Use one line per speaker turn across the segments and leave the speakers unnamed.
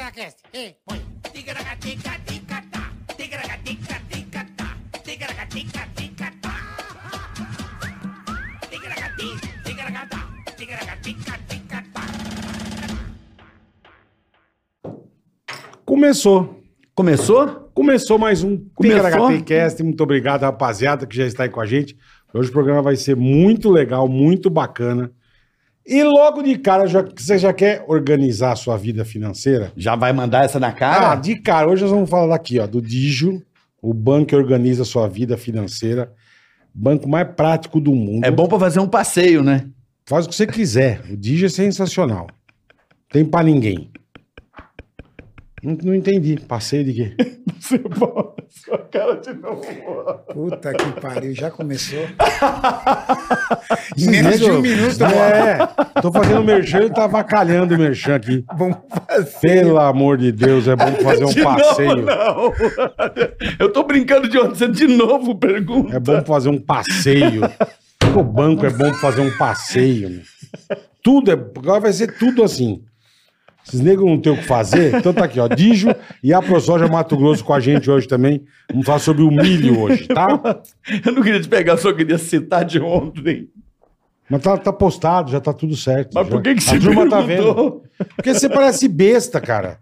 Ticaracast. E põe.
Ticaracatica-ticatá, ticaracatica-ticatá, ticaracatica-ticatá. Ticaracati, ticaracatá, ticaracatica-ticatá.
Começou.
Começou?
Começou mais um
Começou?
Cast. Muito obrigado, rapaziada, que já está aí com a gente. Hoje o programa vai ser muito legal, muito bacana. E logo de cara, já, você já quer organizar a sua vida financeira?
Já vai mandar essa na
Ah,
cara?
de cara, hoje nós vamos falar aqui, ó, do Dijo, o banco que organiza a sua vida financeira, banco mais prático do mundo.
é bom pra fazer um passeio, né?
Faz o que você quiser. O Digi é sensacional. Tem pra ninguém. Não, não entendi. Passei de quê?
Você bota sua cara de novo.
Puta que pariu, já começou.
Em
menos de um minuto,
É, tô fazendo merchan e tá avacalhando o merchan aqui.
Vamos fazer.
Pelo amor de Deus, é bom fazer um passeio.
não. Eu tô brincando de onde você de novo pergunta.
É bom fazer um passeio. O banco é bom fazer um passeio. meu. Tudo é. Agora vai ser tudo assim. Esses negros não tem o que fazer. Então tá aqui, ó. Dijo e a ProSoja Mato Grosso com a gente hoje também. Vamos falar sobre o milho hoje, tá?
Eu não queria te pegar, eu só queria citar de ontem.
Mas tá, tá postado, já tá tudo certo.
Mas por
já.
que, que
A
você
turma tá vendo.
perguntou?
Porque você parece besta, cara.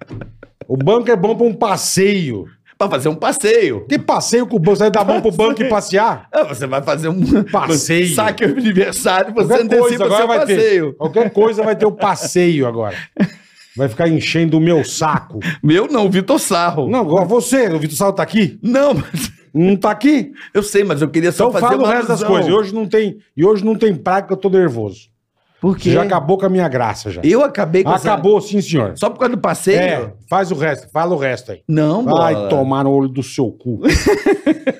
O banco é bom pra um passeio.
Pra fazer um passeio.
Tem passeio com o banco. Você vai dar mão pro banco e passear?
Ah, Você vai fazer um
Passeio.
Saque o aniversário, você
Qualquer coisa
antecipa
agora
seu
vai
passeio.
ter. Qualquer coisa vai ter o passeio agora. Vai ficar enchendo o meu saco.
Meu não, Vitor Sarro.
Não, agora você, o Vitor Sal tá aqui?
Não, mas
Não tá aqui?
eu sei, mas eu queria só
Então
fazer
fala o
uma
resto das
alusão.
coisas. E hoje não tem, e hoje não tem praga que eu tô nervoso.
Por quê?
Já acabou com a minha graça já.
Eu acabei com essa-
Acabou, sim, senhor.
Só por causa do passeio?
É, faz o resto, fala o resto aí.
Não,
Vai
bola.
tomar no olho do seu cu.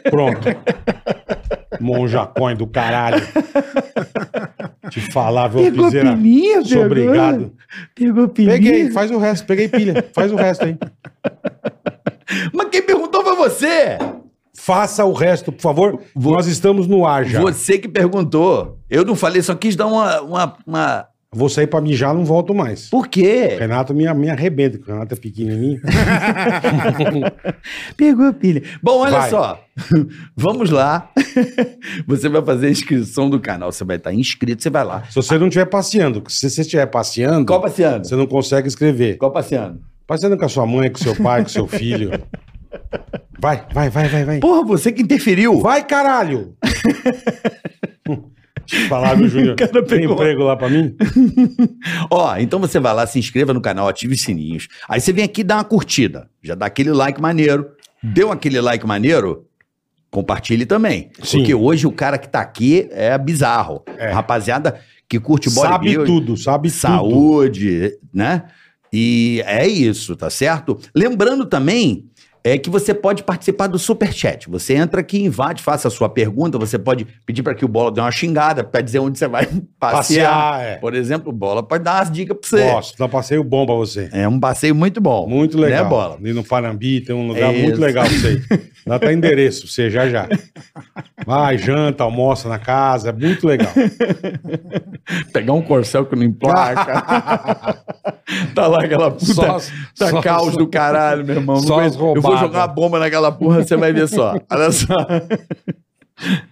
Pronto. Monjacões do caralho. Te falava, ô
Pegou
piseira.
pilinha,
Sou
Diego?
obrigado.
Pegou pilinha.
Peguei, faz o resto, peguei pilha, faz o resto aí.
Mas quem perguntou foi você.
Faça o resto, por favor. Nós estamos no ar já.
Você que perguntou. Eu não falei, só quis dar uma... uma, uma...
Vou sair pra mijar, não volto mais.
Por quê?
Renato me, me arrebenta, porque o Renato é pequenininho.
Pegou pilha. Bom, olha
Vai.
só. Vamos lá. você vai fazer a inscrição do canal. Você vai estar inscrito, você vai lá.
Se você não estiver passeando, se você estiver passeando,
Qual passeando?
você não consegue escrever.
Qual passeando?
Passeando Tá com a sua mãe, com seu pai, com seu filho. Vai, vai, vai, vai, vai.
Porra, você que interferiu.
Vai, caralho! Deixa eu falar, meu Júnior.
cara
Tem
pegou.
emprego lá pra mim?
Ó, então você vai lá, se inscreva no canal, ative os sininhos. Aí você vem aqui e dá uma curtida. Já dá aquele like maneiro.
Hum.
Deu aquele like maneiro? Compartilhe também.
Sim.
Porque hoje o cara que tá aqui é bizarro.
É.
Rapaziada que curte
Sabe
bodybuilding,
tudo, sabe tudo.
um. saúde, né? E é isso, tá certo? Lembrando também é que você pode participar do Superchat. Você entra aqui, invade, faça a sua pergunta. Você pode pedir para que o Bola dê uma xingada, para dizer onde você vai passear.
Passear, é.
Por exemplo, bola pode dar umas dicas pra você.
Posso, dá um passeio bom pra você.
É um passeio muito bom.
Muito legal.
Né, bola?
Ali no Parambi tem um lugar
É
muito
isso.
legal pra você. ir. Dá até endereço pra você já já. Vai, janta, almoça na casa, é muito legal.
Tá. Pegar um corcel que não emplaca. tá lá aquela puta
Só-
tá
só-
caos do caralho, meu irmão. Não
só
aguento.
as
eu vou
roubadas.
jogar uma bomba naquela porra, você vai ver só. Olha só.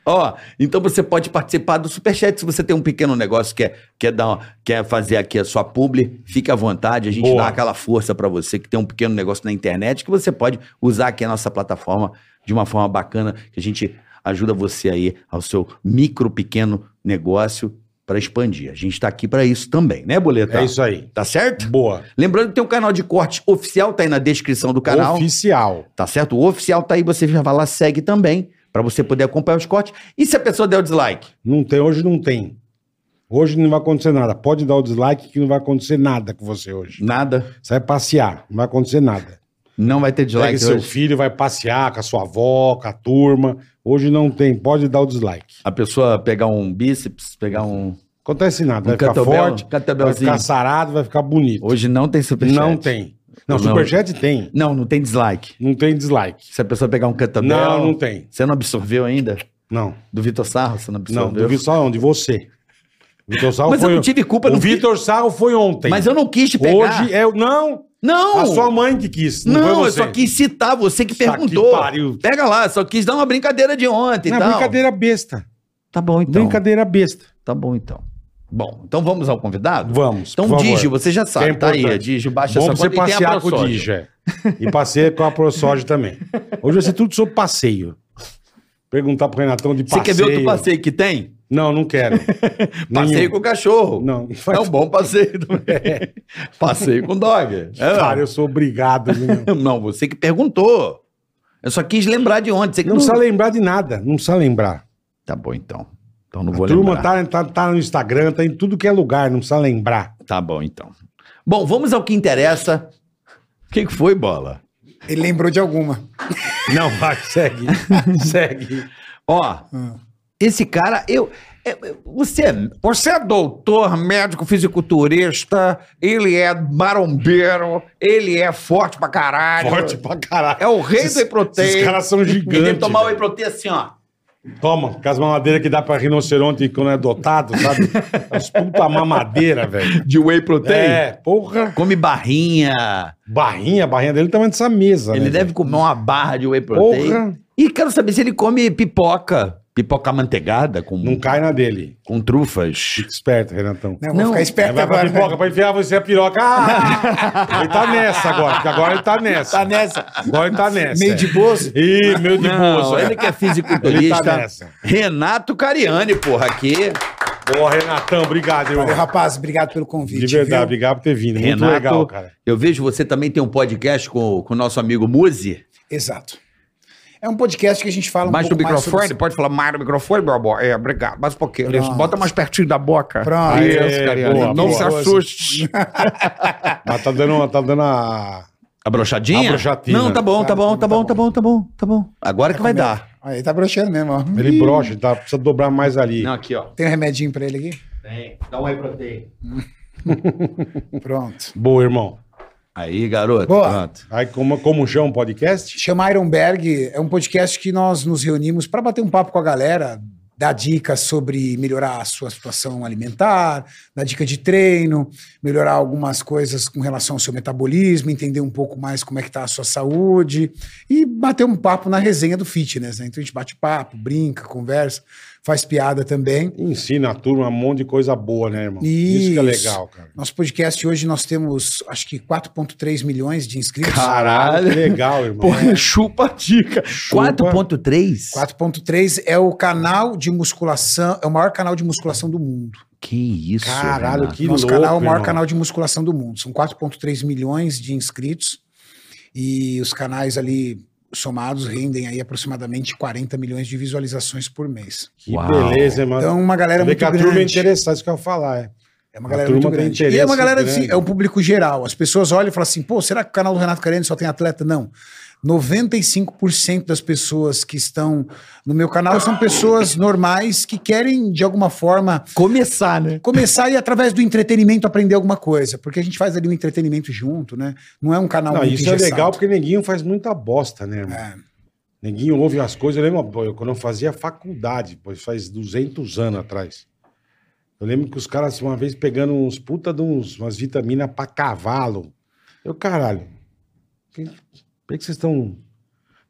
Ó, então você pode participar do Superchat. Se você tem um pequeno negócio que quer, quer, dar, uma- quer fazer aqui a sua publi, fique à vontade. A gente
Boa.
dá aquela força pra você que tem um pequeno negócio na internet que você pode usar aqui a nossa plataforma de uma forma bacana, que a gente ajuda você aí ao seu micro, pequeno negócio pra expandir. A gente tá aqui pra isso também, né, Boleta?
É isso aí.
Tá certo?
Boa.
Lembrando que tem um canal de corte oficial, tá aí na descrição do canal.
Oficial.
Tá certo? O oficial tá aí, você já vai lá, segue também, pra você poder acompanhar os cortes. E se a pessoa der o dislike?
Não tem, hoje não tem. Hoje não vai acontecer nada. Pode dar o dislike que não vai acontecer nada com você hoje.
Nada.
Você vai passear, não vai acontecer nada.
Não vai ter
Pega
dislike
seu
hoje.
filho, vai passear com a sua avó, com a turma. Hoje não tem, pode dar o dislike.
A pessoa pegar um bíceps, pegar um,
Acontece nada,
um
vai ficar
cantabel,
forte, vai
cantabelzinho.
ficar sarado, vai ficar bonito.
Hoje não tem superchat.
Não tem. Não,
Não.
superchat tem.
Não, não tem dislike.
Não tem dislike.
Se a pessoa pegar um cantabel...
Não, não tem.
Você não absorveu ainda?
Não,
Do Vitor Sarro, você não absorveu?
não. Do Vitor Sarro, não, de você. O Vitor Sarro
Mas eu
foi...
não tive culpa.
o
não fi-
Vitor Sarro foi ontem.
Mas eu não quis te pegar.
Hoje é... o- Não,
Não!
A sua mãe que quis, não,
Não,
foi
eu
você.
só quis citar você que
Tá que
perguntou.
pariu.
Pega lá, só quis dar uma brincadeira de ontem
Não, é
e tal.
brincadeira besta.
Tá bom então.
Brincadeira besta.
Tá bom então. Bom, então vamos ao convidado?
Vamos,
Então,
por favor.
Digio, você já sabe,
Que é
tá aí.
importante.
Digio, baixa
Bom
essa
pra você
conta e tem a
passear com o
ProSoja.
Digi. é. E passeia com a ProSoja também. Hoje vai ser tudo sobre passeio. Perguntar pro Renatão de
Você
passeio.
quer ver outro passeio que tem?
Não, não quero.
Passeio
Nenhum.
com o cachorro.
Não,
É um bom passeio também. passeio com dog. É.
Cara, eu sou obrigado. né? viu, meu?
Não, você que perguntou. Eu só quis lembrar de ontem. Você que
Não precisa lembrar de nada. Não precisa lembrar.
Tá bom então. Então não
A
vou
turma
lembrar.
tá, tá, tá no Instagram, tá em tudo que é lugar. Não precisa lembrar.
Tá bom então. Bom, vamos ao que interessa. O que, que foi, bola?
Ele lembrou de alguma.
Não, vai, segue. segue.
Ó,
Ah.
esse cara, eu. é- é- Você é, você é doutor, médico, fisiculturista, ele é marombeiro, ele é forte pra caralho.
Forte pra caralho.
É o rei do whey protein.
Os caras são
E tem que
gigantes.
tomar o whey
velho.
protein assim, ó.
Toma, com as mamadeiras que dá pra rinoceronte quando é dotado, sabe? As puta mamadeira, velho.
De whey protein?
É, porra.
Come barrinha.
Barrinha, a barrinha dele também dessa mesa.
Ele
né,
deve
velho?
comer uma barra de whey protein.
Porra.
E quero saber se ele come pipoca. Pipoca manteigada com,
Não cai na dele.
com trufas.
Fica esperto, Renatão.
Não,
Não. né?
vou ficar
Aí
esperto
vai pra
agora. né?
pipoca pra enfiar você a piroca. Ah! ele tá nessa agora, porque agora ele tá nessa.
Tá nessa.
Agora ele tá nessa.
Meio de bozo.
Ih, meio de
Não,
bolso.
ele que é
Ele tá
fisiculturista.
nessa.
Renato Cariani, porra, aqui.
Ô, Renatão, obrigado, irmão.
Valeu, rapaz. Obrigado pelo
De
convite.
verdade,
viu?
obrigado por ter vindo.
Renato,
Muito legal, cara.
eu vejo você também tem um podcast com com o nosso amigo Muzi.
Exato. É um podcast que a gente fala um
mais do
pouco mais sobre...
microfone, pode falar mais do microfone, meu amor. É, obrigado. Mas um pouquinho. Isso,
Pronto.
Bota mais pertinho da boca.
Pronto.
Isso,
Aê,
Cariani.
boa,
Não
boa.
se assuste.
Mas tá dando, tá dando a.
A brochadinha?
A brochatina.
Não, tá bom, tá bom, tá bom, tá bom, tá bom, tá bom. Agora que vai dar.
Olha, Ele tá broxando mesmo, ó.
Ele brocha, ele tá, precisa dobrar mais ali.
Não, aqui, ó.
Tem um remedinho pra ele aqui?
Tem. Dá um aí proteína.
Pronto.
Boa, irmão.
Aí, garoto.
Boa.
Pronto.
Aí, como, como chama o podcast?
Chama Ironberg é um podcast que nós nos reunimos para bater um papo com a galera, dar dicas sobre melhorar a sua situação alimentar, dar dica de treino, melhorar algumas coisas com relação ao seu metabolismo, entender um pouco mais como é que tá a sua saúde e bater um papo na resenha do fitness, né? Então a gente bate papo, brinca, conversa, faz piada também.
Ensina a turma um monte de coisa boa, né, irmão? Isso que é
Isso.
legal, cara.
Nosso podcast hoje nós temos acho que 4.3 milhões de inscritos.
Caralho, que legal, irmão.
Porra, chupa a dica. 4.3?
4.3 é o canal de musculação, é o maior canal de musculação do mundo.
Que isso,
Caralho,
Renato.
que
Nosso
louco,
canal é o maior
irmão.
canal de musculação do mundo. São 4.3 milhões de inscritos e os canais ali somados rendem aí aproximadamente 40 milhões de visualizações por mês.
Que
Uau.
beleza, irmão.
Então é uma galera
Vê
muito
que a turma é
grande.
interessada, isso que eu ia falar, é.
É uma
a
galera
turma
muito
tem
grande. E
interesse
é uma galera assim,
grande.
é o público geral. As pessoas olham e falam assim: "Pô, será que o canal do Renato Carene só tem atleta?" Não. 95% das pessoas que estão no meu canal são pessoas normais que querem de alguma forma
Começar, né?
começar e através do entretenimento aprender alguma coisa, porque a gente faz ali um entretenimento junto, né? Não é um canal
Não,
muito
isso é
engessado.
legal porque neguinho faz muita bosta, né, irmão?
É.
Neguinho ouve as coisas. Eu lembro, pô, eu- quando eu fazia faculdade, pois faz 200 anos atrás. Eu lembro que os caras, assim, uma vez, pegando uns puta de uns, umas vitaminas pra cavalo. Eu, caralho, que- por que, que vocês estão.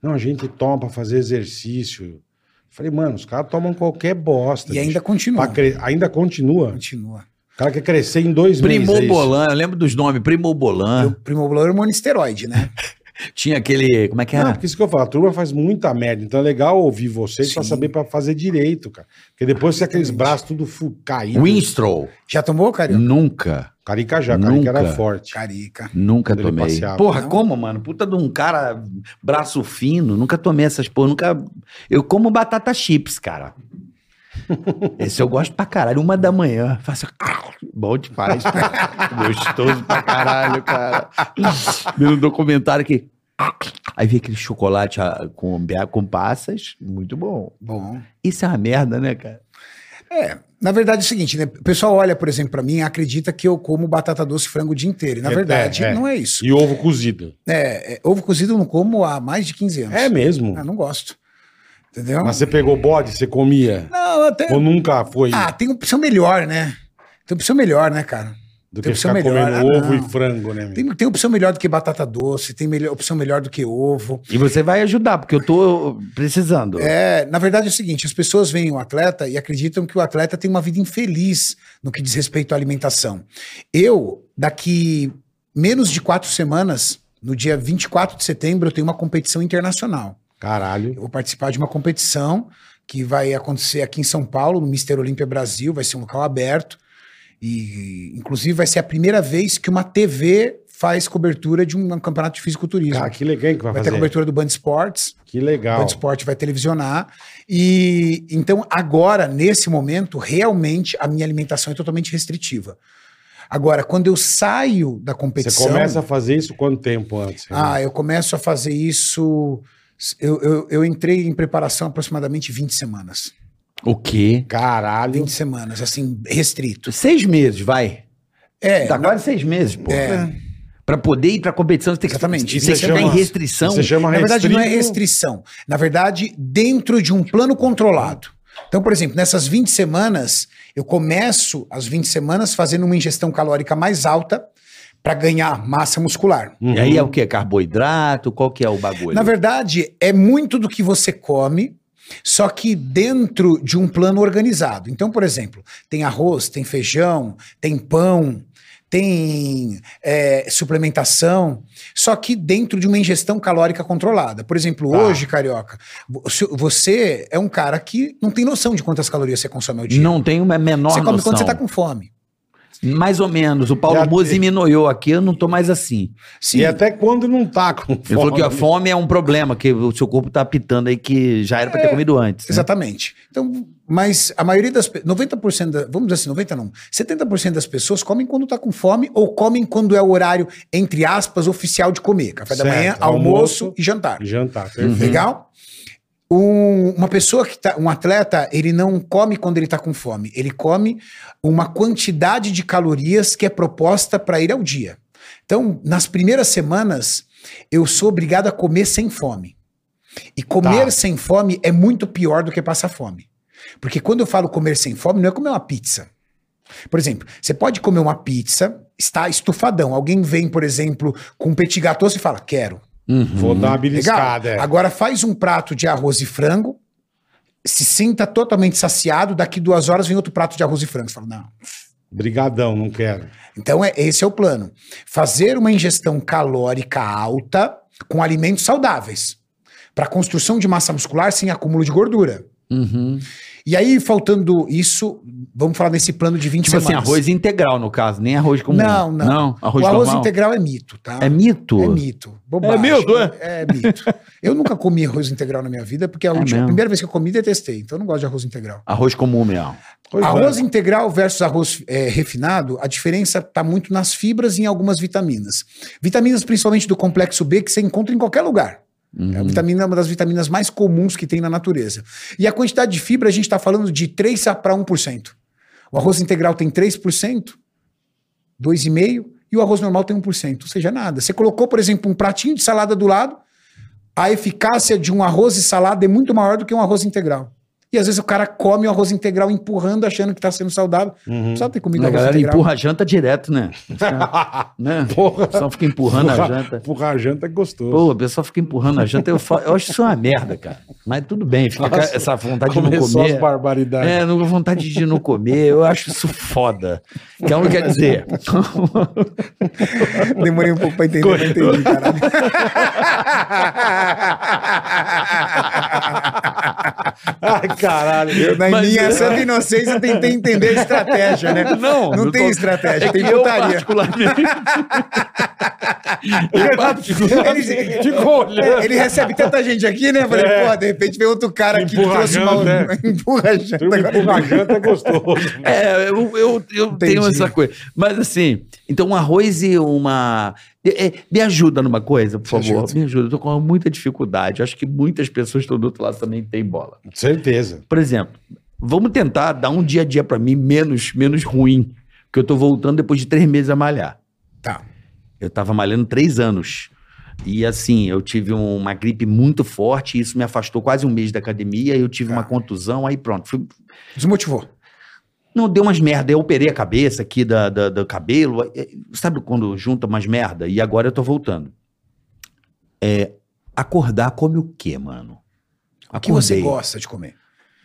Não, a gente toma pra fazer exercício. Falei, mano, os caras tomam qualquer bosta.
E
bicho.
ainda continua.
Pra cre- ainda continua.
Continua.
O cara quer crescer em dois meses. é isso.
Primobolan, eu lembro dos nomes. Primobolan.
O Primobolan é hormônio esteroide, né?
Tinha aquele. Como é que
Não,
era?
porque isso que eu falo, a turma faz muita merda. Então é legal ouvir vocês pra
Sim.
saber pra fazer direito, cara. Porque depois você tem aqueles braços tudo fu- caídos.
Winstrol.
Já tomou, Carioca?
Nunca.
Carica já, Carica
Nunca.
era forte.
Carica.
Nunca
Quando ele
tomei.
passeava. né?
Porra,
Não?
como, mano? Puta de um cara, braço fino, nunca tomei essas porra, nunca... Eu como batata chips, cara. Esse eu gosto pra caralho, uma da manhã. Faço... Bom demais. cara. Gostoso pra caralho, cara. Vendo um documentário aqui. Aí vi aquele chocolate ah, com, be- com passas, muito bom.
Bom.
Isso é uma merda, né, cara?
É, na verdade é o seguinte, né? O pessoal olha, por exemplo, pra mim e acredita que eu como batata doce e frango o dia inteiro. E, na
É,
verdade,
é.
não é isso.
E ovo cozido.
É, é, ovo cozido eu não como há mais de 15 anos.
É mesmo.
Ah, não gosto. Entendeu?
Mas você pegou bode, você comia.
Não, até.
Ou nunca foi.
Ah, tem opção melhor, né? Tem opção melhor, né, cara?
Do
Tem
que
opção
ficar
melhor,
comendo
ah,
ovo
não.
e frango, né? meu?
Tem, tem opção melhor do que batata doce, tem melhor- opção melhor do que ovo.
E você vai ajudar, porque eu tô precisando.
É, na verdade é o seguinte: as pessoas veem o atleta e acreditam que o atleta tem uma vida infeliz no que diz respeito à alimentação. Eu, daqui menos de quatro semanas, no dia 24 de setembro, eu tenho uma competição internacional.
Caralho.
Eu vou participar de uma competição que vai acontecer aqui em São Paulo, no Mister Olímpia Brasil, vai ser um local aberto. E, inclusive, vai ser a primeira vez que uma TV faz cobertura de um campeonato de fisiculturismo.
Cara, Ah, que legal hein, que vai,
vai ter
fazer.
a cobertura do Band Sports.
Que legal.
O esporte vai televisionar. E então, agora, nesse momento, realmente a minha alimentação é totalmente restritiva. Agora, quando eu saio da competição.
Você começa a fazer isso quanto tempo antes?
Ah, eu começo a fazer isso. Eu, eu, eu entrei em preparação aproximadamente 20 semanas.
O quê?
Caralho.
20 semanas, assim, restrito.
Seis meses, vai.
É,
Tá quase seis meses, pô.
É.
Pra poder ir pra competição, você tem que...
Exatamente.
Você
Isso
chama... em
chama-
restrição.
Você chama
na verdade, não é
restrito?
restrição. Na verdade, dentro de um plano controlado. Então, por exemplo, nessas 20 semanas, eu começo as 20 semanas fazendo uma ingestão calórica mais alta para ganhar massa muscular.
E aí é o quê? Carboidrato? Qual que é o bagulho?
Uhum. Na verdade, é muito do que você come, só que dentro de um plano organizado. Então, por exemplo, tem arroz, tem feijão, tem pão, tem é, suplementação, só que dentro de uma ingestão calórica controlada. Por exemplo,
Tá.
hoje, carioca, vo- se- você é um cara que não tem noção de quantas calorias você consome ao dia.
Não tem uma menor
Você come
noção.
quando você tá com fome.
Mais ou menos. O
E
Paulo
a-
Mose me noiou aqui, eu não tô mais assim.
Sim.
E até quando não tá com fome?
Ele falou que a fome é um problema, que o seu corpo tá pitando aí que já era pra
É,
ter comido antes. né?
Exatamente. Então, mas a maioria das pe- 90% da, vamos dizer assim, 90 não. 70% das pessoas comem quando tá com fome ou comem quando é o horário entre aspas oficial de comer, café da
Certo,
manhã,
almoço
almoço, e jantar.
né? Jantar, perfeito.
Legal? Um- uma pessoa que tá, um atleta, ele não come quando ele tá com fome, ele come uma quantidade de calorias que é proposta para ele ao dia. Então, nas primeiras semanas, eu sou obrigado a comer sem fome. E comer
Tá.
sem fome é muito pior do que passar fome. Porque quando eu falo comer sem fome, não é comer uma pizza. Por exemplo, você pode comer uma pizza, está estufadão. Alguém vem, por exemplo, com um petit gâteau e fala, quero.
Vou dar uma
Hum. Legal.
beliscada. é.
Agora faz um prato de arroz e frango, se sinta totalmente saciado, daqui duas horas vem outro prato de arroz e frango. Você fala, não.
Brigadão, é. não quero.
Então é, esse é o plano. Fazer uma ingestão calórica alta com alimentos saudáveis. Para construção de massa muscular sem acúmulo de gordura.
Uhum.
E aí, faltando isso, vamos falar nesse plano de 20
Tipo assim,
semanas.
arroz integral, no caso, nem arroz comum.
Não, não.
arroz,
o arroz
normal?
integral é mito, tá?
É mito?
É mito. Bobagem.
É mito, é?
É mito. Eu nunca comi arroz integral na minha vida, porque a, última-
mesmo?
a primeira vez que eu comi, detestei. Então eu não gosto de arroz integral.
Arroz comum mesmo.
Pois
arroz
é.
integral versus arroz é, refinado, a diferença está muito nas fibras e em algumas vitaminas. Vitaminas principalmente do complexo B, que você encontra em qualquer lugar.
Uhum.
É a vitamina, uma das vitaminas mais comuns que tem na natureza. E a quantidade de fibra, a gente está falando de 3 para 1%. O arroz integral tem 3%, 2,5%, e o arroz normal tem 1%. Ou seja, nada. Você colocou, por exemplo, um pratinho de salada do lado, a eficácia de um arroz e salada é muito maior do que um arroz integral. E às vezes o cara come o arroz integral empurrando, achando que está sendo saudável. Não Só ter comido
Uhum. A
arroz
galera
integral.
empurra a janta direto, né? Fica- né?
Porra.
Só fica empurrando a janta.
Empurrar a janta é gostoso.
Pô, o pessoal fica empurrando a janta. Eu, fa- eu acho isso uma merda, cara. Mas tudo bem, fica com
Nossa,
essa
Tá
vontade de não
Começou as
comer.
barbaridades.
É, não vontade de não comer. Eu acho isso foda. Então, quer dizer,
Demorei um pouco pra entender, mas entendi, caralho.
Ai, caralho.
Eu, na
Mas
minha
eu-
santa inocência, tentei entender a estratégia, né?
Não,
Não
eu
tem
tô-
estratégia,
é
tem
que eu
putaria.
particularmente... eu particularmente...
Ele, É,
Ficou olhando.
ele recebe tanta gente aqui, né? Eu Falei,
É.
pô, de repente veio outro cara aqui
Empurra
que trouxe
a
uma.
janta,
né?"
Empurra a
um
janta.
Empurrar a
Agora...
janta é gostoso.
É, eu, eu, eu tenho
Entendi.
essa coisa. Mas assim, então um arroz e uma. é, é, me ajuda numa coisa, por
Te
favor.
ajudo.
Me ajuda. Eu tô com muita dificuldade. Acho que muitas pessoas que estão do outro lado também têm bola.
Certeza.
Por exemplo, vamos tentar dar um dia a dia pra mim menos, menos ruim. Porque eu tô voltando depois de três meses a malhar.
Tá.
Eu tava malhando três anos. E assim, eu tive uma gripe muito forte, isso me afastou quase um mês da academia, eu tive
Tá.
uma contusão, aí pronto, fui,
Desmotivou.
Não, deu umas merda. Eu operei a cabeça aqui da, da- do cabelo. É, Sabe quando junta umas merda? E agora eu tô voltando. É, acordar come o quê, mano?
O que você
Acordei.
gosta de comer?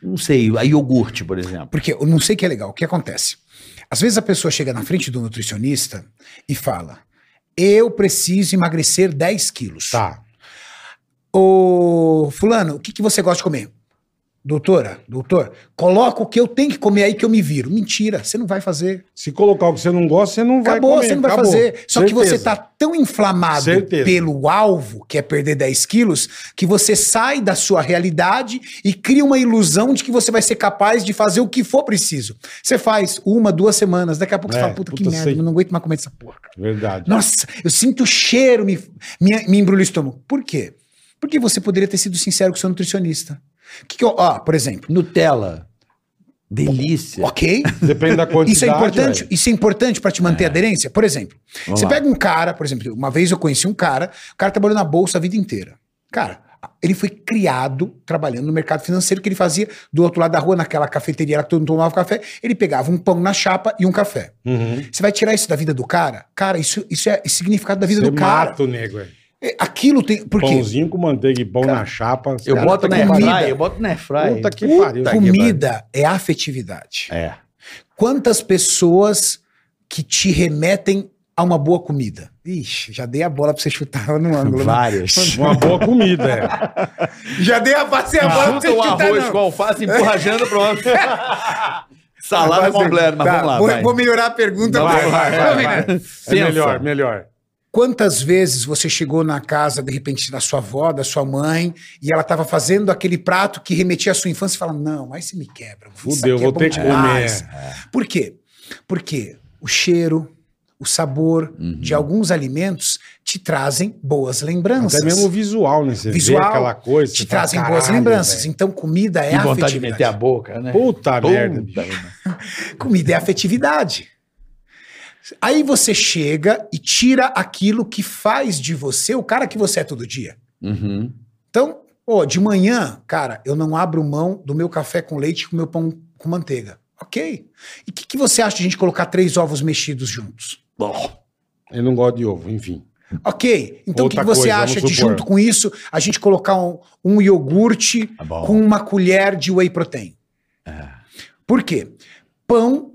Não sei, a iogurte, por exemplo.
Porque eu não sei que é legal. O que acontece? Às vezes a pessoa chega na frente do nutricionista e fala: Eu preciso emagrecer 10 quilos.
Tá.
Ô, Fulano, o que, que você gosta de comer? Doutora, doutor, coloca o que eu tenho que comer aí que eu me viro. Mentira, você não vai fazer.
Se colocar o que você não gosta, você não
Acabou,
vai comer.
você não vai
acabou.
fazer. Só que você
Certeza.
tá tão inflamado
Certeza.
pelo alvo, que é perder 10 quilos, que você sai da sua realidade e cria uma ilusão de que você vai ser capaz de fazer o que for preciso. Você faz uma, duas semanas, daqui a pouco
É,
você fala, puta, que
puta,
merda,
sei.
eu não aguento mais comer essa porra.
Verdade.
Nossa, eu sinto o cheiro, me, me, me embrulha o estômago. Por quê? Porque você poderia ter sido sincero com o seu nutricionista. Que que eu, ó, por exemplo,
Nutella. Delícia.
ok,
Depende da quantidade.
Isso é importante,
velho.
isso é importante para te manter a aderência? Por exemplo,
Vamos
você
lá.
pega um cara, por exemplo, uma vez eu conheci um cara, o cara trabalhou na bolsa a vida inteira. Cara, ele foi criado trabalhando no mercado financeiro que ele fazia do outro lado da rua, naquela cafeteria lá que todo mundo tomava café, ele pegava um pão na chapa e um café.
Uhum.
Você vai tirar isso da vida do cara? Cara, isso, isso é significado da vida
Você
do cara.
mata o nego, velho.
É, Aquilo tem. Por quê?
Pãozinho com manteiga e pão
Cara,
na chapa. os
Eu
caras
boto
tá
na
comida.
airfry, eu boto na airfry.
Puta que pariu.
Puta que
Comida é afetividade.
É.
Quantas pessoas que te remetem a uma boa comida? Ixi, já dei a bola pra você chutar no ângulo. né?
Várias.
Uma boa comida, é.
Já dei a passei a bola pra você
Chuta o
chutar.
tá
arroz
não.
com alface, empurra a janta, pronto.
Vai,
Salada
vai,
completa, mas
tá,
vamos lá,
vou,
vai.
vou melhorar a pergunta. Então,
Vai, vai, vai. vai. É
Pensa.
melhor, melhor.
Quantas vezes você chegou na casa, de repente, da sua avó, da sua mãe, e ela tava fazendo aquele prato que remetia à sua infância e fala, não, aí você me quebra. isso
Fudeu,
aqui
vou
bom
ter que
demais."
comer.
Por quê? Porque o cheiro, o sabor de alguns alimentos te trazem boas lembranças.
Uhum. Até mesmo o visual, né? Você vê
Visual,
aquela coisa.
te
você fala,
trazem boas
"Caralho,
lembranças.
velho."
Então, comida é
Que vontade de meter a
afetividade.
boca, né?
Puta merda, bicho.
Comida é afetividade. Aí você chega e tira aquilo que faz de você o cara que você é todo dia.
Uhum.
Então, ó, de manhã, cara, eu não abro mão do meu café com leite e com meu pão com manteiga. Ok. E o que, que você acha de a gente colocar três ovos mexidos juntos?
Bom,
Eu não gosto de ovo, enfim.
Ok. Então, o que,
Outra
que você
coisa,
acha
vamos
de,
supor.
junto com isso, a gente colocar um, um iogurte
Tá bom.
com uma colher de whey protein?
É.
Por quê? Pão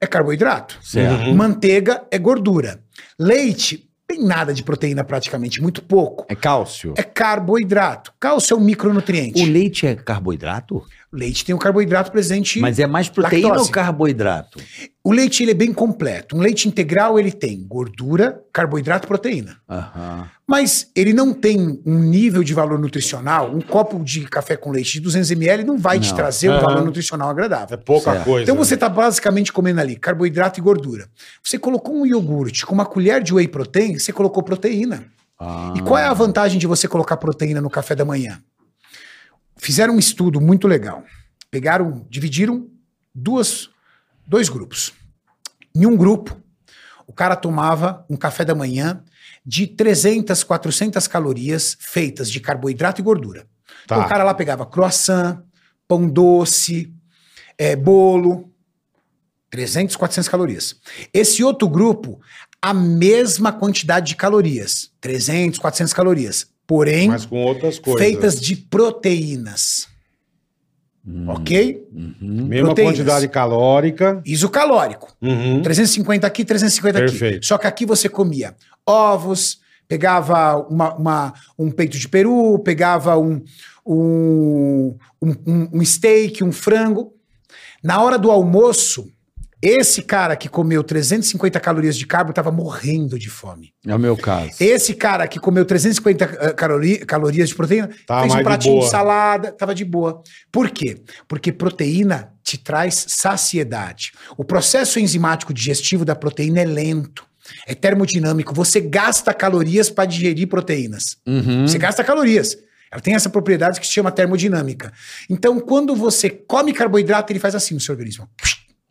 é carboidrato.
certo.
Manteiga é gordura. Leite tem nada de proteína, praticamente, muito pouco.
É cálcio.
É carboidrato. Cálcio é um micronutriente.
O leite é carboidrato?
Leite tem um carboidrato presente.
Mas é mais proteína
Lactose.
ou carboidrato?
O leite ele é bem completo. Um leite integral ele tem gordura, carboidrato, proteína.
Aham.
Mas ele não tem um nível de valor nutricional. Um copo de café com leite de 200 ml não vai te
Não.
trazer um
Aham.
valor nutricional agradável.
É pouca
Certo.
coisa.
Então você está basicamente comendo ali carboidrato e gordura. Você colocou um iogurte com uma colher de whey protein, você colocou proteína.
Ah.
E qual é a vantagem de você colocar proteína no café da manhã? Fizeram um estudo muito legal. Pegaram, dividiram duas, dois grupos. Em um grupo, o cara tomava um café da manhã de 300, 400 calorias feitas de carboidrato e gordura.
Tá.
Então, o cara lá pegava croissant, pão doce, eh, bolo, 300, 400 calorias. Esse outro grupo, a mesma quantidade de calorias, 300, 400 calorias, porém
Mas com outras coisas.
feitas de proteínas,
Hum.
ok?
Uhum.
Mesma
proteínas.
quantidade calórica.
Isocalórico,
Uhum.
350 aqui, 350 aqui.
Perfeito.
Só que aqui você comia ovos, pegava uma, uma- um peito de peru, pegava um, um, um- um- um steak, um frango. Na hora do almoço, esse cara que comeu 350 calorias de carbo estava morrendo de fome.
É o meu caso.
Esse cara que comeu 350 eh, calori- calorias de proteína
Tá
fez
mais
um
de
pratinho de,
boa.
salada, tava de boa. Por quê? Porque proteína te traz saciedade. O processo enzimático digestivo da proteína é lento, é termodinâmico. Você gasta calorias para digerir proteínas.
Uhum.
Você gasta calorias. Ela tem essa propriedade que se chama termodinâmica. Então, quando você come carboidrato, ele faz assim no seu organismo.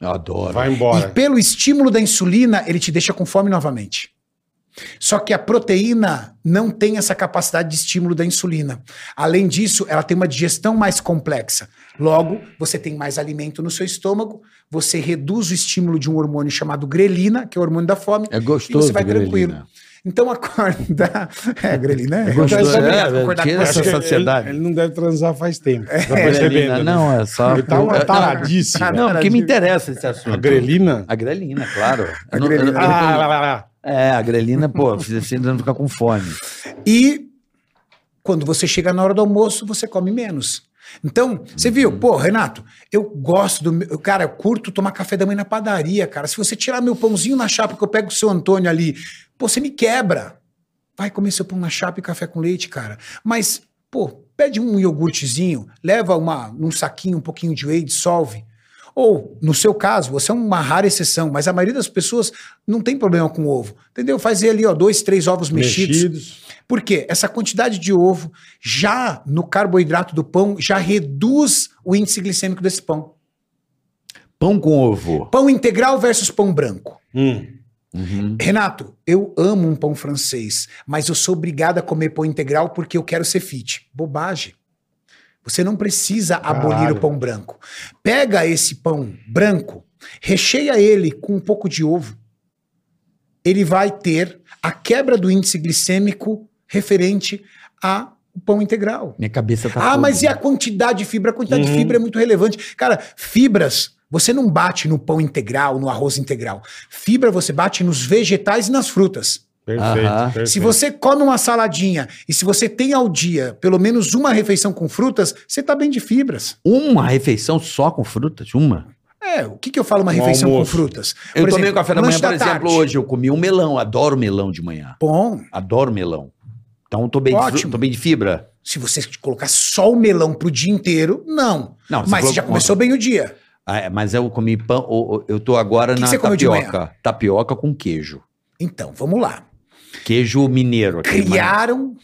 Eu adoro.
Vai
E
embora.
pelo estímulo da insulina, ele te deixa com fome novamente. Só que a proteína não tem essa capacidade de estímulo da insulina. Além disso, ela tem uma digestão mais complexa. Logo, você tem mais alimento no seu estômago, você reduz o estímulo de um hormônio chamado grelina, que é o hormônio da fome,
É gostoso
e você vai
grelina.
tranquilo. Então acordar. É, grelina é.
gostoso,
Acordar-
é,
acordar
tira
com
essa
essa- É,
saciedade.
Ele, ele não deve transar faz tempo. Tá
Grelina,
percebendo? né?
não, é só.
Ele tá uma
Eu-
taradíssima.
Não, porque me interessa esse assunto.
A grelina?
A grelina, claro.
A
Eu não- eu-
grelina.
eu-
Ah, lá, lá, lá.
é, a grelina, pô, fiz assim pra não ficar com fome.
E quando você chega na hora do almoço, você come menos. Então, você viu, pô, Renato, eu gosto do meu. Cara, eu curto tomar café da manhã na padaria, cara. Se você tirar meu pãozinho na chapa, que eu pego o seu Antônio ali, pô, você me quebra. Vai comer seu pão na chapa e café com leite, cara. Mas, pô, pede um iogurtezinho, leva uma, num saquinho um pouquinho de whey, dissolve. Ou, no seu caso, você é uma rara exceção, mas a maioria das pessoas não tem problema com ovo. Entendeu? Faz ali, ó, dois, três ovos mexidos.
Mexidos.
Por quê? Essa quantidade de ovo já no carboidrato do pão já reduz o índice glicêmico desse pão.
Pão com ovo.
Pão integral versus pão branco.
Hum.
Uhum.
Renato, eu amo um pão francês, mas eu sou obrigado a comer pão integral porque eu quero ser fit. Bobagem. Você não precisa abolir
Caralho.
o pão branco. Pega esse pão branco, recheia ele com um pouco de ovo. Ele vai ter a quebra do índice glicêmico referente ao pão integral.
Minha cabeça tá.
Ah,
toda.
mas e a quantidade de fibra? A quantidade
Uhum.
de fibra é muito relevante. Cara, fibras, você não bate no pão integral, no arroz integral. Fibra você bate nos vegetais e nas frutas.
Perfeito,
Aham.
perfeito.
Se você come uma saladinha e se você tem ao dia pelo menos uma refeição com frutas, você tá bem de fibras.
Uma refeição só com frutas? Uma?
É, o que, que eu falo uma
Um
refeição
almoço.
com frutas?
Eu tomei o café da manhã,
lanche
por exemplo,
tarde.
hoje. Eu comi um melão. Adoro melão de manhã.
Bom,
Adoro melão. Então, tô bem, de, fru-
Ótimo.
tô bem de fibra.
se você colocar só o melão pro dia inteiro, não.
Não,
Mas você já
colocou-
começou bem o dia.
Ah, é, mas eu comi pão. o- o- Eu tô agora
que
na
você comeu de
tapioca. Tapioca com queijo.
Então, vamos lá.
Queijo mineiro. aquele
criaram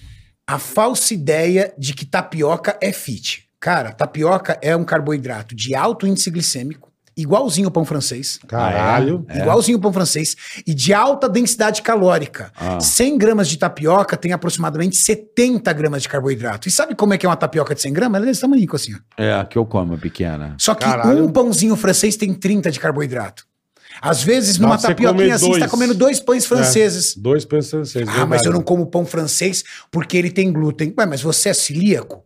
a falsa ideia de que tapioca é fit. Cara, tapioca é um carboidrato de alto índice glicêmico, igualzinho ao pão francês,
Caralho.
É.
igualzinho ao pão francês, e de alta densidade calórica.
Ah.
100 gramas de tapioca tem aproximadamente 70 gramas de carboidrato. E sabe como é que é uma tapioca de 100 gramas? Ela é desse tamanho, assim. ó.
É, a que eu como, pequena.
Só que
Caralho.
um pãozinho francês tem 30 de carboidrato. Às vezes,
Dá
numa
pra você comer
tapioquinha assim, você está
dois. É.
comendo dois pães franceses.
Dois pães franceses.
é.
É
Ah, mas
verdade.
eu não como pão francês porque ele tem glúten. Ué, mas você é celíaco?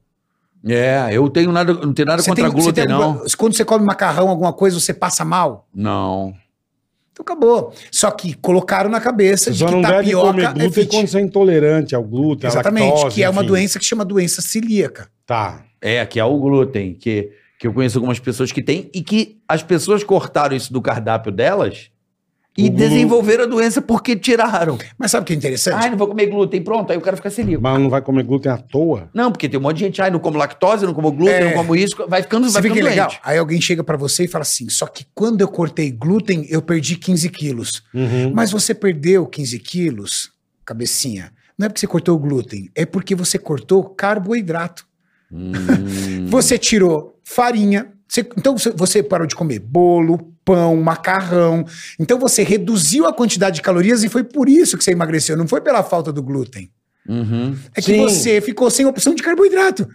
É, eu tenho nada, não tenho nada
Você
contra
tem- você
glúten,
tem alguma-
não.
Quando você come macarrão, alguma coisa, você passa mal?
Não.
Então acabou. Só que colocaram na cabeça
Você
de
só
que
não deve
tapioca
comer
é
glúten
fit.
quando você é intolerante ao glúten, à
Exatamente,
lactose,
que é uma
enfim.
doença que chama doença celíaca.
Tá.
É, que é o glúten, que, que eu conheço algumas pessoas que têm e que as pessoas cortaram isso do cardápio delas e
O glú-
desenvolveram a doença porque tiraram.
Mas sabe o que é interessante?
Ai, não vou comer glúten, pronto, aí o cara fica celíaco.
Mas não vai comer glúten à toa?
Não, porque tem um monte de gente, ai, não como lactose, não como glúten,
É.
não como isso, vai ficando,
você
vai
vê que
ficando
é legal?
doente.
Aí alguém chega pra você e fala assim: só que quando eu cortei glúten, eu perdi 15 quilos.
Uhum.
Mas você perdeu 15 quilos, cabecinha, não é porque você cortou o glúten, é porque você cortou carboidrato.
Hum.
Você tirou farinha. você- então você- você parou de comer bolo, pão, macarrão. Então você reduziu a quantidade de calorias e foi por isso que você emagreceu. Não foi pela falta do glúten.
Uhum.
É que
Sim.
você ficou sem opção de carboidrato.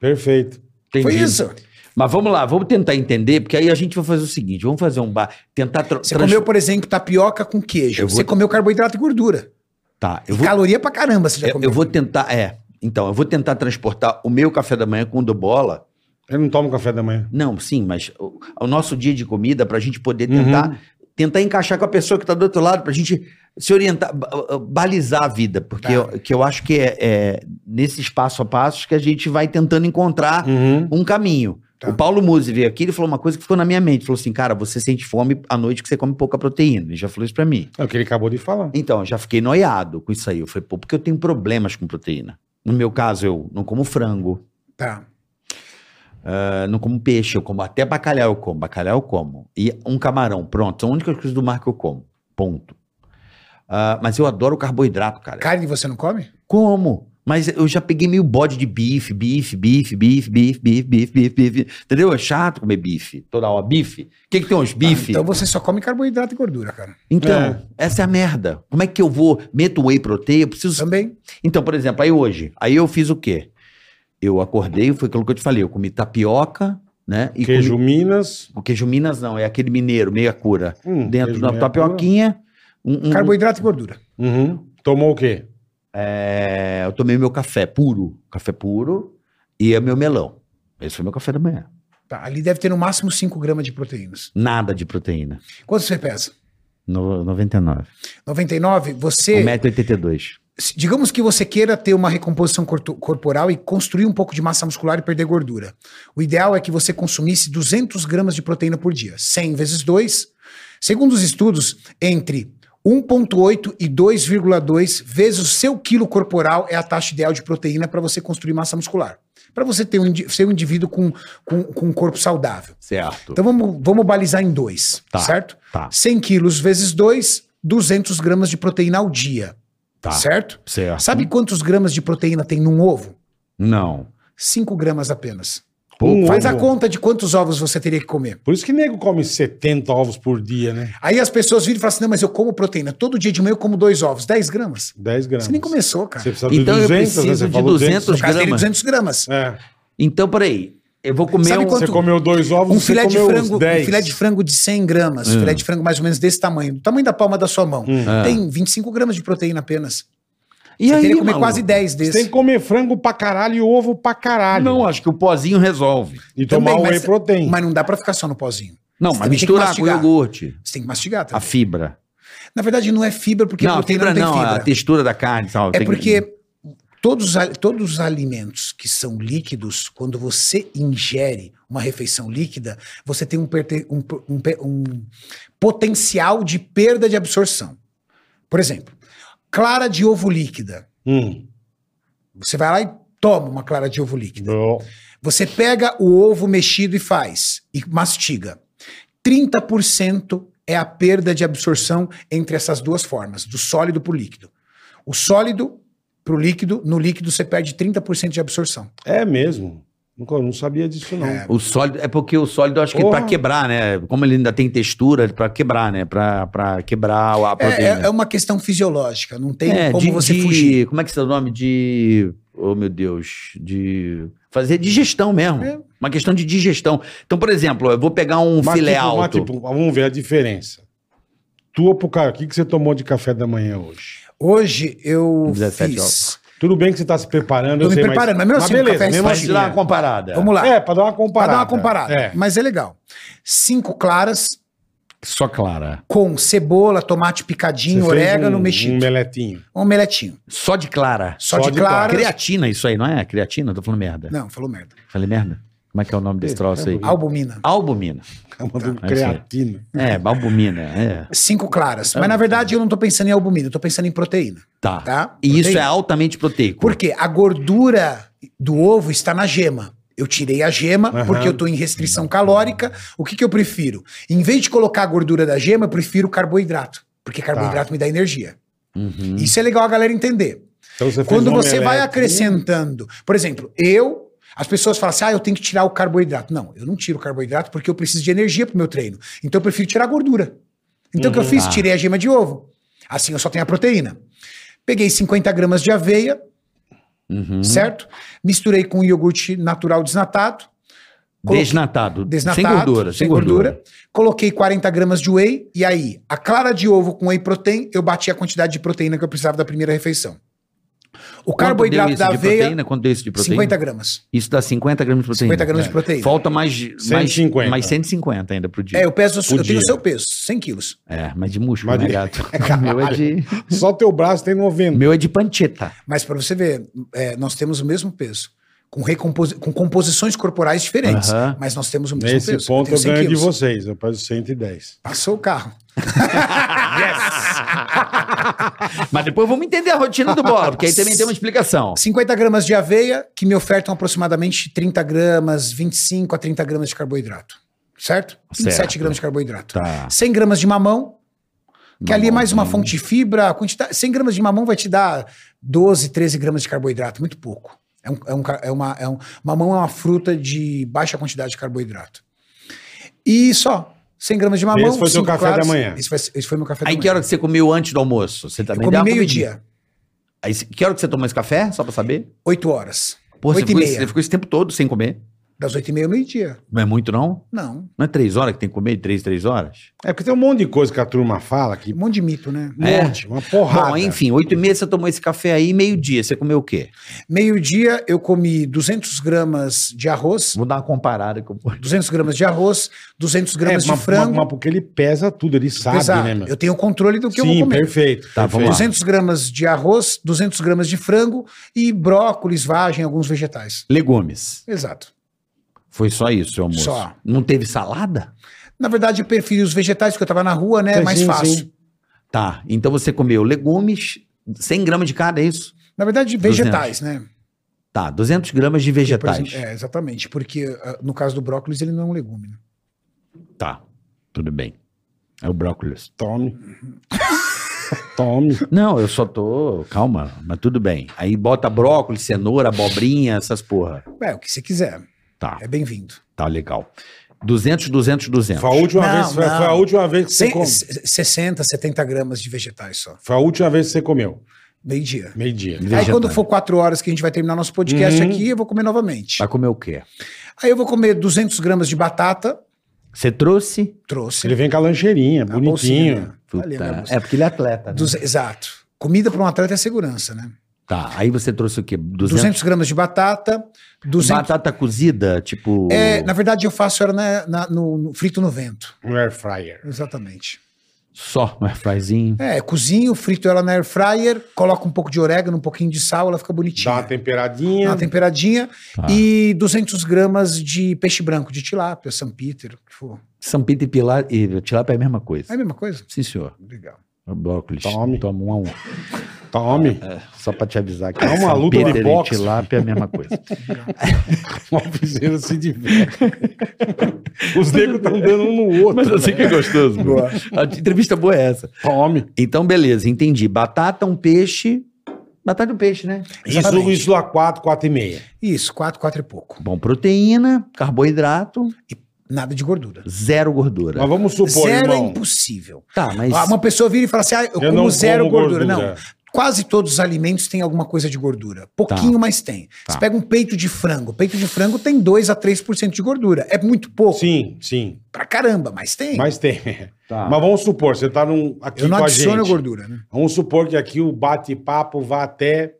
Perfeito.
Foi
Entendi.
isso.
Mas vamos lá, vamos tentar entender, porque aí a gente vai fazer o seguinte, vamos fazer um bar, tentar... tro-
Você
trans-
comeu, por exemplo, tapioca com queijo.
Eu vou-
Você comeu carboidrato e gordura.
Tá, eu
E
vou
Caloria pra caramba você já
Eu,
comeu.
eu vou tentar, é. Então, eu vou tentar transportar o meu café da manhã com o do bola.
Eu não tomo café da manhã.
Não, sim, mas o, o nosso dia de comida pra gente poder
Uhum.
tentar tentar encaixar com a pessoa que tá do outro lado pra gente se orientar, ba- ba- balizar a vida, porque
Tá.
eu, que eu acho que é, é nesses passo a passo que a gente vai tentando encontrar
Uhum.
um caminho.
Tá.
O Paulo Musi veio aqui, ele falou uma coisa que ficou na minha mente. Ele Falou assim, cara, você sente fome à noite que você come pouca proteína. Ele já falou isso pra mim.
É o que ele acabou de falar.
Então, eu já fiquei noiado com isso aí. Eu falei, pô, porque eu tenho problemas com proteína. No meu caso, eu não como frango,
Tá.
eh, não como peixe, eu como até bacalhau, eu como, bacalhau eu como. E um camarão, pronto, são as únicas coisas do mar que eu como, ponto. Ah, mas eu adoro carboidrato, cara.
Carne você não come?
Como? Mas eu já peguei meio bode de bife, bife, bife, bife, bife, bife, bife, bife, bife. Entendeu? É chato comer bife. Toda hora, bife. O que, que tem uns bife?
Então você só come carboidrato e gordura, cara.
Então,
Ah, É.
essa é a merda. Como é que eu vou, meto whey protein, eu preciso...
Também.
Então, por exemplo, aí hoje, aí eu fiz o quê? Eu acordei, foi aquilo que eu te falei, eu comi tapioca, né? E
Queijo
comi-
Minas.
o queijo Minas não, é aquele mineiro, meia cura.
Hum,
Dentro
queijo
da
meia
tapioquinha, um- um-
Carboidrato e gordura.
Uhum. Tomou o quê?
é, eu tomei meu café puro, café puro, e é meu melão. Esse foi meu café da manhã.
Tá, ali deve ter no máximo 5 gramas de proteínas.
Nada de proteína.
Quanto você pesa?
No, 99.
99, você.
1,82m.
se- Digamos que você queira ter uma recomposição corto- corporal e construir um pouco de massa muscular e perder gordura. O ideal é que você consumisse 200 gramas de proteína por dia. 100 vezes 2. Segundo os estudos, entre 1,8 e 2,2 vezes o seu quilo corporal é a taxa ideal de proteína para você construir massa muscular. Para você ter um, indi- ser um indivíduo com, com, com um corpo saudável.
Certo.
Então vamos, vamos balizar em dois,
Tá.
certo?
tá,
100 quilos vezes 2, 200 gramas de proteína ao dia,
tá.
certo?
Certo.
Hum.
Sabe quantos gramas de proteína tem num ovo?
Não.
5 gramas apenas.
Pô,
Um
Faz
ovo.
a conta de quantos ovos você teria que comer.
Por isso que nego come 70 ovos por dia, né?
Aí as pessoas viram e falam assim: não, mas eu como proteína. Todo dia de manhã eu como dois ovos, 10 gramas.
10 gramas.
Você nem começou,
Você
cara.
precisa
Então eu
de 200, né?
preciso
Você
de
falou 200.
200
No caso, teria
gramas.
200 gramas.
É.
Então, peraí. Eu vou comer
Sabe
um...
quanto-
Você comeu dois ovos,
Um
você
filé, de
comeu uns
frango, um
10.
filé de frango de 100 gramas,
Hum.
filé de frango mais ou menos desse tamanho, do tamanho da palma da sua mão,
Hum.
Ah.
tem 25 gramas de proteína apenas.
E
Você
aí,
teria que comer
maluco?
quase 10
Você
desses.
tem que comer frango pra caralho e ovo pra caralho.
Não, acho que o pozinho resolve.
e
também,
tomar whey
mas-
protein.
Mas não dá pra ficar só no pozinho.
Não,
Você
mas
também tem que
misturar com o
mastigar.
iogurte.
Você tem que mastigar
A
também.
fibra.
Na verdade, não é fibra, porque
não, a
proteína
fibra
não tem
não, a
fibra.
textura da carne e tal.
É
tem-
porque todos, os al- todos os alimentos que são líquidos, quando você ingere uma refeição líquida, você tem um, perte- um po- um pe- um potencial de perda de absorção. Por exemplo, clara de ovo líquida.
Hum.
Você vai lá e toma uma clara de ovo líquida.
Eu-
Você pega o ovo mexido e faz, e mastiga. 30% é a perda de absorção entre essas duas formas, do sólido para o líquido. O sólido para o líquido, no líquido você perde 30% de absorção.
É mesmo. Nunca, eu não sabia disso, não.
É.
O sólido, é porque o sólido eu acho que
Porra.
pra quebrar, né? Como ele ainda tem textura, pra quebrar, né? Pra, pra quebrar a
É,
proteína.
é- é uma questão fisiológica, não tem
né? É,
como
de-
você
de-
fugir.
Como é que é o nome? De. Oh, meu Deus. De. Fazer digestão mesmo.
É.
Uma questão de digestão. Então, por exemplo, eu vou pegar um
Mas,
filé
tipo, mas,
alto.
tipo, vamos ver a diferença. Tua pro cara, o que, que você tomou de café da manhã hoje?
Hoje eu
17
fiz...
horas.
Tudo bem que você tá se preparando,
Tô
eu
me
sei,
preparando, mas mesmo assim,
beleza,
café é
mesmo
Mas
assim.
fácil.
dá uma comparada.
Vamos lá,
É, pra dar uma
para
comparada.
dar uma comparada.
É.
Mas é legal. Cinco claras
Só clara.
com cebola, tomate
Você
picadinho,
fez
orégano,
um, Um
mexido.
meletinho.
Um omeletinho.
Só de clara.
Só,
Só
de
de clara.
claras.
Creatina, isso aí, não é? Creatina? Eu Tô falando merda.
Não, tá falou merda.
Falei merda? Como é que é o nome desse troço aí?
Albumina.
Albumina.
Calma do
É isso aí.
creatina.
É, albumina. É.
Cinco claras. Mas na verdade eu não tô pensando em albumina, eu tô pensando em proteína,
Tá.
tá?
E isso é
Proteína.
altamente proteico.
Por quê? A gordura do ovo está na gema. Eu tirei a gema
Aham.
porque eu tô em restrição calórica. O que que eu prefiro? Em vez de colocar a gordura da gema, eu prefiro carboidrato. Porque
Tá.
carboidrato me dá energia.
Uhum.
Isso é legal a galera entender.
Então você fez
Quando
um
você vai
omeletinho.
acrescentando, por exemplo, eu, as pessoas falam assim, ah, eu tenho que tirar o carboidrato. Não, eu não tiro o carboidrato porque eu preciso de energia pro meu treino. Então eu prefiro tirar a gordura. Então o
Uhum.
que eu fiz?
Ah.
Tirei a gema de ovo. Assim eu só tenho a proteína. Peguei 50 gramas de aveia,
Uhum.
certo? Misturei com iogurte natural desnatado, coloquei-
Desnatado.
desnatado,
Sem gordura, sem, gordura.
Coloquei 40 gramas de whey e aí, a clara de ovo com whey protein, eu bati a quantidade de proteína que eu precisava da primeira refeição. O
Quanto deu
carboidrato
isso
da
de
aveia,
Proteína? Quanto deu isso de proteína?
50 gramas.
Isso dá 50 gramas de proteína. é.
50 gramas de proteína.
Falta mais,
150.
mais mais 150 ainda pro dia.
É, eu peso,
Por
eu tenho
dia.
o seu peso, 100 quilos.
É, mas de músculo,
Mas
né,
de-
gato? O meu é de
Só teu braço tem
o
90.
meu é de pancheta.
Mas pra você ver, é, nós temos o mesmo peso. Com, recomposi com composições corporais diferentes,
Aham.
mas nós temos o mesmo
Nesse
peso.
ponto eu,
tenho 100
ganho de
quilos.
vocês. Eu peso 110.
Passou o carro.
Mas depois vamos entender a rotina do bolo, porque aí também tem uma explicação.
50 gramas de aveia, que me ofertam aproximadamente 30 gramas, 25 a 30 gramas de carboidrato. Certo? 27
Certo.
gramas de carboidrato.
Tá.
100 gramas de mamão, que ali é mais uma
Mamão.
fonte de fibra. a Quantidade, 100 gramas de mamão vai te dar 12, 13 gramas de carboidrato, muito pouco. É um- é um ca- é uma, é um- mamão é uma fruta de baixa quantidade de carboidrato. E só, 100 gramas de mamão.
Esse foi seu
cinco
café da manhã.
Esse foi, esse foi meu café
Aí
da
que
manhã.
hora que você comeu antes do almoço? Você também
Eu
deu
comi
uma
meio-dia,
comidinha. Aí, você- que hora que você tomou esse café, só pra saber?
8 horas.
Pô, você,
Oito e
ficou,
meia.
você ficou esse tempo todo sem comer.
Das 8 e meia ao meio-dia.
Não é muito, não?
Não,
Não é três horas que tem que comer? Três, três horas?
É porque tem um monte de coisa que a turma fala que
um monte de mito, né?
É.
monte, uma porrada.
Bom, enfim, oito e meia você tomou esse café aí, meio-dia. Você comeu o quê?
Meio-dia eu comi 200 gramas de arroz,
Vou dar uma comparada com
200 gramas de arroz, 200
É,
gramas
mas-
de frango.
mas- mas porque ele pesa tudo, ele sabe,
Pesado.
né, meu?
Eu tenho controle do que eu vou
Sim,
comer.
perfeito.
Tá,
perfeito.
vamos lá.
200 gramas de arroz, 200 gramas de frango e brócolis, vagem, alguns vegetais.
legumes.
Exato.
Foi só isso, seu almoço.
Só.
Não teve salada?
Na verdade, eu preferi os vegetais porque eu tava na rua, né? É
Sim,
mais
sim,
fácil.
sim.
Tá, então você comeu legumes, 100 gramas de cada, é isso?
Na verdade, vegetais, né?
Tá, 200 gramas de
Por
vegetais.
exemplo, é, exatamente. Porque ah, no caso do brócolis, ele não é um legume. né?
Tá, tudo bem. É o brócolis.
Tome. Tome.
Não, eu só tô... Calma, mas tudo bem. Aí bota brócolis, cenoura, abobrinha, essas porra.
É, o que você quiser.
Tá,
É bem-vindo.
tá legal. 200, 200, 200.
Foi a última,
Não,
vez, foi,
não.
foi a última vez que você
Cem-
comeu.
se- 60, 70 gramas de vegetais só.
Foi a última vez que você comeu.
Meio-dia.
Meio-dia.
Aí
Vegetais.
quando for 4 horas que a gente vai terminar nosso podcast
Uhum. Tá.
aqui, eu vou comer novamente.
Vai comer o quê?
Aí eu vou comer 200 gramas de batata.
Você trouxe?
Trouxe.
Ele vem com a lancheirinha,
Na bolsinha,
bonitinho.
né?
Puta,
Ali, minha bolsa.
é porque ele é atleta, né?
Dos- exato. Comida para um atleta é segurança, né?
Tá, aí você trouxe o quê? 200,
200 gramas de batata, 200...
Batata cozida, tipo...
É, na verdade, eu faço era na- na- no, no- frito no vento.
No um air fryer.
Exatamente.
Só um airfryerzinho.
É, cozinho, frito ela na air fryer, coloco um pouco de orégano, um pouquinho de sal, ela fica
Dá
bonitinha.
uma temperadinha.
Dá uma temperadinha.
Tá.
E 200 gramas de peixe branco, de tilápia, São Peter, o que for.
São Pedro e Pilar e tilápia é a mesma coisa.
É a mesma coisa?
Sim, senhor.
Legal.
O brócolis.
Tome.
Toma um a um.
Tome.
É.
Só pra te avisar
Tá
que
É uma
São
luta de
Peter e
boxe.
tilápia é a mesma coisa.
O Alviseiro se diverte. Os negros estão dando um no outro.
Mas assim que é gostoso. mano.
Boa.
A entrevista boa é essa.
Tome.
Então, beleza, entendi. Batata, um peixe. Batata e um peixe, né?
Isso,
Exatamente.
isso lá 4, 4 e meia.
Isso, 4, 4 e pouco.
Bom, proteína, carboidrato,
Nada de gordura.
zero gordura.
Mas vamos supor,
Zero é
irmão. É
impossível.
Tá, mas.
Ah, Uma pessoa vira e fala assim: ah, eu,
Eu não
como zero
como
gordura.
gordura.
Não. Quase todos os alimentos têm alguma coisa de gordura. Pouquinho, mas tem.
Tá.
Você pega um peito de frango. Peito de frango tem 2 a 3% de gordura. É muito pouco.
Sim, sim.
Pra caramba, mas tem.
Mas tem.
Ah,
Tá.
Mas vamos supor, você tá num, aqui
eu não
com a
adiciono
gente.
gordura, né?
Vamos supor que aqui o bate-papo vá até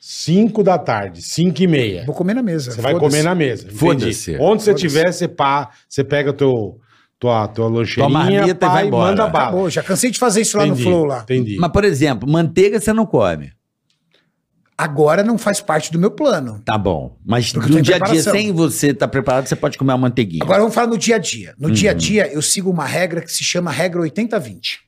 5 da tarde, 5 e meia.
Vou comer na mesa.
Você vai
Foda-se.
comer na mesa. entendi.
Foda-se.
Onde você
Foda-se.
tiver, você, pá, você pega teu, tua, tua lancheirinha,
marmita e
pá,
vai
e
embora.
manda bala.
Acabou, já cansei de fazer isso lá
Entendi,
no Flow lá.
Entendi.
Mas, por exemplo, manteiga você não come.
Agora não faz parte do meu plano.
Tá bom. Mas
Porque
no
tem
dia a dia,
preparação.
sem você estar preparado, você pode comer uma manteiguinha.
Agora vamos falar no dia a dia. No dia a
Uhum.
dia, eu sigo uma regra que se chama regra 80-20.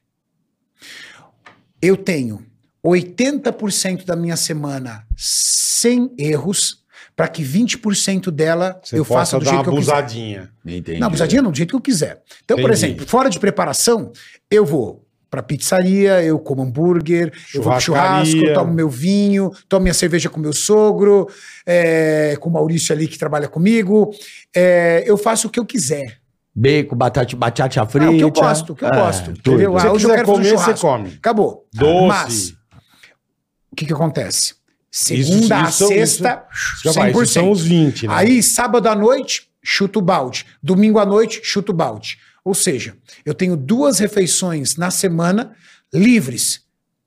Eu tenho 80% da minha semana sem erros, para que 20% dela
Você
eu
possa
faça do
dar uma
jeito que eu quiser.
abusadinha.
Entendi.
Não, abusadinha não, do jeito que eu quiser. Então, por
Entendi.
exemplo, fora de preparação, eu vou pra pizzaria, eu como hambúrguer, eu vou pro churrasco,
Churrascaria.
eu tomo meu vinho, tomo minha cerveja com meu sogro, é, com o Maurício ali que trabalha comigo. É, eu faço o que eu quiser.
Bacon, batata, batata frita.
Ah, o que eu gosto, o que eu
Ah,
gosto.
tudo.
Entendeu?
Se
Ah,
você
hoje eu
quiser
quero fazer um
comer, você
churrasco.
come.
Acabou.
Doce.
Mas, o que que acontece?
Isso-
Segunda
isso-
a
isso-
sexta,
Já vai,
100%.
esses são os 20, né?
Aí, sábado à noite, chuto o balde. Domingo à noite, chuto o balde. Ou seja, eu tenho duas refeições na semana livres,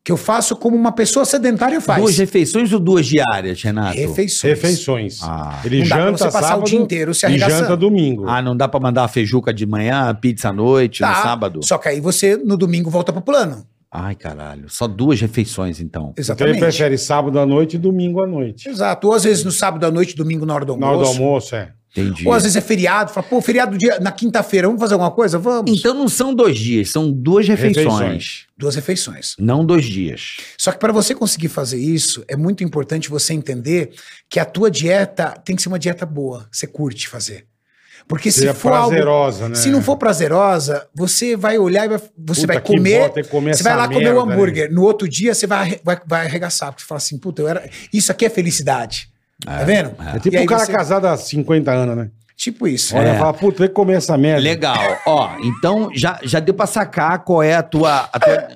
que eu faço como uma pessoa sedentária faz.
Duas refeições ou duas diárias, Renato?
refeições.
Refeições.
Ah.
Ele
é Não dá pra
janta
você passar o
sábado
dia inteiro
e
se arregaçando.
janta domingo. Então,
Ah, não dá pra mandar a feijuca de manhã, pizza à noite,
Tá,
no sábado?
Só que aí você, no domingo, volta pro plano.
Ai, caralho. Só duas refeições, então.
então ele
Exatamente.
prefere sábado à noite e domingo à noite.
Exato. Ou às vezes no sábado à noite, domingo na hora do
Na hora do
almoço.
almoço, é.
Entendi.
Ou às vezes é feriado, fala, pô, feriado dia, na quinta-feira, vamos fazer alguma coisa? Vamos.
Então não são dois dias, são duas refeições.
Refeições.
Duas refeições.
Não dois dias.
Só que para você conseguir fazer isso, é muito importante você entender que a tua dieta tem que ser uma dieta boa, que você curte fazer. Porque
Seja
se for algo,
é prazerosa, né?
se não for prazerosa, você vai olhar e vai, você
Puta,
vai
que
comer,
bota, tem que comer
você vai
essa
lá comer o
merda, né?
hambúrguer. No outro dia você vai, arre- vai, vai arregaçar, porque você fala assim, puta, eu era, isso aqui é felicidade. tá vendo?
É tipo
E aí
um cara
você-
casado há 50 anos, né?
Tipo isso.
Olha, fala, puta, tem que comer essa
É.
merda.
Legal. Ó, então já, já deu pra sacar qual é a tua. a tua-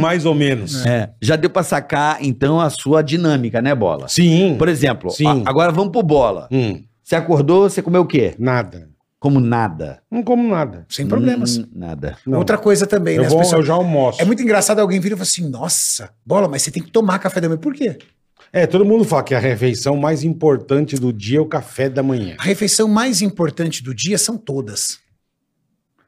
Mais ou menos.
é, já deu pra sacar, então, a sua dinâmica, né, Bola?
Sim.
Por exemplo,
Sim.
a- agora vamos pro Bola.
Hum,
Você acordou, você comeu o quê?
nada.
Como nada.
Não como nada.
Sem problemas.
Hum, nada.
Não.
Outra coisa também,
eu,
né? As
vou,
pessoas-
eu já almoço.
É muito engraçado alguém vir e falar assim, nossa, bola, mas você tem que tomar café da manhã. Por quê?
É, todo mundo fala que a refeição mais importante do dia é o café da manhã.
A refeição mais importante do dia são todas.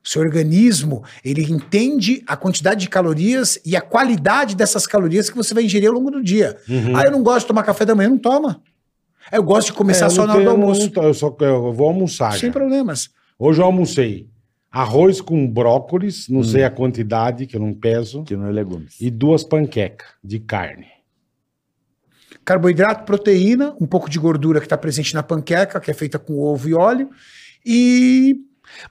O seu organismo, ele entende a quantidade de calorias e a qualidade dessas calorias que você vai ingerir ao longo do dia.
Uhum.
Ah, eu não gosto de tomar café da manhã, não toma. Ah, Eu gosto de começar
É, eu
só
não
na hora do
tenho-
almoço.
Eu, só, eu vou almoçar.
Sem
já.
problemas.
Hoje eu almocei arroz com brócolis, não
Hum.
sei a quantidade, que eu não peso,
Que não é legumes.
e duas panquecas de carne.
Carboidrato, proteína, um pouco de gordura que está presente na panqueca, que é feita com ovo e óleo. E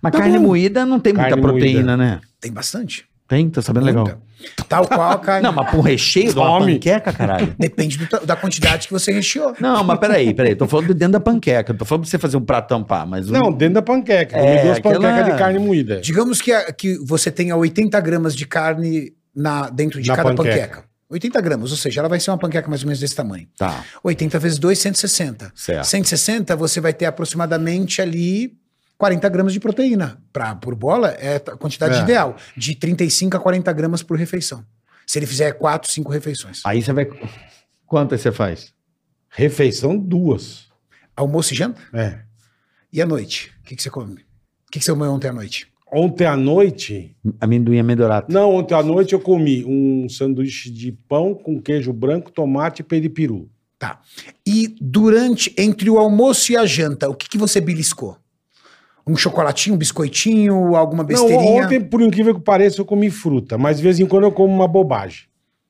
Mas
Tá
carne
bom.
moída não tem muita
Carne
proteína, né?
tem bastante.
Tem, tô sabendo legal.
Muita. Tal qual a carne.
Não, mas pro recheio de uma
Some.
panqueca, caralho.
Depende do ta- da quantidade que você recheou.
Não, mas peraí, peraí. Tô falando de dentro da panqueca. Tô falando pra você fazer um pratão, pá, mas... um-
Não, dentro da panqueca.
É,
Comi duas
aquela-
panquecas de carne moída.
Digamos que, a- que você tenha 80 gramas de carne na, dentro de
Na
cada
panqueca.
panqueca. 80 gramas, ou seja, ela vai ser uma panqueca mais ou menos desse tamanho.
Tá,
80 vezes 2, 160.
Tá.
certo.
160, você vai ter aproximadamente ali 40 gramas de proteína. Pra, por bola, é a quantidade
É.
ideal. De 35 a 40 gramas por refeição. Se ele fizer 4, 5 refeições.
Aí você vai... Quantas você faz?
Refeição, duas.
Almoço e janta?
É.
E à noite? O que, que você come? O que, que você comeu ontem à noite?
Ontem à noite.
Amendoim é amendorado.
Não, ontem à noite eu comi um sanduíche de pão com queijo branco, tomate e peripiru.
E durante, entre o almoço e a janta, o que, que você beliscou? Um chocolatinho, um biscoitinho, alguma besteirinha?
Não, ontem, por incrível que pareça, eu comi fruta, mas de vez em quando eu como uma bobagem.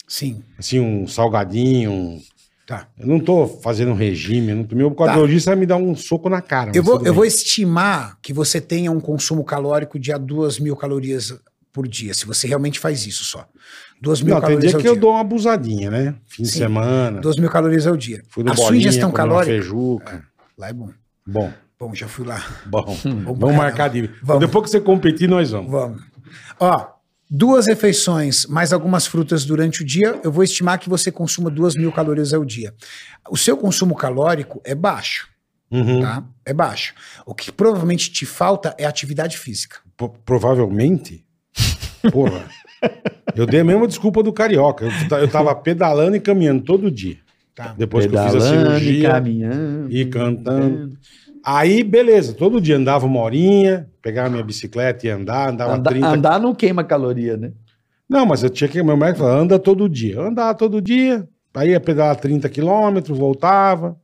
Sim,
Assim, um salgadinho. um-
tá.
Eu não tô fazendo um regime, eu não... meu quadrologista vai me dar um soco na cara.
Eu
mas
vou,
tudo
eu
bem.
vou estimar que você tenha um consumo calórico de a 2 mil calorias por dia, se você realmente faz isso só. 2 mil
Não, tem
calorias
dia
ao
que eu
dia.
dou uma abusadinha, né? Fim de
Sim.
semana.
2 mil calorias ao dia.
Fui no
a
bolinha,
sua ingestão
comi uma
calórica.
Feijuca.
Lá é bom.
Bom,
Bom, já fui lá.
bom.
pra
vamos marcar de.
Vamos.
Depois que você competir, nós vamos.
Vamos. Ó, duas refeições, mais algumas frutas durante o dia, eu vou estimar que você consuma duas mil calorias ao dia. O seu consumo calórico é baixo,
Uhum.
tá? É baixo. O que provavelmente te falta é atividade física.
Po- provavelmente. Porra. Eu dei a mesma desculpa do carioca. Eu, ta- eu tava pedalando e caminhando todo dia.
Tá.
Depois que eu fiz a cirurgia.
caminhando.
e cantando. Aí, beleza, todo dia andava uma horinha, pegava minha bicicleta e andava, andava
Anda-
30.
andar não queima caloria, né?
Não, mas eu tinha que. Meu médico falava, anda todo dia. Eu andava todo dia, aí ia pedalar 30 quilômetros, voltava.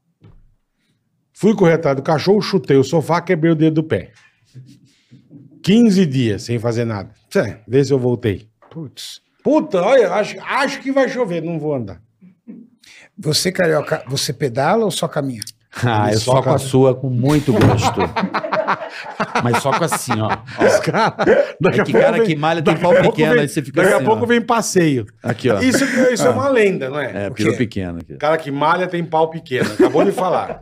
Fui correr atrás do cachorro, chutei o sofá, quebrei o dedo do pé. 15 dias sem fazer nada. Tchê, Vê se eu voltei.
Putz.
Puta, olha, acho, acho que vai chover, não vou andar.
Você, carioca, você pedala ou só caminha?
Ah,
Ele
eu só
soca-
com a sua, com muito gosto. Mas só com assim, ó. ó.
Daqui
é que cara que malha tem pau
daqui a pouco
pequeno,
vem-
aí você fica
Daqui
assim.
a pouco
ó.
vem passeio.
Aqui, ó.
Isso, isso é uma lenda, não é?
É,
quê?
piro pequeno aqui.
O Cara que malha tem pau pequeno, acabou de falar.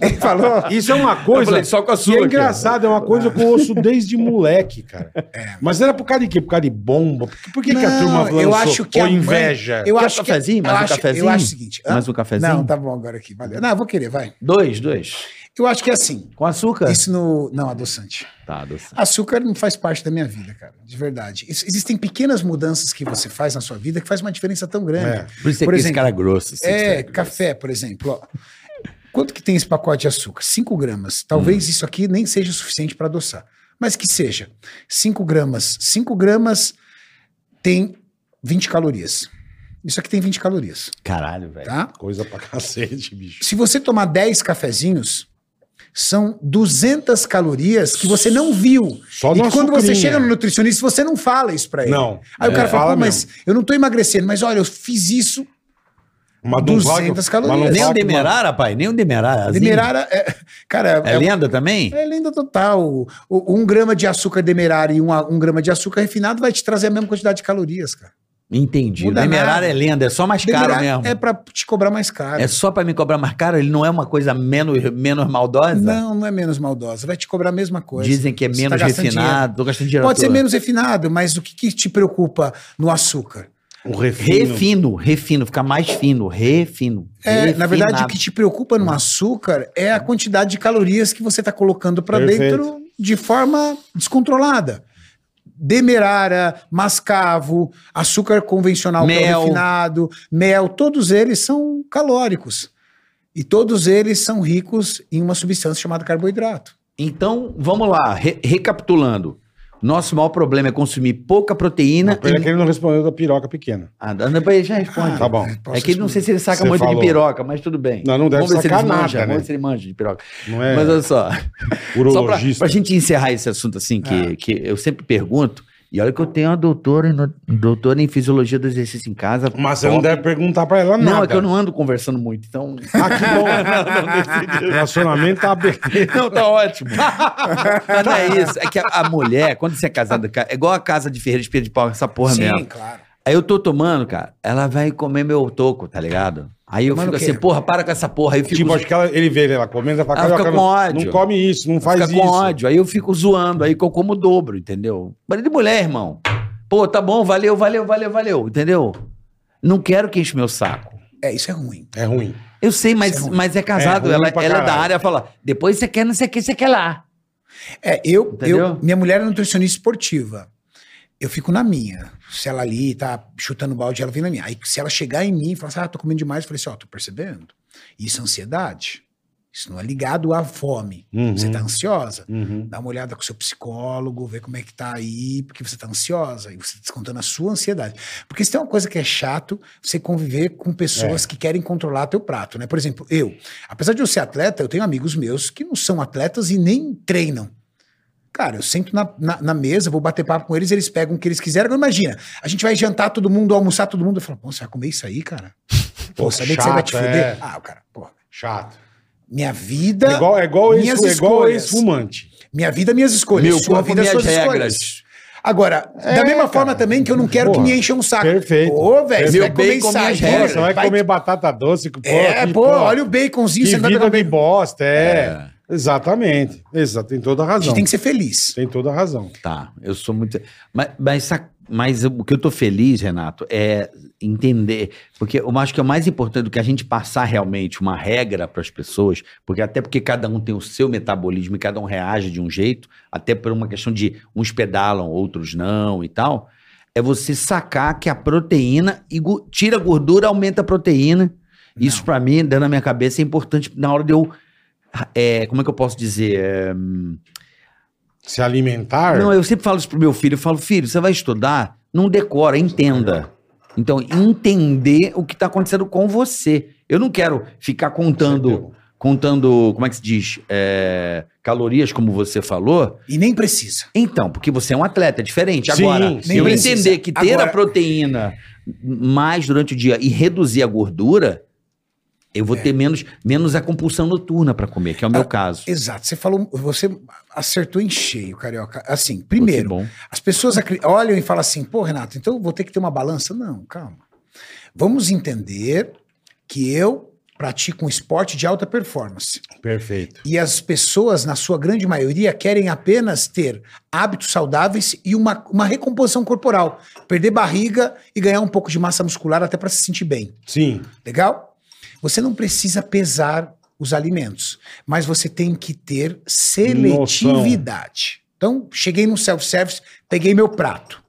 Ele falou.
Isso é uma coisa.
Eu falei, só com a
que
sua
é
aqui,
engraçado, é uma coisa que eu ouço desde moleque, cara. Mas era por causa de quê? Por causa de bomba? Por que, por que que a
É. Não,
turma lançou?
eu acho que
Ou
a mãe-
inveja?
Eu
Quer
acho
um cafezinho?
que
Mais
eu
um
acho,
cafezinho?
Eu acho o seguinte. hã?
Mais um cafezinho?
Não, tá bom agora aqui. Valeu. Não, eu vou querer, vai.
Dois, dois.
Eu acho que é assim.
Com açúcar?
Isso no. Não, adoçante.
Tá, doce.
Açúcar não faz parte da minha vida, cara, de verdade. Ex- Existem pequenas mudanças que você faz na sua vida que faz uma diferença tão grande.
Por isso é
Por
que esse
exemplo,
cara é grosso. assim, esse cara
É,
grosso.
café, por exemplo. ó. Quanto que tem esse pacote de açúcar? 5 gramas. Talvez isso aqui nem seja o suficiente para adoçar. Mas que seja. 5 gramas. 5 gramas tem 20 calorias. Isso aqui tem 20 calorias,
Caralho, velho.
tá?
Coisa pra cacete, bicho.
Se você tomar 10 cafezinhos, são 200 calorias que você não viu.
Só
e
no
quando você
açucrinha.
chega no nutricionista, você não fala isso pra ele.
Não.
Aí o
É,
cara fala,
fala
Pô, mas eu não tô emagrecendo, mas olha, eu fiz isso.
Mas não fala que-
200
mas não
calorias.
fala
Nem o
que-
Demerara, pai? Nem o Demerara. Azinho.
Demerara, é, cara,
É lenda também?
É lenda total. O- o- um grama de açúcar demerara e um, a- um grama de açúcar refinado vai te trazer a mesma quantidade de calorias, cara.
Entendi. O
Muda
Demerara
nada.
é lenda, é só mais caro
Demerara
mesmo.
É pra te cobrar mais caro.
É só pra me cobrar mais caro? Ele não é uma coisa menos, menos maldosa?
não, não é menos maldosa. Vai te cobrar a mesma coisa.
Dizem que é
Você
menos
tá gastando
refinado. Tô gastando dinheiro
dinheiro. Pode
à
ser
toa.
menos refinado, mas o que, que te preocupa no açúcar?
O refino.
Refino, refino, fica mais fino, refino.
É, na verdade, o
refinado.
que te preocupa no açúcar é a quantidade de calorias que você está colocando para
Perfeito.
dentro de forma descontrolada. Demerara, mascavo, açúcar convencional que é o
Mel.
refinado, mel, todos eles são calóricos. E todos eles são ricos em uma substância chamada carboidrato.
Então, vamos lá, re- recapitulando. Nosso maior problema é consumir pouca proteína.
Mas pena que ele não respondeu da piroca pequena.
Ah, depois ele já responde.
Ah,
Tá bom.
posso
É que ele não sei
responder.
se ele saca
Você
muito
falou.
de piroca, mas tudo bem.
Não, não deve
Vamos ver se ele
sacar nada,
manja, Vamos
né?
ver se ele manja de piroca.
Não é
Mas olha só, só pra,
urologista.
pra gente encerrar esse assunto assim, que,
É.
que eu sempre pergunto, e olha que eu tenho uma doutora em, no- doutora em fisiologia do exercício em casa.
Mas você não
top.
deve perguntar pra ela nada.
Não, é que eu não ando conversando muito, então...
Ah, que bom. O relacionamento tá aberto.
Não, tá ótimo. Mas não é isso. É que a, a mulher, quando você é casada, cara, é igual a casa de Ferreira Espírito de Pau, essa porra
Sim,
mesmo.
claro.
Aí eu tô tomando, cara, ela vai comer meu toco, tá ligado? Aí eu
Tomando
fico
o quê?
assim, porra, para com essa porra. Aí eu fico,
Tipo, acho que ela- ele vê ela comendo, ela fala,
Ela fica
"Carioca,
com
não,
ódio.
não come isso, não faz
fica
isso.
com ódio. Aí eu fico zoando, aí que eu como o dobro, entendeu? Marido de mulher, irmão. Pô, tá bom, valeu, valeu, valeu, valeu, entendeu? Não quero que enche meu saco.
É, isso é ruim.
É ruim.
Eu sei, mas,
Isso é ruim.
mas é casado.
É ruim
ela
pra
ela é da
caralho.
área, fala, depois você quer não sei o que, você quer lá.
É, eu,
Entendeu?
eu. Minha mulher é nutricionista esportiva. Eu fico na minha. Se ela ali tá chutando balde, ela vem na minha. Aí se ela chegar em mim e falar assim, ah, tô comendo demais, eu falei assim, ó, tô percebendo. Isso é ansiedade. Isso não é ligado à fome.
Uhum.
Você tá ansiosa?
Uhum.
Dá uma olhada com o seu psicólogo, vê como é que tá aí, porque você tá ansiosa e você tá descontando a sua ansiedade. Porque se tem uma coisa que é chato, você conviver com
É.
pessoas que querem controlar teu prato, né? Por exemplo, eu, apesar de eu ser atleta, eu tenho amigos meus que não são atletas e nem treinam. Cara, eu sento na, na, na mesa, vou bater papo com eles, eles pegam o que eles quiserem. Agora imagina, a gente vai jantar todo mundo, almoçar todo mundo, eu falo, pô, você vai comer isso aí, cara? Pô,
Pô,
saber que você vai te
chato,
fuder?
é.
Ah, cara, pô,
Chato.
minha vida,
É igual, é igual
minhas
ex- é igual
escolhas.
ex-fumante.
minha vida, minhas escolhas,
Meu
sua
corpo,
vida,
minhas
suas
regras.
escolhas. Agora,
É,
da mesma
cara.
forma também que eu não quero
Porra,
que me encham um saco.
perfeito.
Ô, velho, você
Meu
vai comer
bacon, minhas
ensaio.
regras.
Pô, você vai
É, vai-
comer batata doce. Pô,
É,
que
pô,
porra,
olha o baconzinho
Que
sentado
vida
na
de
mesa.
bosta, é. Exatamente. Exato, tem toda a
A gente
razão.
tem que ser feliz.
Tem toda a razão.
Tá, eu sou muito. Mas, mas, sa- mas o que eu tô feliz, Renato, é entender. Porque eu acho que é o mais importante do que a gente passar realmente uma regra para as pessoas, porque até porque cada um tem o seu metabolismo e cada um reage de um jeito, até por uma questão de uns pedalam, outros não e tal. É você sacar que a proteína e gu- tira a gordura, aumenta a proteína. Isso,
Não.
para mim, dando na minha cabeça, é importante na hora de eu. é, como é que eu posso dizer? É, hum,
Se alimentar.
não, eu sempre falo isso pro meu filho. Eu falo, filho, você vai estudar, não decora, entenda. Então, entender o que tá acontecendo com você. Eu não quero ficar contando,
entendeu?
contando, como é que se diz, É, calorias, como você falou.
E nem precisa.
Então, porque você é um atleta, é diferente.
Sim,
Agora,
sim.
eu
Precisa.
entender que ter a
Agora-
proteína mais durante o dia e reduzir a gordura, eu vou ter menos, menos a compulsão noturna para comer, que é o meu caso.
Exato. Você falou, você acertou em cheio, carioca. Assim,
Pô, que
primeiro,
bom.
As pessoas acri- olham e falam assim, pô, Renato, então eu vou ter que ter uma balança? Não, calma. Vamos entender que eu pratico um esporte de alta performance.
Perfeito.
E as pessoas, na sua grande maioria, querem apenas ter hábitos saudáveis e uma, uma recomposição corporal. Perder barriga e ganhar um pouco de massa muscular até para se sentir bem.
Sim.
Legal? Você não precisa pesar os alimentos, mas você tem que ter seletividade. Então, cheguei no self-service, peguei meu prato.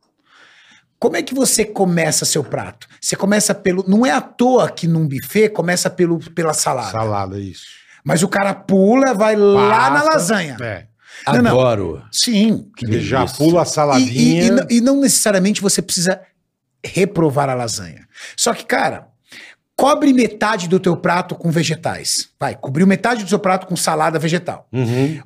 Como é que você começa seu prato? Você começa pelo. Não é à toa que num buffet começa pelo, pela salada.
Salada, isso.
Mas o cara pula, vai lá na
Pasta,
lasanha.
É.
Não, não.
Adoro.
Sim.
Ele já
delícia.
pula a
E- E,
saladinha.
e não- e não necessariamente você precisa reprovar a lasanha. Só que, cara, cobre metade do teu prato com vegetais. Vai, cobriu metade do seu prato com salada vegetal.
Uhum.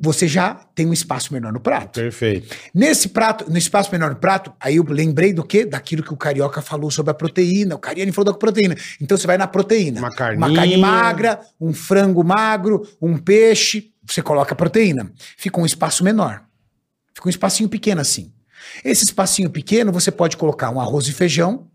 você já tem um espaço menor no prato.
Perfeito.
Nesse prato, no espaço menor no prato, aí eu lembrei do quê? Daquilo que o Carioca falou sobre a proteína. O Cariani falou da proteína. Então você vai na proteína.
Uma
Uma carne
carninha.
magra, um frango magro, um peixe. Você coloca a proteína. Fica um espaço menor. Fica um espacinho pequeno assim. Esse espacinho pequeno, você pode colocar um arroz e feijão.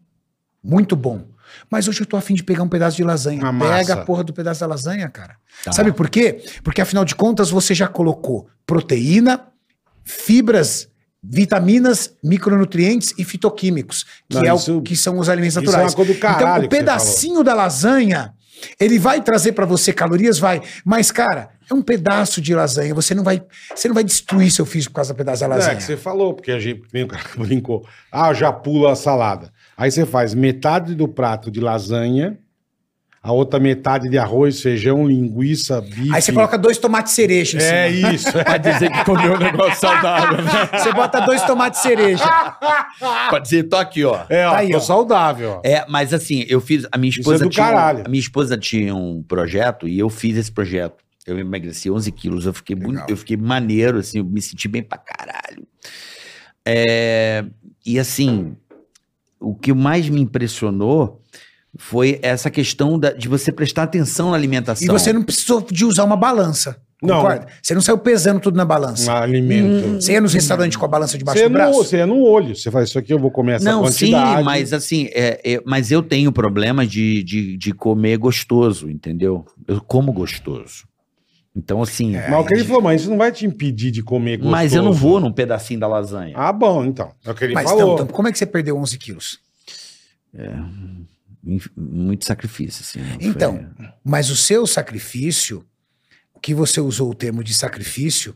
Muito bom. Mas hoje eu tô afim de pegar um pedaço de lasanha.
Uma
Pega
massa.
a porra do pedaço da lasanha, cara.
Tá.
Sabe por quê? Porque afinal de contas você já colocou proteína, fibras, vitaminas, micronutrientes e fitoquímicos, que
Não,
é
isso-
o que são os alimentos
isso é
naturais. Então,
uma coisa do caralho
o
que você
pedacinho da lasanha, ele vai trazer pra você calorias, vai, mas cara, é um pedaço de lasanha, você não vai, você não vai destruir seu físico por causa do pedaço da
É,
lasanha.
que você falou, porque a gente, nem o cara brincou. Ah, já pula a salada. Aí você faz metade do prato de lasanha, a outra metade de arroz, feijão, linguiça, bife.
Aí você coloca dois tomates cereja em
É
cima.
isso.
Pra dizer que comeu um negócio saudável, né?
Você bota dois tomates cereja.
Pra dizer, tô aqui, ó.
É, ó,
Tá aí,
tô
ó.
saudável. ó.
É, mas assim, eu fiz. A minha
Isso
esposa,
é do
tinha, um
caralho.
a minha esposa tinha um projeto e eu fiz esse projeto. Eu emagreci 11 quilos, eu fiquei bonito, eu fiquei maneiro, assim, eu me senti bem pra caralho. É, e assim, o que mais me impressionou foi essa questão da- de você prestar atenção na alimentação.
E você não precisou de usar uma balança.
Não.
Concorda? Você não saiu pesando tudo na balança.
Um alimento.
Você ia nos restaurantes com a balança É, hum, debaixo
Você é,
do
no,
braço?
você é no olho. Você fala, isso aqui eu vou comer essa
Não, sim,
quantidade.
mas assim, é, é, mas eu tenho problemas de, de, de comer gostoso, entendeu? Eu como gostoso. Então, assim.
É, Mas o que
é.
ele falou, mas isso não vai te impedir de comer gostoso.
Mas eu não vou num pedacinho da lasanha.
Ah, bom, então. É o que ele
Mas então,
falou.
então, como é que você perdeu 11 quilos?
Inf- Muito sacrifício, assim. não foi-
Então, mas o seu sacrifício, o que você usou o termo de sacrifício,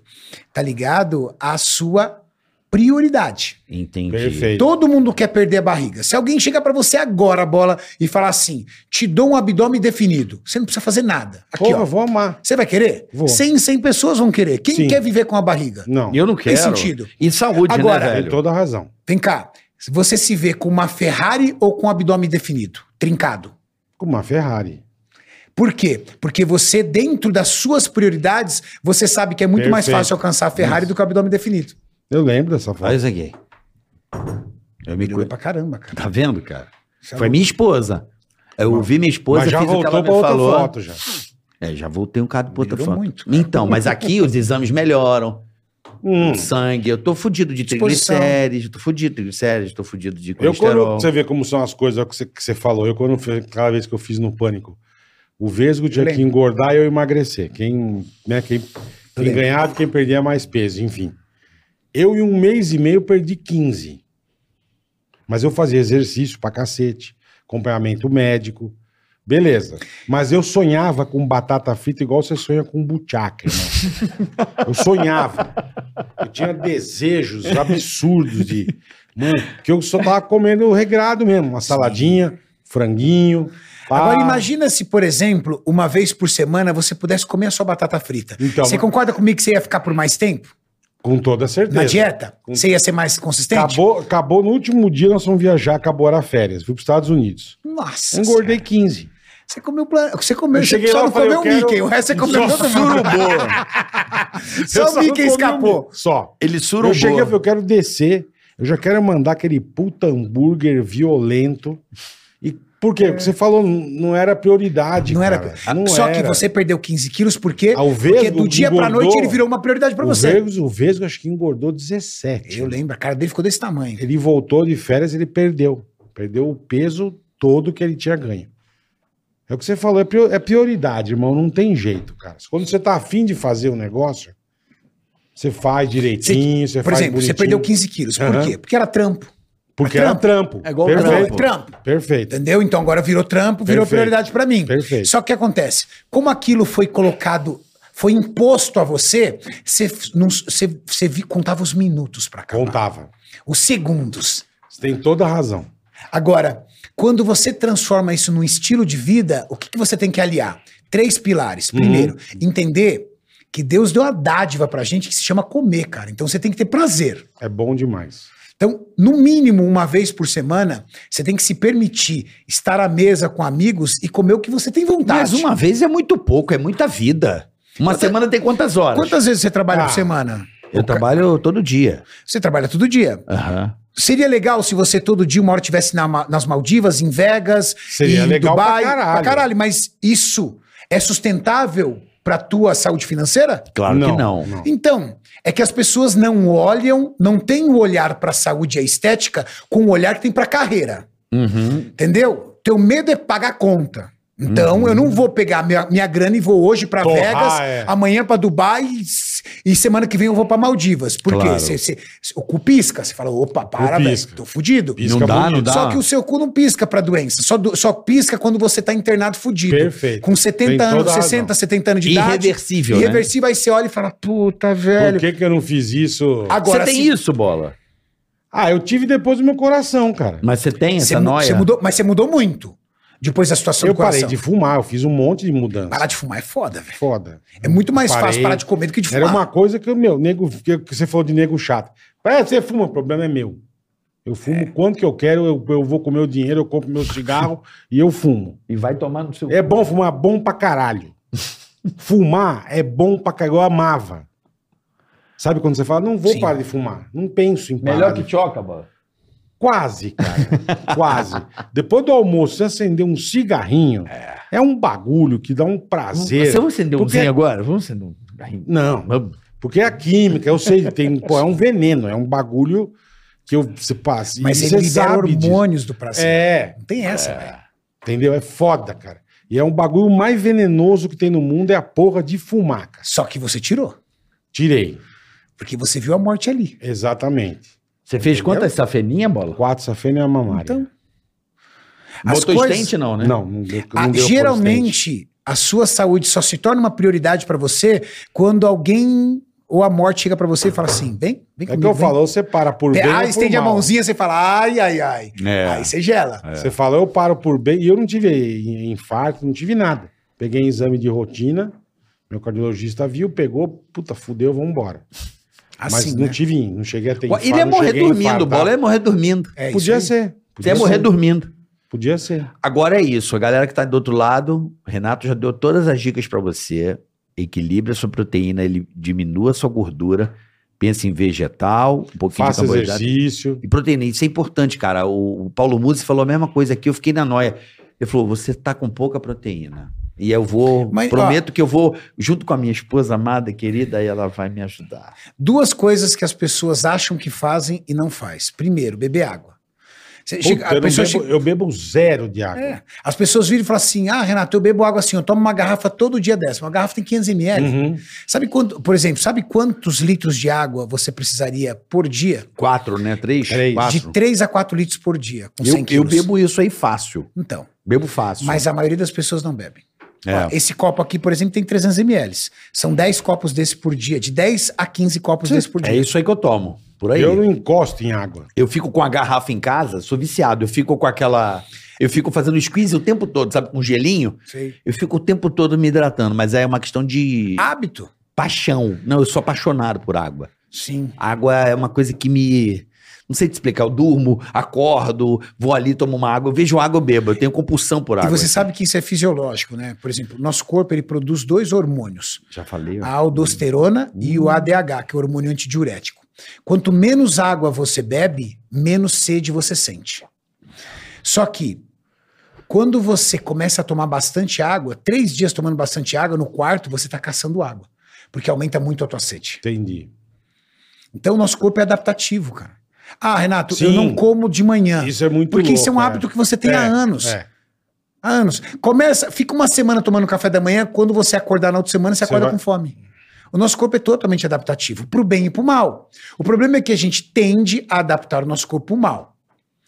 tá ligado à sua prioridade.
Entendi.
Perfeito.
Todo mundo quer perder a barriga. Se alguém chegar pra você agora, bola, e falar assim, te dou um abdômen definido, você não precisa fazer nada. Aqui,
Porra,
ó.
eu vou amar.
Você vai querer?
Vou.
100, 100 pessoas vão querer. Quem
Sim.
quer viver com a barriga?
Não,
Eu não quero.
Tem sentido.
E saúde,
Agora,
né,
tem
velho?
toda a razão.
Vem cá, você se vê com uma Ferrari ou com um abdômen definido, trincado?
Com uma Ferrari.
Por quê? Porque você, dentro das suas prioridades, você sabe que é muito mais
Perfeito.
fácil alcançar a Ferrari do que o abdômen definido.
Eu lembro dessa foto.
Faz isso aqui. Eu me
Melhorou
cuido.
pra caramba, cara.
Tá vendo, cara?
Isso é
Foi
louco.
minha esposa. Eu ouvi minha esposa,
mas já
fiz o que
voltou
ela
pra
me
outra
falou.
foto já.
É, já voltei um bocado pra outra
Melhorou
foto.
muito,
Então, mas aqui os exames melhoram.
Hum,
Sangue, eu tô fudido de
Disposição.
triglicérides, tô fudido de triglicérides, tô fudido de
eu
colesterol.
quando você vê como são as coisas que você, que você falou, eu quando fiz- aquela vez que eu fiz no pânico, o Vesgo tinha
Eu
que engordar e eu emagrecer. Quem, né, quem, quem
lembro.
ganhava, quem perdia mais peso, enfim. Eu em um mês e meio perdi 15. Mas eu fazia exercício pra cacete, acompanhamento médico, beleza. Mas eu sonhava com batata frita igual você sonha com buchaca, irmão. Eu sonhava. Eu tinha desejos absurdos de. Mano, que eu só tava comendo regrado mesmo. Uma saladinha, franguinho. pá.
Agora imagina se, por exemplo, uma vez por semana você pudesse comer a sua batata frita.
Então,
você
mas-
concorda comigo que você ia ficar por mais tempo?
Com toda certeza.
Na dieta? Você ia ser mais consistente?
Acabou, acabou no último dia, nós fomos viajar, acabou era férias. Fui pros Estados Unidos.
Nossa.
Engordei
senhora.
15.
Você comeu plan... Você comeu,
Eu
você
cheguei
só
lá,
não
eu falei,
comeu o
eu quero-
Mickey, o resto você comeu todo mundo.
Eu
Só o
não
Mickey
comi um
escapou.
mi- Só.
Ele
Eu cheguei, eu falei,
surubou.
eu quero descer. Eu já quero mandar aquele puta hambúrguer violento. E por quê? Porque você falou, n- não era prioridade.
É. Não era.
cara.
Só que
era.
você perdeu 15 quilos porque,
Ah, o
porque
Vesgo
do dia pra
engordou.
noite ele virou uma prioridade pra
o
você.
Vesgo, o Vesgo acho que engordou 17.
Eu lembro, a cara dele ficou desse tamanho.
Ele voltou de férias, ele perdeu. Perdeu o peso todo que ele tinha ganho. É o que você falou, é prio- é prioridade, irmão. Não tem jeito, cara. Quando você tá afim de fazer um negócio, você faz direitinho, você
Por
faz
exemplo, você
bonitinho.
perdeu 15 quilos. Por
Aham.
quê? Porque era trampo.
Porque
é
era trampo.
É igual o
Era
Perfeito.
trampo.
trampo.
Perfeito.
Entendeu? Então agora virou trampo, virou
Perfeito.
prioridade pra mim.
Perfeito.
Só que o que acontece? Como aquilo foi colocado, foi imposto a você, você, f- não, você, você vi- contava os minutos pra acabar.
Contava.
Os segundos.
Você tem toda a razão.
Agora, quando você transforma isso num estilo de vida, o que, que você tem que aliar? Três pilares.
Uhum.
Primeiro, entender que Deus deu uma dádiva pra gente que se chama comer, cara. Então você tem que ter prazer.
É bom demais.
Então, no mínimo uma vez por semana, você tem que se permitir estar à mesa com amigos e comer o que você tem vontade.
Mas uma vez é muito pouco, é muita vida. Uma semana tem quantas horas?
Quantas vezes você trabalha
Ah.
por semana?
Eu trabalho todo dia.
Você trabalha todo dia.
Aham.
Seria legal se você todo dia, uma hora, estivesse na Ma- nas Maldivas, em Vegas,
Seria
em
legal pra
Dubai.
caralho.
mas isso é sustentável pra tua saúde financeira?
Claro
Não,
que não.
não.
Então, é que as pessoas não olham, não têm o olhar pra saúde e a estética com o olhar que tem pra carreira.
Uhum.
Entendeu? Teu medo é pagar conta. Então, eu não vou pegar minha, minha grana e vou hoje pra
Torrar,
Vegas,
é.
amanhã pra Dubai e, s- e semana que vem eu vou pra Maldivas. Por
Claro.
quê? Cê- cê- cê- o cu pisca. Você fala, opa, para, velho,
pisca.
tô fudido.
Pisca
não dá, não
bonito.
dá.
Só que o seu cu não pisca pra doença. Só, do- só pisca quando você tá internado fudido.
Perfeito.
Com
Tem
70
toda
anos,
a razão.
60, 70 anos de idade.
Irreversível, né?
Irreversível, aí você olha e fala, puta,
Por
velho.
que, que eu não fiz isso?
Agora,
você tem
se-
isso, Bola?
Ah, eu tive depois do meu coração, cara.
Mas você tem
você
essa
mu-
noia?
você mudou, mas você mudou muito depois da situação
Eu
do coração.
parei de fumar, eu fiz um monte de mudança.
Parar de fumar é foda, velho.
Foda.
É muito mais
Parei.
fácil parar de comer do que de fumar.
Era uma coisa que, eu, meu, nego, que que você falou de nego chato. É, você fuma, o problema é meu. Eu
É.
fumo quanto que eu quero, eu, eu vou com o meu dinheiro, eu compro meu cigarro e eu fumo.
E vai tomar no seu...
É bom fumar, bom pra caralho. fumar é bom pra caralho, eu amava. Sabe quando você fala, não vou
Sim.
parar de fumar, não penso em parar.
Melhor
de
que choca, Bola.
Quase, cara. Quase. Depois do almoço, você acender um cigarrinho é, um bagulho que dá um prazer.
Você vai acender um
Porque-
zinho agora? Vamos acender um...
Não,
Vamos.
porque é a química, eu sei, tem, pô, é um veneno, é um bagulho que eu, você passa. e
Mas você libera assim.
disso.
hormônios do prazer.
É,
Não tem essa, velho.
entendeu? É foda, cara. E é um bagulho mais venenoso que tem no mundo, é a porra de fumar, cara.
Só que você tirou.
Tirei.
Porque você viu a morte ali.
Exatamente.
Você fez quantas safeninhas, Bola?
Quatro é safena e a mamária.
Então, As
Botou
coisas-
estente não, né?
Não, não, deu- não
Ah,
deu consistente.
geralmente, a sua saúde só se torna uma prioridade pra você quando alguém ou a morte chega pra você e fala assim: vem, vem
É que eu
vem.
falo, ou você para por bem. ou
ah,
por
estende a
mal.
mãozinha, você fala, ai, ai, ai.
É.
Aí você gela.
Você fala, eu paro por bem. E eu não tive infarto, não tive nada. Peguei exame de rotina, meu cardiologista viu, pegou, puta, fudeu, vamos embora.
Assim,
Mas não
né?
tive, não cheguei a ter infarto.
Ele ia
não
morrer
cheguei a
dormindo,
infartar.
Bola ia morrer dormindo.
É isso
Podia
aí.
ser.
Você
Podia
ia morrer
ser.
dormindo.
Podia ser.
Agora é isso, a galera que tá do outro lado, o Renato já deu todas as dicas pra você. Equilibre a sua proteína, ele diminua a sua gordura. Pensa em vegetal, um pouquinho
Faça
de carboidrato.
exercício.
E proteína, isso é importante, cara. O, o Paulo Musi falou a mesma coisa aqui, eu fiquei na noia. Ele falou: você tá com pouca proteína. E eu vou,
Mas, ó-
prometo que eu vou, junto com a minha esposa amada, querida, e ela vai me ajudar.
Duas coisas que as pessoas acham que fazem e não faz. Primeiro, beber água. Você chega-
Puta,
a
eu, não
pessoa
bebo,
chega-
eu bebo zero de água.
É. As pessoas viram e falam assim: ah, Renato, eu bebo água assim, eu tomo uma garrafa todo dia dessa. Uma garrafa tem 500 ml.
Uhum.
Sabe quanto, por exemplo, sabe quantos litros de água você precisaria por dia?
Quatro, né? Três?
Três.
Quatro.
De 3 a 4 litros por dia, com 100
Eu, eu
quilos.
bebo isso aí fácil.
Então,
Bebo fácil.
mas a maioria das pessoas não bebem.
É.
Ó, Esse copo aqui, por exemplo, tem 300 ml. São 10 copos desse por dia, de 10 a 15 copos desse por
É
dia.
isso aí que eu tomo. Por aí.
Eu não
Eu,
encosto em água.
fico com a garrafa em casa, sou viciado. Eu fico com aquela. Eu fico fazendo squeeze o tempo todo, sabe? Com gelinho.
Sei.
Eu fico o tempo todo me hidratando, mas aí é uma questão de
Hábito?
paixão. Não, eu sou apaixonado por água.
Sim.
Água é uma coisa que me. Não sei te explicar. Eu durmo, acordo, vou ali, tomo uma água. Eu vejo água, eu bebo. Eu tenho compulsão por água. então.
E você sabe que isso é fisiológico, né? Por exemplo, nosso corpo ele produz dois hormônios,
Já falei. ó.
a aldosterona e o ADH, que é o hormônio antidiurético. Quanto menos água você bebe, menos sede você sente. Só que quando você começa a tomar bastante água, três dias tomando bastante água no quarto, você está caçando água, porque aumenta muito a tua sede.
Entendi.
Então o nosso corpo é adaptativo, cara. Ah, Renato, eu
Sim.
não como de manhã.
Isso é muito
porque isso é um
louco,
hábito que você tem
É,
há anos.
é.
Há anos. Começa, fica uma semana tomando café da manhã, quando você acordar na outra semana, você
Você
acorda
vai-
com fome. O nosso corpo é totalmente adaptativo, pro bem e pro mal. O problema é que a gente tende a adaptar o nosso corpo pro mal.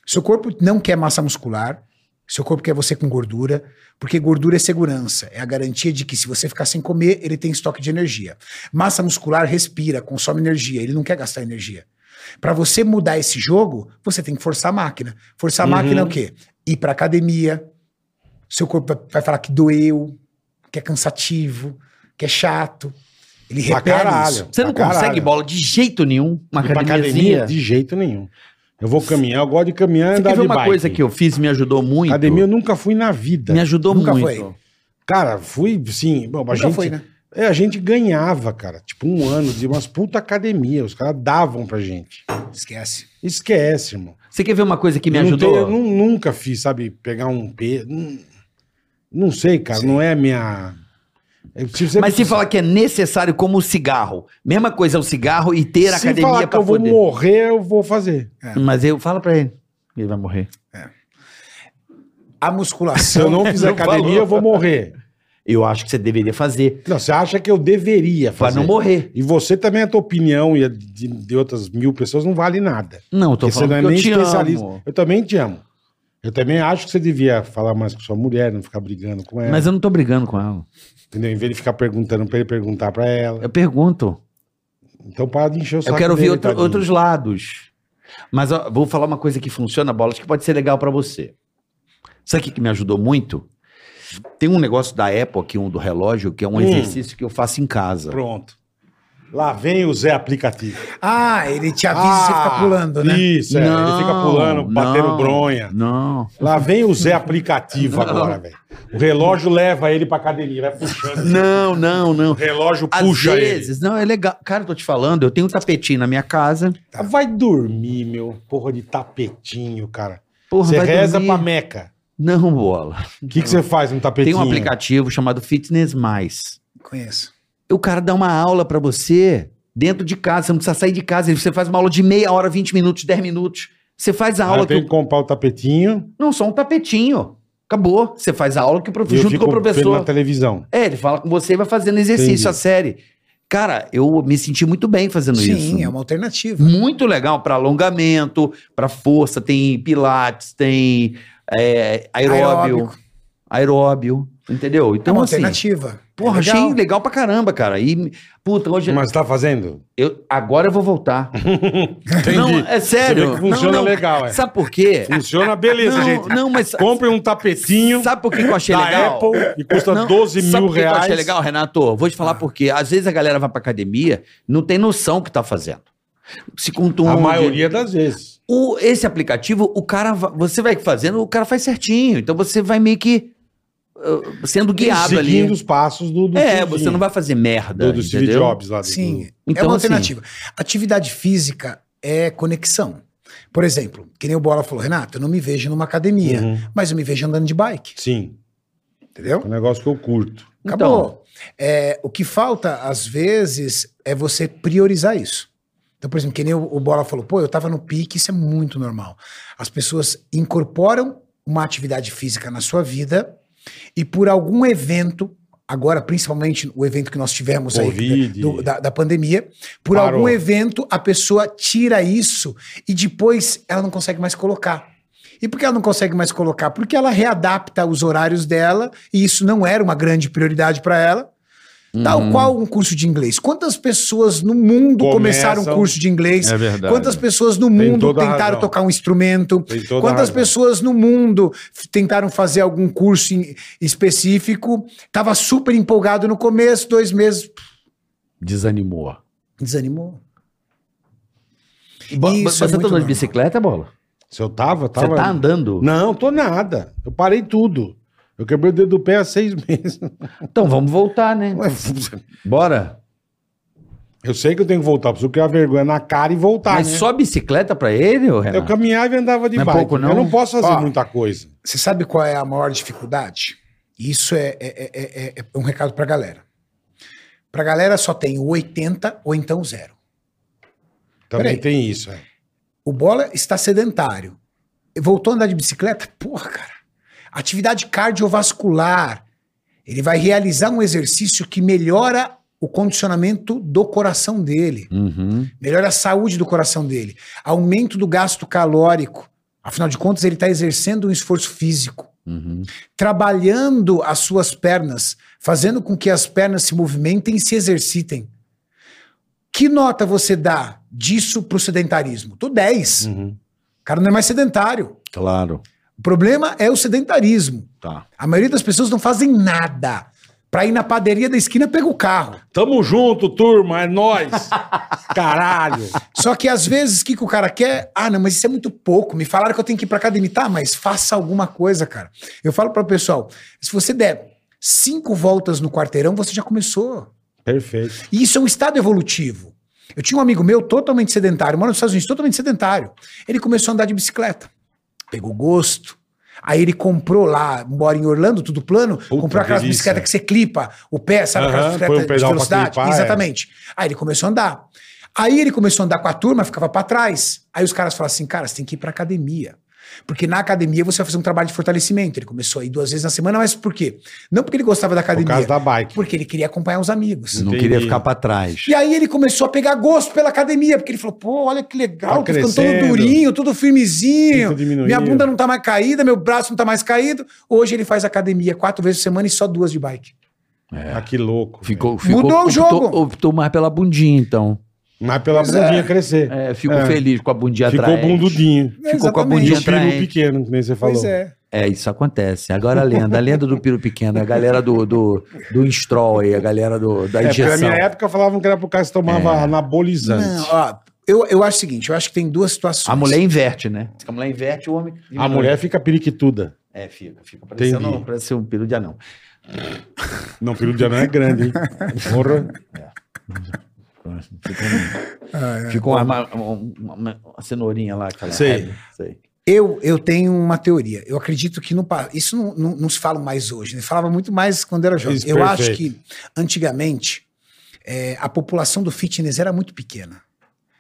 Seu corpo não quer massa muscular, seu corpo quer você com gordura, porque gordura é segurança, é a garantia de que se você ficar sem comer, ele tem estoque de energia. Massa muscular respira, consome energia, ele não quer gastar energia. Pra você mudar esse jogo, você tem que forçar a máquina. Forçar a
Uhum.
máquina é o quê? Ir pra academia, seu corpo vai- vai falar que doeu, que é cansativo, que é chato. Ele
Pra
repele
caralho.
isso.
Você não
pra
consegue
caralho.
bola de jeito nenhum. Uma
E pra
academiazinha.
academia, de jeito nenhum. Eu vou caminhar, eu gosto de caminhar e
Você
andar
quer
de
ver uma
bike.
coisa que eu fiz e me ajudou muito?
Academia eu nunca fui na vida.
Me ajudou
Nunca
muito.
foi.
Cara, fui, sim. Bom, a
Nunca
gente,
foi, né?
É, a gente ganhava, cara, tipo um ano de umas puta academia, os caras davam pra gente.
Esquece.
Esquece, irmão.
Você quer ver uma coisa que me
Não
ajudou?
tenho- eu nu- nunca fiz, sabe, pegar um P. Não, não sei, cara, não é a minha. É, se você-
Mas se falar que é necessário como o cigarro. Mesma coisa é o cigarro e ter a
se
academia
falar que
pra
eu vou
foder.
morrer, eu vou fazer.
Mas eu falo pra ele. Ele vai morrer.
A
Se eu
musculação.
não fizer
Não
academia,
falou.
eu vou morrer.
Eu acho que você deveria fazer.
Não, você acha que eu deveria
Pra
fazer.
não morrer.
E você também, a tua opinião e a de, de outras mil pessoas não vale nada.
Não, eu tô
Porque você
falando
não é
que eu
nem
te
especialista.
amo.
Eu também te amo. Eu também acho que você devia falar mais com sua mulher, não ficar brigando com ela.
Mas eu não tô brigando com ela.
Entendeu? Em vez de ficar perguntando pra ele, perguntar pra ela.
Eu pergunto.
Então para de encher o saco
eu quero ver
dele,
outro-
tadinho.
outros lados. Mas ó, vou falar uma coisa que funciona, Bola, acho que pode ser legal pra você. Sabe o que, que me ajudou muito? Tem um negócio da Apple aqui, um do relógio, que é um
Hum.
exercício que eu faço em casa.
Pronto. Lá vem o Zé Aplicativo.
Ah, ele te avisa e você
Ah,
fica pulando, né?
Isso, é. ele fica pulando, batendo
não,
bronha.
Não.
Lá vem o Zé Aplicativo agora, velho. O relógio leva ele pra academia, vai puxando.
Não, não, não.
O relógio
Às
puxa
vezes, não, é legal. Cara, eu tô te falando, eu tenho um tapetinho na minha casa.
ele. Ah, Vai dormir, meu. Porra de tapetinho, cara.
Porra,
Você
vai
reza
dormir.
pra Meca.
Não, bola.
O que, que você faz no
Tem
tapetinho?
um aplicativo chamado Fitness Mais.
Conheço.
O cara dá uma aula pra você dentro de casa, você não precisa sair de casa. Você faz uma aula de meia hora, 20 minutos, 10 minutos. Você faz a
Ah,
aula
eu
que.
tenho que
o-
comprar o tapetinho
Não, só um tapetinho. Acabou. Você faz a aula que o prof...
e eu
junto
fico
com o
vendo na
professor.
televisão.
É, ele fala com você e vai fazendo exercício,
Entendi.
a série. Cara, eu me senti muito bem fazendo isso.
Sim, é uma alternativa.
muito legal para alongamento, para força, tem pilates, tem é, aeróbio,
Aeróbico.
aeróbio, entendeu?
É uma
Então assim,
alternativa.
porra,
é legal.
achei legal pra caramba, cara. E puta, hoje
Mas tá fazendo?
eu agora eu vou voltar. Não, é
Você
sério.
vê que funciona
Não, não.
legal, é.
Sabe por quê?
Funciona, beleza,
não,
gente.
não, mas
Compre um tapetinho
sabe por que que eu achei
da
legal?
Apple e custa
Não,
12
sabe
mil
por que que
reais. Ah.
Eu achei legal, Renato. Vou te falar por quê. Às vezes a galera vai pra academia, não tem noção do que tá fazendo. Se contunde,
A maioria das vezes.
O- esse aplicativo, o cara, va- você vai fazendo, o cara faz certinho. Então você vai meio que uh, sendo guiado
Seguindo
ali.
os passos do, do
É,
tiozinho,
você não vai fazer merda,
do, do Steve
entendeu?
Jobs lá. do-
Sim, é
Então,
uma
assim-
alternativa. Atividade física é conexão. Por exemplo, que nem o Bola falou, Renato, eu não me vejo numa academia,
Uhum.
mas eu me vejo andando de bike,
Sim, é
entendeu?
um negócio que eu curto.
Acabou. É, o que falta, às vezes, é você priorizar isso. Então, por exemplo, que nem o, o Bola falou, pô, eu tava no pique, isso é muito normal. As pessoas incorporam uma atividade física na sua vida e por algum evento, agora principalmente o evento que nós tivemos aí
Covid.
do- da, da pandemia, por
Parou.
algum evento a pessoa tira isso e depois ela não consegue mais colocar. E por que ela não consegue mais colocar? Porque ela readapta os horários dela e isso não era uma grande prioridade para ela. Tal qual um curso de inglês. Quantas pessoas no mundo
Uhum. Começam. É
começaram um curso de inglês?
verdade.
Quantas pessoas no
Tem
mundo
toda a
tentaram
razão.
tocar um instrumento?
Tem toda a
Quantas
razão.
pessoas no mundo f- tentaram fazer algum curso em- específico? Tava super empolgado no começo, dois meses, pff,
Desanimou.
desanimou.
Bo-
Isso
você
é
tá andando
muito
de
normal.
bicicleta, bola?
Se eu tava,
Você
tava.
tá andando?
Não, tô nada. Eu parei tudo. Eu quebrei o dedo do pé há seis meses.
Então vamos voltar, né?
Ué,
Bora.
Eu sei que eu tenho que voltar, preciso criar vergonha na cara e voltar.
Mas
né?
só bicicleta pra ele, ô
Eu
Renato?
caminhava e andava de
Não é
bike.
pouco, não?
Eu não posso fazer
Ó.
muita coisa.
Você sabe qual é a maior dificuldade? Isso é, é- é- é- é um recado pra galera. Pra galera só tem o 80 ou então zero.
Também
Peraí.
tem isso. É.
O Bola está sedentário. Voltou a andar de bicicleta? Porra, cara. Atividade cardiovascular. Ele vai realizar um exercício que melhora o condicionamento do coração dele,
Uhum.
melhora a saúde do coração dele, aumento do gasto calórico. Afinal de contas, ele está exercendo um esforço físico.
Uhum.
trabalhando as suas pernas, fazendo com que as pernas se movimentem e se exercitem. Que nota você dá disso pro sedentarismo? Tô 10.
Uhum.
O cara não é mais sedentário.
Claro.
O problema é o sedentarismo.
Tá.
A maioria das pessoas não fazem nada. Pra ir na padaria da esquina, pega o carro.
Tamo junto, turma, é nós. Caralho.
Só que às vezes, o que, que o cara quer? Ah, não, mas isso é muito pouco. Me falaram que eu tenho que ir pra academia. Tá, mas faça alguma coisa, cara. Eu falo para o pessoal, se você der cinco voltas no quarteirão, você já começou.
Perfeito.
E isso é um estado evolutivo. Eu tinha um amigo meu totalmente sedentário, mora nos Estados Unidos, totalmente sedentário. Ele começou a andar de bicicleta, pegou gosto. Aí ele comprou lá, mora em Orlando, tudo plano, comprou aquelas
delícia.
bicicletas que você clipa o pé, sabe?
Aham,
Aquelas
põe um
bicicletas de
pedal pra
velocidade.
clipar, é.
Exatamente. Aí ele começou a andar. Aí ele começou a andar com a turma, ficava pra trás. Aí os caras falaram assim: cara, você tem que ir pra academia. Porque na academia você vai fazer um trabalho de fortalecimento. Ele começou a ir duas vezes na semana, mas por quê? Não porque ele gostava da academia.
causa da bike.
Porque ele queria acompanhar os amigos.
Não
Entendi.
queria ficar pra trás.
E aí ele começou a pegar gosto pela academia, porque ele falou, pô, olha que legal,
Tá
tô ficando todo
crescendo.
durinho, todo firmezinho,
Tudo diminuiu.
minha bunda não tá mais caída, meu braço não tá mais caído. Hoje ele faz academia quatro vezes por semana e só duas de bike.
Ah, que louco.
Ficou, ficou,
Mudou o
optou-
jogo.
Optou mais pela bundinha, então.
velho. Mas pela
Pois
bundinha
é.
crescer.
É, ficou
É.
feliz com a bundinha
Ficou
atrás.
bundudinho.
Ficou com a
Exatamente.
E
É, bundinha
o peru
atrás.
pequeno, que nem você falou.
Pois é.
É, isso acontece. Agora a lenda, a lenda do piro pequeno, a galera do, do, do Instrol aí, a galera do, da
É, porque na
injeção.
minha época falavam que era por causa que tomava anabolizante.
Não, ó, eu, eu acho o seguinte, eu acho que tem duas situações.
A mulher inverte, né? Se a mulher inverte, o homem.
A
diminui.
mulher fica periquituda.
É, fica, fica parecendo,
Entendi.
parece um piro de anão.
Não, peru de anão é grande, hein? Porra.
Ficou um- uma, um- uma- uma- uma cenourinha lá. Aquela
Sei.
sei.
Eu, eu tenho uma teoria. Eu acredito que no pa- isso não, não, não se fala mais hoje. Né? Falava muito mais quando era jovem.
Isso,
eu
perfeito.
acho que antigamente é, a população do fitness era muito pequena.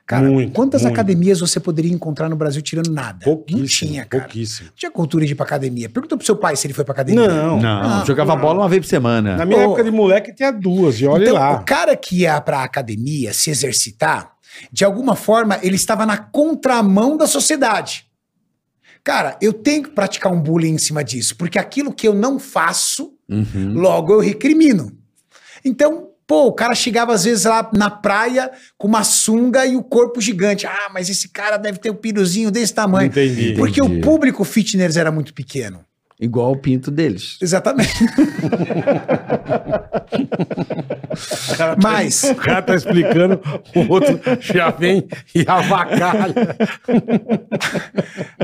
Cara,
Muito,
quantas
muito.
academias você poderia encontrar no Brasil tirando nada?
Pouquíssimo.
Não tinha, cara.
Pouquíssimo.
Não tinha cultura de ir pra academia. Pergunta pro seu pai se ele foi pra academia.
Não.
Não,
Ah,
jogava bola uma vez por semana.
Na minha
Ô.
época de moleque tinha duas, e olha
então,
lá.
o cara que ia pra academia se exercitar, de alguma forma, ele estava na contramão da sociedade. Cara, eu tenho que praticar um bullying em cima disso, porque aquilo que eu não faço,
Hum.
Uhum.
logo eu recrimino. Então, pô, o cara chegava às vezes lá na praia com uma sunga e o corpo gigante. Ah, mas esse cara deve ter um piruzinho desse tamanho.
Entendi.
Porque
Entendi.
o público fitness era muito pequeno.
Igual o pinto deles.
Exatamente. Mas
O cara tá explicando, o outro já vem e avacalha.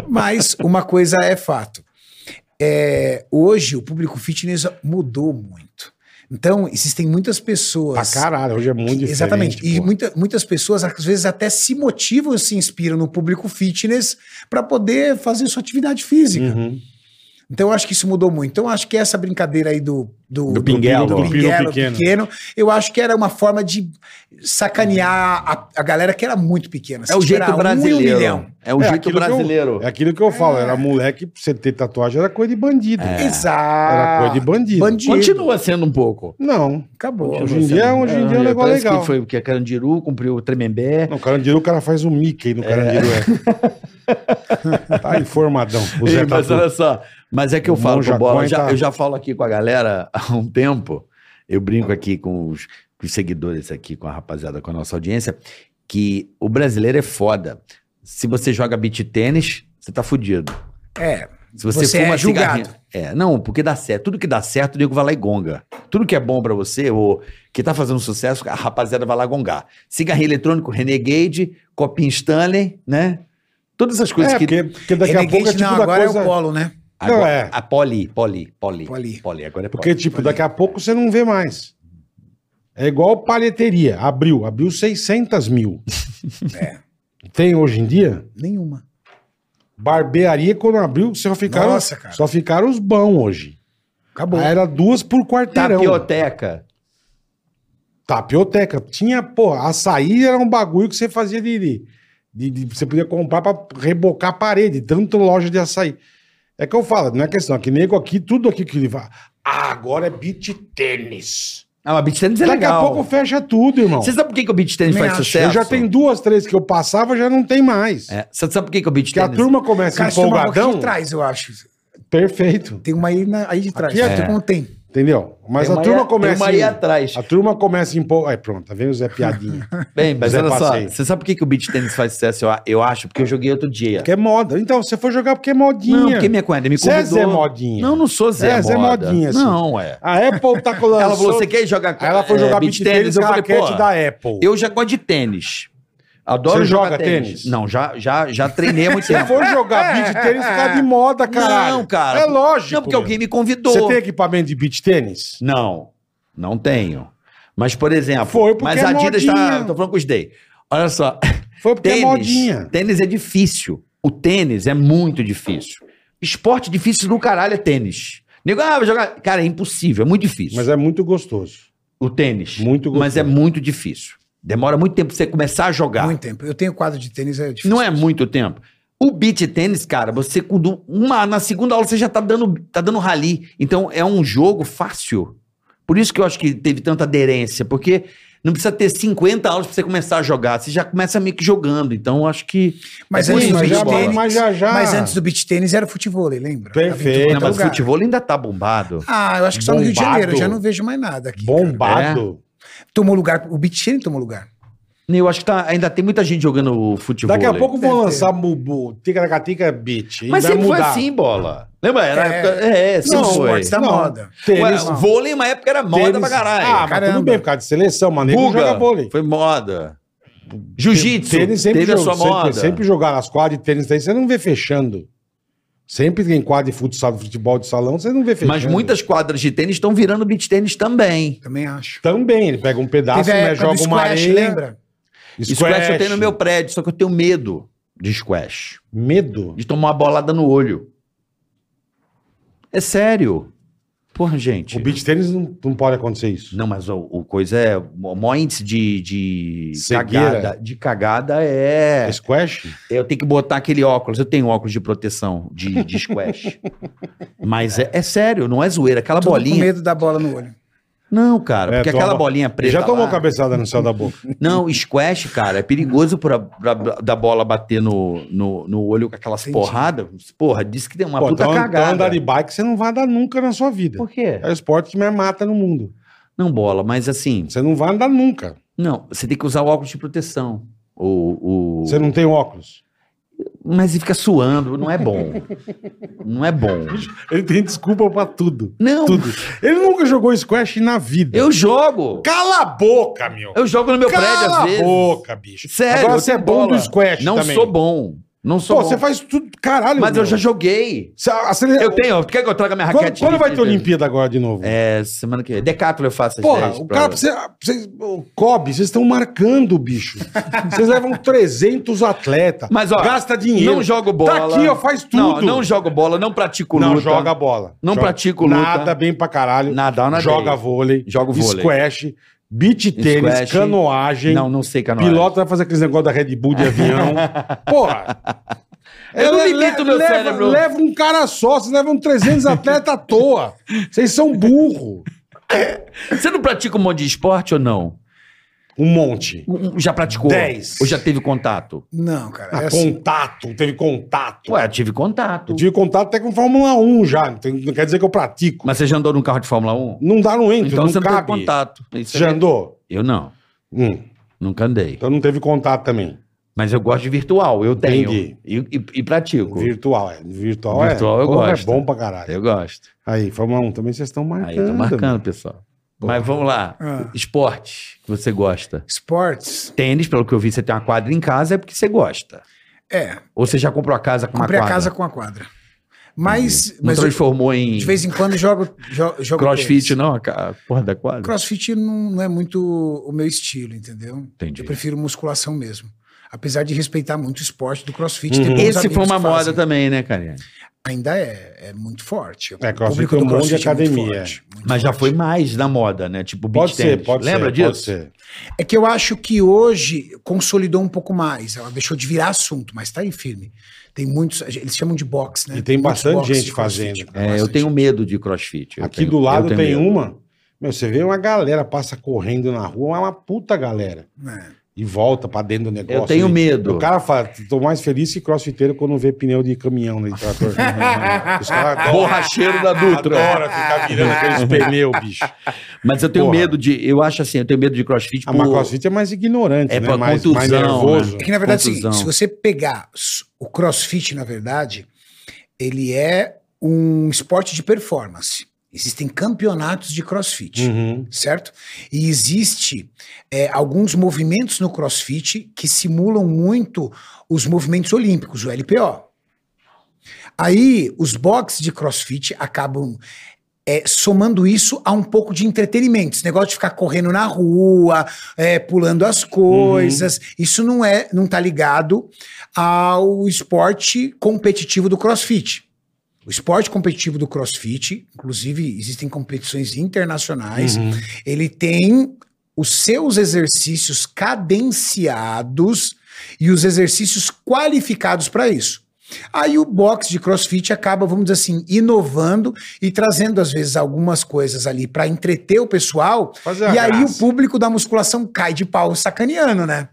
Mas uma coisa é fato. É, hoje o público fitness mudou muito. Então, existem muitas
Pra
pessoas.
caralho, hoje é muito diferente.
Exatamente. E
pô.
muita- muitas pessoas, às vezes, até se motivam e se inspiram no público fitness para poder fazer sua atividade física.
Uhum.
Então, eu acho que isso mudou muito. Então, eu acho que essa brincadeira aí do, do,
Do pinguelo.
do
Do
pinguelo
piro pequeno.
pequeno. eu acho que era uma forma de sacanear a, a galera que era muito pequena.
É o
Se tirar
jeito
um e um milhão.
brasileiro. É o
É
jeito
aquilo que eu-
brasileiro.
é aquilo que eu falo, era moleque, pra você ter tatuagem era coisa de bandido.
É.
Exato.
Era coisa de bandido.
Bandido.
Continua sendo um pouco.
Não.
Acabou.
Hoje em dia, hoje em dia é um negócio
Parece
legal.
Que foi porque a Carandiru cumpriu o Tremembé.
No Carandiru o cara faz um Mickey no Carandiru. É. tá informadão. O Zé
Ei, mas
Tatu.
olha só, mas é que eu
O
falo
Monja
com bola,
Coin
já-
tá-
eu já falo aqui com a galera há um tempo, eu brinco aqui com os, com os seguidores aqui, com a rapaziada, com a nossa audiência, que o brasileiro é foda. Se você joga beat tênis, você tá fudido.
É.
Se você,
Você é
fuma
julgado.
cigarrinho. É, não, porque dá certo. Tudo que dá certo, o nego vai lá e gonga. Tudo que é bom pra você, ou que tá fazendo sucesso, a rapaziada vai lá gongar. Cigarrinho eletrônico, Renegade, copinho Stanley, né? Todas essas coisas
É,
que.
porque, porque daqui a
Renegade
pouco é tipo
não,
da
agora
coisa...
é o polo, né?
Agora,
Não, é.
A poli, poli, poli.
Poli.
agora é poli.
Porque, tipo, daqui a pouco você não vê mais. É igual palheteria. Abriu. Abriu 600 mil.
É.
Tem hoje em dia?
Nenhuma.
Barbearia, quando abriu, só ficaram,
Nossa, cara.
Só ficaram os bons hoje.
Acabou.
Aí Era duas por
Tá
quarteirão.
Tapioteca.
Tapioteca. Tinha, pô, açaí era um bagulho que você fazia de. de- de- de- você podia comprar pra rebocar a parede, tanto loja de açaí. É que eu falo, não é questão, é que nego aqui, tudo aqui que ele fala. Ah, agora é beat tênis.
Ah, mas beat tênis é
Daqui
legal.
a pouco fecha tudo, irmão.
Você sabe por que, que o beat tênis
Nem
faz
acho.
sucesso?
Eu já tenho duas, três que eu passava, já não tem mais.
É, Você sabe por que, que o beat
Porque a
tênis...
turma começa
Cara, você tem uma boca aqui
empolgadão.
de trás, eu acho.
Perfeito.
Tem uma aí, na- aí de trás. Tipo,
Aqui é.
Não tem.
Entendeu? Mas a turma
Tem uma aí
começa.
atrás.
A turma começa empolgada. Aí pronto, tá vendo Zé Piadinha?
Bem, mas
Zé
olha só.
Passeio.
Você sabe por que, que o beat tênis faz sucesso, eu, eu acho? Porque eu joguei outro dia.
Porque é moda. Então, você foi jogar porque é modinha.
Não, porque minha cunhada me
Você é
convidou.
Zé Modinha.
Não, não sou Zé
É, Zé
Moda.
Modinha, assim.
Não, é.
A Apple tá com
Ela
lançou-
falou, você quer jogar
Aí ela foi
eh,
jogar
beach
beat tênis,
Eu falei,
raquete
pô,
é da Apple.
eu já gosto de tênis. Adoro
Você
jogar
joga
tênis.
tênis?
Não, já, já, já treinei há muito
Se você
tempo.
for jogar beat tênis, fica de moda, caralho.
É. Não, cara.
É lógico.
Não, porque alguém me convidou.
Você tem equipamento de beat tênis?
Não, não tenho. Mas, por exemplo,
Foi porque
mas
é
a Adidas
modinha.
tá. Tô falando com os Day. Olha só.
Foi porque
tênis,
é modinha.
Tênis é difícil. O tênis é muito difícil. Esporte difícil do caralho é tênis. Nego, ah, vai jogar. Cara, é impossível, é muito difícil.
Mas é muito gostoso.
O tênis.
Muito gostoso.
mas é muito difícil. Demora muito tempo pra você começar a
Tá.
jogar.
Muito tempo. Eu tenho quadro de tênis, é difícil.
Não é muito tempo. O beat tênis, cara, você quando uma na segunda aula você já tá dando tá dando rally. Então é um jogo fácil. Por isso que eu acho que teve tanta aderência, porque não precisa ter 50 aulas pra você começar a jogar, você já começa meio que jogando. Então eu acho que
Mas
É
antes
ruim,
do
mas
beach
já-
tênis.
mas já- já-
Mas antes do beach tênis era o futebol, lembra?
Perfeito.
Não,
Era em todo
mas o
lugar.
futebol ainda tá bombado.
Ah, eu acho que só no Rio de
Bombado.
Janeiro, eu já não vejo mais nada aqui. cara.
né?
Bombado.
Tomou lugar, o beach tênis tomou lugar.
Eu acho que tá- ainda tem muita gente jogando futebol.
Daqui a pouco vão
Deve ter.
lançar Bubu, Ticaracatica Beat. e
mas
vai
sempre foi
mudar.
assim, bola. Lembra? Era
É.
época- é, sempre
São os
foi.
esportes da
Não. tá-
moda.
Tênis,
Ué, vôlei, uma época era moda
tênis-
pra caralho.
Ah, mas
Caramba.
tudo bem, por causa de seleção, mas nego
Guga,
joga vôlei.
foi moda. Jiu-jitsu,
Tênis é sempre,
teve a
jogou-
sua
sempre,
moda.
sempre jogaram as quadras de tênis, daí você não vê fechando. Sempre tem quadra de futsal, futebol de salão, você não vê fechando.
Mas muitas quadras de tênis estão virando beach tênis também.
Também acho.
Também, ele pega um pedaço,
Teve a
né,
época do
joga uma
squash,
areia.
lembra?
Squash. eu tenho no meu prédio, só que eu tenho medo de squash.
Medo.
De tomar uma bolada no olho. É sério. Porra, gente.
O beat tênis não, não pode acontecer isso.
Não, mas o, o coisa é... O maior índice de, de
Cegueira.
cagada... De cagada é...
É squash?
Eu tenho que botar aquele óculos. Eu tenho óculos de proteção de, de squash. mas é, é sério, não é zoeira. Aquela
Tudo com
bolinha...
medo da bola no olho.
Não, cara,
É,
porque
toma-
aquela bolinha preta.
Já tomou
lá-
cabeçada no céu da boca.
Não, squash, cara, é perigoso pra, pra- da bola bater no, no, no olho com aquelas
Entendi.
porradas. Porra, disse que deu uma
Pô,
puta
então, então
cagada.
andar de bike você não vai dar nunca na sua vida.
Por quê?
É o esporte que mais mata no mundo.
Não bola, mas assim,
Você não vai andar nunca.
não, você tem que usar o óculos de proteção. O, o...
Você não tem óculos.
Mas ele fica suando, não é bom. não é bom.
Ele tem desculpa pra tudo.
Não,
Tudo. Ele nunca jogou squash na vida.
eu jogo.
Cala a boca, meu.
Eu jogo no meu prédio
Cala
às
a
vezes.
boca, bicho.
Sério,
Agora
eu
você é
tenho
bom
bola.
do squash
Não
também.
sou bom. Não sou
Pô,
bom.
você faz tudo, caralho.
Mas
meu.
eu já joguei.
Você acelera-
Eu tenho, ó, quer que eu traga minha
Quando,
raquete?
quando vai ter
Olimpíada?
Olimpíada agora de novo?
É, semana que vem. Decathlon eu faço as
Porra,
10
o
pra-
cara, você, vocês, o Kobe, vocês estão marcando o bicho. Vocês levam 300 atletas.
Mas, ó,
gasta dinheiro.
Não jogo bola.
Tá aqui, ó, faz tudo.
Não, não jogo bola, não pratico
Não
luta.
joga bola.
Não
joga.
pratico luta.
Nada bem pra caralho.
Nada, nada
Joga
bem.
vôlei.
Jogo vôlei.
Squash, beach tênis,
Squash.
canoagem.
Não, não sei canoagem.
Piloto vai fazer aqueles negócios da Red Bull de avião. Porra!
Eu não
Le-
limito
le-
meu
leva,
cérebro.
Leva um cara só, vocês levam 300 atletas à toa. Vocês são burro.
Você não pratica um monte de esporte ou não?
Um monte.
Um- um- Já praticou?
Dez.
Ou já teve contato?
Não, cara.
Ah,
é assim.
Contato, teve contato.
Ué, eu tive contato.
Eu tive contato até com Fórmula 1 já. Não tem- não quer dizer que eu pratico.
Mas você já andou num carro de Fórmula 1?
Não dá, não entra,
Então
não
você não
cabe.
teve contato. Isso
Você
é
já
verdade.
andou?
Eu não.
Hum,
Nunca andei.
então não teve contato também.
Mas eu gosto de virtual, eu tenho.
Entendi.
E, e- e pratico.
Virtual, é. Virtual,
Virtual
é.
eu
Porra, É
gosto.
bom pra caralho.
Eu gosto.
Aí, Fórmula 1 também vocês estão marcando.
Aí eu tô marcando, pessoal. Mas vamos lá.
Ah.
Esporte que você gosta.
Esportes.
Tênis, pelo que eu vi, você tem uma quadra em casa, é porque você gosta.
É,
Ou você já comprou a casa com
comprei
uma
a
quadra?
casa com a quadra. Mas,
Não
mas eu-
transformou em
de vez em quando jogo, jo- jogo
crossfit,
tênis.
não? A ca- a porra da quadra?
Crossfit não, não é muito o meu estilo, entendeu?
Entendi.
Eu prefiro musculação mesmo. Apesar de respeitar muito o esporte do crossfit.
Uhum.
tem bons
Esse
amigos
foi uma
que
moda
fazem.
também, né, Karine?
Ainda é, é muito forte. O
É, crossfit
público
tem um
do
monte de
crossfit é muito
academia,
forte, muito
Mas já
forte.
foi mais na moda, né? Tipo beach
Pode ser,
tennis.
pode ser.
Lembra
pode
disso?
ser.
É que eu acho que hoje consolidou um pouco mais. Ela deixou de virar assunto, mas tá aí firme. Tem muitos. Eles chamam de box, né?
E tem
Muitos
bastante
boxes
gente
de crossfit.
fazendo.
É, eu
Bastante.
tenho medo de crossfit. Eu
Aqui
tenho-
do lado
eu
tem um
tenho medo.
uma. Meu, você vê uma galera passa correndo na rua, é uma puta galera.
É.
E volta pra dentro do negócio.
Eu tenho
E-
medo.
O cara fala, tô mais feliz que crossfiteiro quando vê pneu de caminhão de trator.
né?
Os caras adoram-
Borracheiro da Dutra.
adoram ficar virando aqueles pneus, bicho. Ah,
Mas eu tenho
Porra.
medo de. Eu acho assim, eu tenho medo de crossfit.
A
por-
mas crossfit é mais ignorante,
É
né?
pra
mais, mais
contusão,
nervoso.
É que, na verdade, é o seguinte,
Confusão.
se você pegar s- o crossfit, na verdade, ele é um esporte de performance. Existem campeonatos de
né?
crossfit.
Uhum.
certo? E existe é, alguns movimentos no CrossFit que simulam muito os movimentos olímpicos, o LPO. Aí os boxes de CrossFit acabam é, somando isso a um pouco de entretenimento. Esse negócio de ficar correndo na rua, é, pulando as coisas, isso não é, não tá ligado ao esporte competitivo do CrossFit. O esporte competitivo do CrossFit, inclusive existem competições internacionais,
Uhum.
ele tem os seus exercícios cadenciados e os exercícios qualificados para isso. Aí o box de CrossFit acaba, vamos dizer assim, inovando e trazendo às vezes algumas coisas ali para entreter o pessoal.
Fazer a
e aí
graça.
o público da musculação cai de pau sacaneando, né?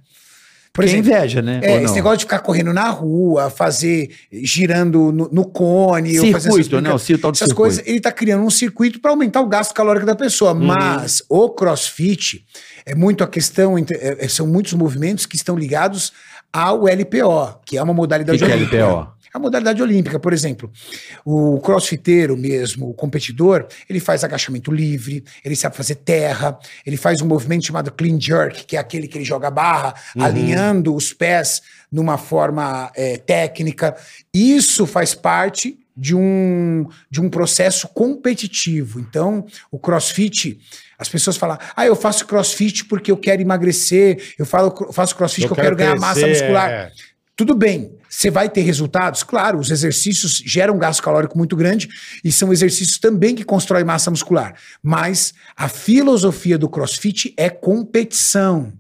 Por
Quem
exemplo,
inveja, né? Ou
é,
não?
esse negócio de ficar correndo na rua, fazer girando no, no cone, ou fazer
circuito, né? O
essas,
circuito,
essas coisas, ele tá criando um circuito para aumentar o gasto calórico da pessoa.
Uhum.
Mas o CrossFit é muito a questão, entre- é- é- são muitos movimentos que estão ligados ao LPO, que é uma
O que
modalidade
que é
olímpica.
LPO?
A modalidade olímpica, por exemplo, o crossfiteiro mesmo, o competidor, ele faz agachamento livre, ele sabe fazer terra, ele faz um movimento chamado clean jerk, que é aquele que ele joga a barra, alinhando os pés numa forma eh, técnica. Isso faz parte de um, de um processo competitivo. Então, o crossfit, as pessoas falam, ah, eu faço crossfit porque eu quero emagrecer, eu falo, faço crossfit porque eu quero, ganhar massa
crescer,
muscular.
é.
Tudo bem, você vai ter resultados? Claro, os exercícios geram um gasto calórico muito grande e são exercícios também que constroem massa muscular. Mas a filosofia do crossfit é competição,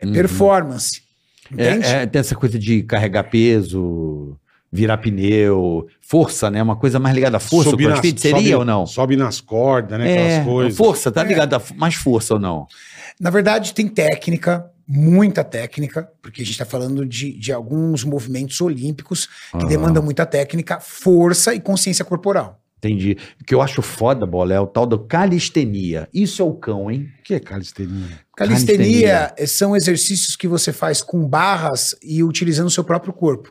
é performance. Entende?
Uhum. É, é, tem essa coisa de carregar peso, virar pneu, força, né? Uma coisa mais ligada à força, o
Subir nas-
crossfit seria
sobe-
ou não?
Sobe nas cordas, né?
É,
Aquelas coisas.
força, tá ligada a f- mais força ou não?
Na verdade, tem técnica, muita técnica, porque a gente está falando de, de alguns movimentos olímpicos que
Aham.
demandam muita técnica, força e consciência corporal.
Ah, Entendi. O que eu acho foda, bola, é o tal do calistenia. Isso é o cão, hein?
O que é calistenia?
Calistenia eh, são exercícios que você faz com barras e utilizando o seu próprio corpo.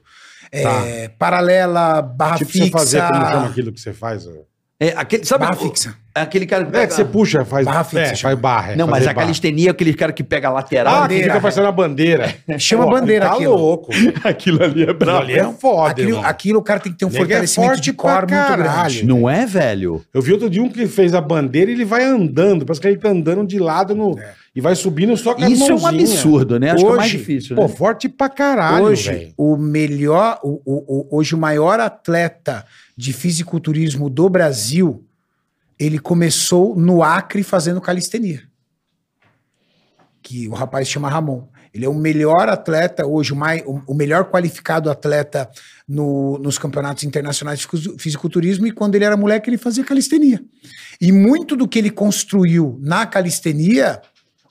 É, Paralela, barra
Tá. tipo
Tá fixa.
você fazer, como chama aquilo que você faz? ó.
É aquele, sabe
barra
o-
fixa.
aquele cara que
É que você puxa, faz
Barra fixa,
é,
chama.
faz barra. é,
Não, mas
fazer
a
barra.
calistenia é aquele cara que pega a lateral.
Ah, que fica passando a bandeira.
Chama
Pô,
bandeira
Tá
aquilo.
louco.
aquilo ali é
Aquilo ali é foda,
Aquilo,
irmão.
aquilo o cara tem que ter um
Nego é
fortalecimento
forte
de
pra
core muito
caralho.
grande.
Não é, velho?
Eu vi outro dia um que fez a bandeira e ele vai andando. Parece que ele tá andando de lado no...
É.
e vai subindo só com a
Isso é um
mãozinha.
absurdo, né? Acho que é o mais
Hoje,
difícil, né?
Pô, forte pra caralho,
hoje,
velho.
o melhor, o, o- o- hoje o maior atleta de fisiculturismo do Brasil, ele começou no Acre fazendo calistenia. Que o rapaz chama Ramon. Ele é o melhor atleta hoje, o, mai- o- o melhor qualificado atleta no- nos campeonatos internacionais de fisicu- fisiculturismo. E quando ele era moleque, ele fazia calistenia. E muito do que ele construiu na calistenia,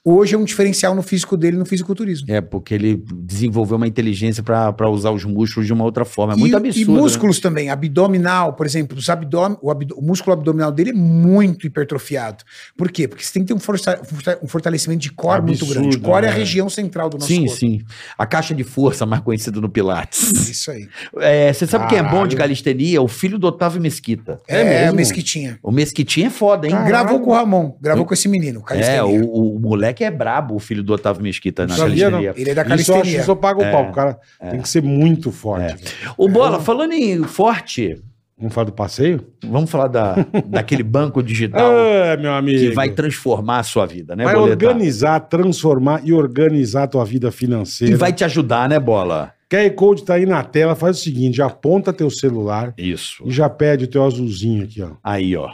hoje é um diferencial no físico dele no fisiculturismo.
É, porque ele desenvolveu uma inteligência pra pra usar os músculos de uma outra forma. É muito
e,
absurdo.
né?
E músculos também, abdominal, por exemplo, os abdômen, o, abdo- o músculo abdominal dele é muito hipertrofiado. Por quê? Porque você tem que ter um, força- um forta- um fortalecimento de core muito
Absurdo,
grande. Core é a
né?
região central do
né?
nosso
Sim,
corpo.
sim. A caixa de força, mais conhecida no Pilates.
Isso aí.
É, você sabe quem é bom
Caralho.
de calistenia? O filho do Otávio Mesquita.
É,
É
é
mesmo?
mesquitinha.
O Mesquitinha é foda, hein?
Caralho. Hum.
Gravou com o Ramon, gravou com esse menino, calistenia.
É, o, o- o moleque é brabo, o filho do Otávio Mesquita na
Sabia, não?
calistenia.
Ele é da
Isso eu acho que
calistenia.
isso eu pago o
É.
pau. O cara tem que ser muito forte. velho.
Ô, Bola,
É.
falando em forte,
Vamos falar do passeio?
vamos falar da, daquele banco digital
Ah, meu amigo.
que vai transformar a sua vida, né,
Vai
Boletar?
organizar, transformar e organizar a tua vida
E
financeira.
vai te ajudar, né, Bola?
QR Code tá aí na tela, faz o seguinte, já aponta teu celular
Isso.
e já pede o teu azulzinho aqui, ó.
Aí, ó.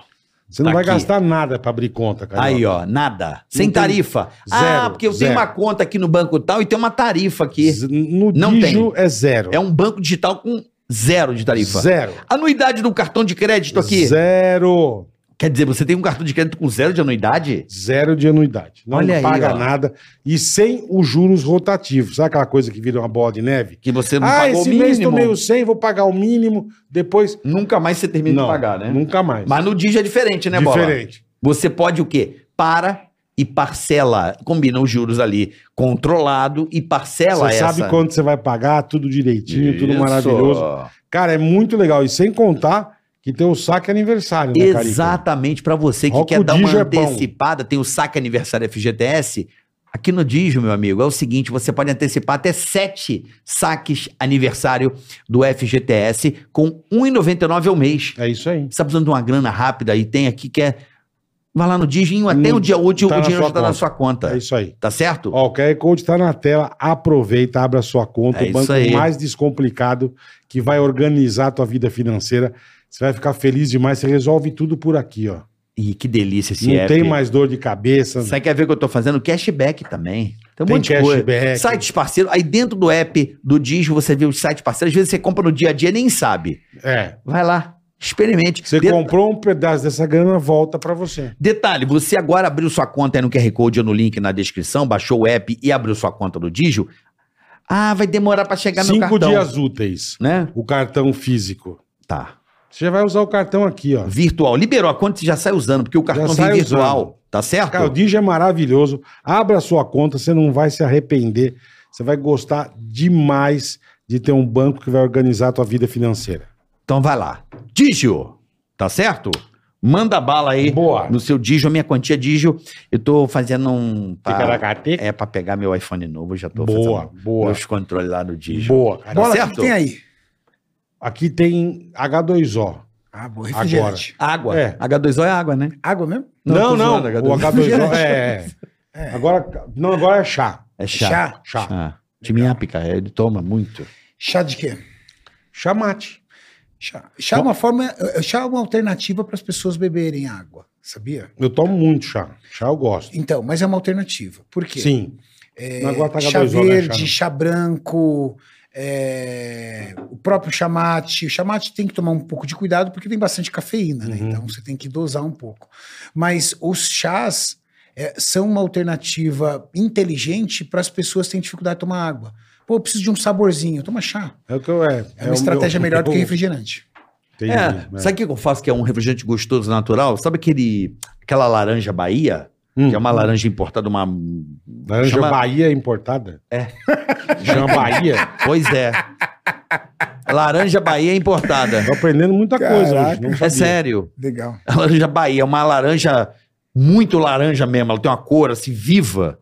Você não
Tá
vai
aqui.
gastar nada pra abrir conta, cara.
Aí, ó, nada.
Não
Sem
tem-
tarifa. ah,
Zero,
porque eu tenho
zero.
uma conta aqui no banco tal e tem uma tarifa aqui.
No
Não
Digio é zero.
É um banco digital com zero de tarifa.
Zero.
Anuidade do cartão de crédito aqui.
Zero.
Quer dizer, você tem um cartão de crédito com zero de anuidade?
Zero de anuidade. Não
Olha aí,
paga
ó.
nada. E sem os juros rotativos. Sabe aquela coisa que vira uma bola de neve?
Que você não
Ah,
pagou o
esse mês
mínimo.
tomei o 100, vou pagar o mínimo. Depois...
Nunca mais você termina
Não,
de pagar, né?
nunca mais.
Mas no Digi é diferente, né, Bola?
Diferente.
Você pode o quê? Para e parcela. Combina os juros ali. Controlado e parcela
Você
é essa.
sabe quanto você vai pagar, tudo direitinho, tudo
Isso.
maravilhoso. Cara, é muito legal. E sem contar que tem o saque aniversário, né, Carica?
Exatamente, para você que
Roca
quer
o
dar uma
Digio é bom.
antecipada, tem o saque aniversário FGTS, Aqui no Digio, meu amigo, é o seguinte: você pode antecipar até sete saques aniversário do FGTS com um R$ 1,99 ao mês.
É isso aí.
Você está precisando de uma grana rápida e tem aqui que é. Vai lá no Digio, até
Não,
o dia útil,
tá
o
na
dinheiro
sua
já está na
conta.
sua conta.
É isso aí.
Tá certo?
Ó, o QR Code tá na tela. Aproveita, abre a sua conta.
É
o
isso
banco
aí.
mais descomplicado que vai organizar a tua vida financeira. Você vai ficar feliz demais. Você resolve tudo por aqui, ó.
Ih, que delícia esse
Não
app.
tem mais dor de cabeça.
Você quer ver o que eu tô fazendo? Cashback também. Tem um
Tem
monte de coisa.
cashback.
Sites parceiros. Aí dentro do app do Digio você vê os sites parceiros. Às vezes você compra no dia a dia e nem sabe.
É.
Vai lá, experimente.
Você
De-
comprou um pedaço dessa grana, volta pra você.
Detalhe, você agora abriu sua conta aí no QR Code ou no link na descrição, baixou o app e abriu sua conta no Digio. Ah, vai demorar pra chegar no meu
Cinco
cartão.
dias úteis.
Né?
O cartão físico.
Tá.
Você já vai usar o cartão aqui, ó.
Virtual. Liberou a conta, você já sai usando, porque o cartão
sai
vem virtual.
usando.
Tá certo?
Cara, o Digi é maravilhoso. Abra a sua conta, você não vai se arrepender. Você vai gostar demais de ter um banco que vai organizar a tua vida financeira.
Então vai lá. Digio, tá certo? Manda bala aí
Boa.
no seu Digio, a minha quantia Digio. Eu tô fazendo um. pra-
Ticaracateca.
é pra pegar meu iPhone novo, eu já tô
Boa,
fazendo
boa.
meus controles lá no Digio.
Boa, cara.
Bola, o que
certo?
que tem aí?
Aqui tem H2O.
Ah, boa, refrigerante.
Água.
É.
H2O é água, né?
Água mesmo?
Não,
Não,
tô
não.
zoando,
O H2O
H2O.
é. é. Agora, não, agora é chá.
É chá.
Chá. Chá,
Ah, Timiapica, ele toma muito.
Chá de quê?
mate.
Chá. Chá é uma forma, chá é uma alternativa para as pessoas beberem água, sabia?
Eu tomo muito chá. Chá eu gosto.
Então, mas é uma alternativa. Por quê?
Sim.
É,
Mas agora tá
chá
H2O, né,
verde,
chá?
chá branco, é, o próprio chamate. O chamate tem que tomar um pouco de cuidado porque tem bastante cafeína, né?
Uhum.
Então você tem que dosar um pouco. Mas os chás é, são uma alternativa inteligente para as pessoas que têm dificuldade de tomar água. Pô, eu preciso de um saborzinho, toma chá.
É o que eu é.
É uma estratégia melhor do que refrigerante.
Entendi,
é,
né?
sabe o que eu faço que é um refrigerante gostoso natural? Sabe aquele, aquela laranja Bahia?
Hum.
Que é uma laranja importada, uma.
Laranja
chama-
Bahia importada? É. Chama Bahia?
Pois é. laranja Bahia importada.
Tô aprendendo muita coisa hoje.
Caraca.
Não
É
sabia.
sério.
Legal.
A laranja Bahia é uma laranja muito laranja mesmo. Ela tem uma cor assim viva.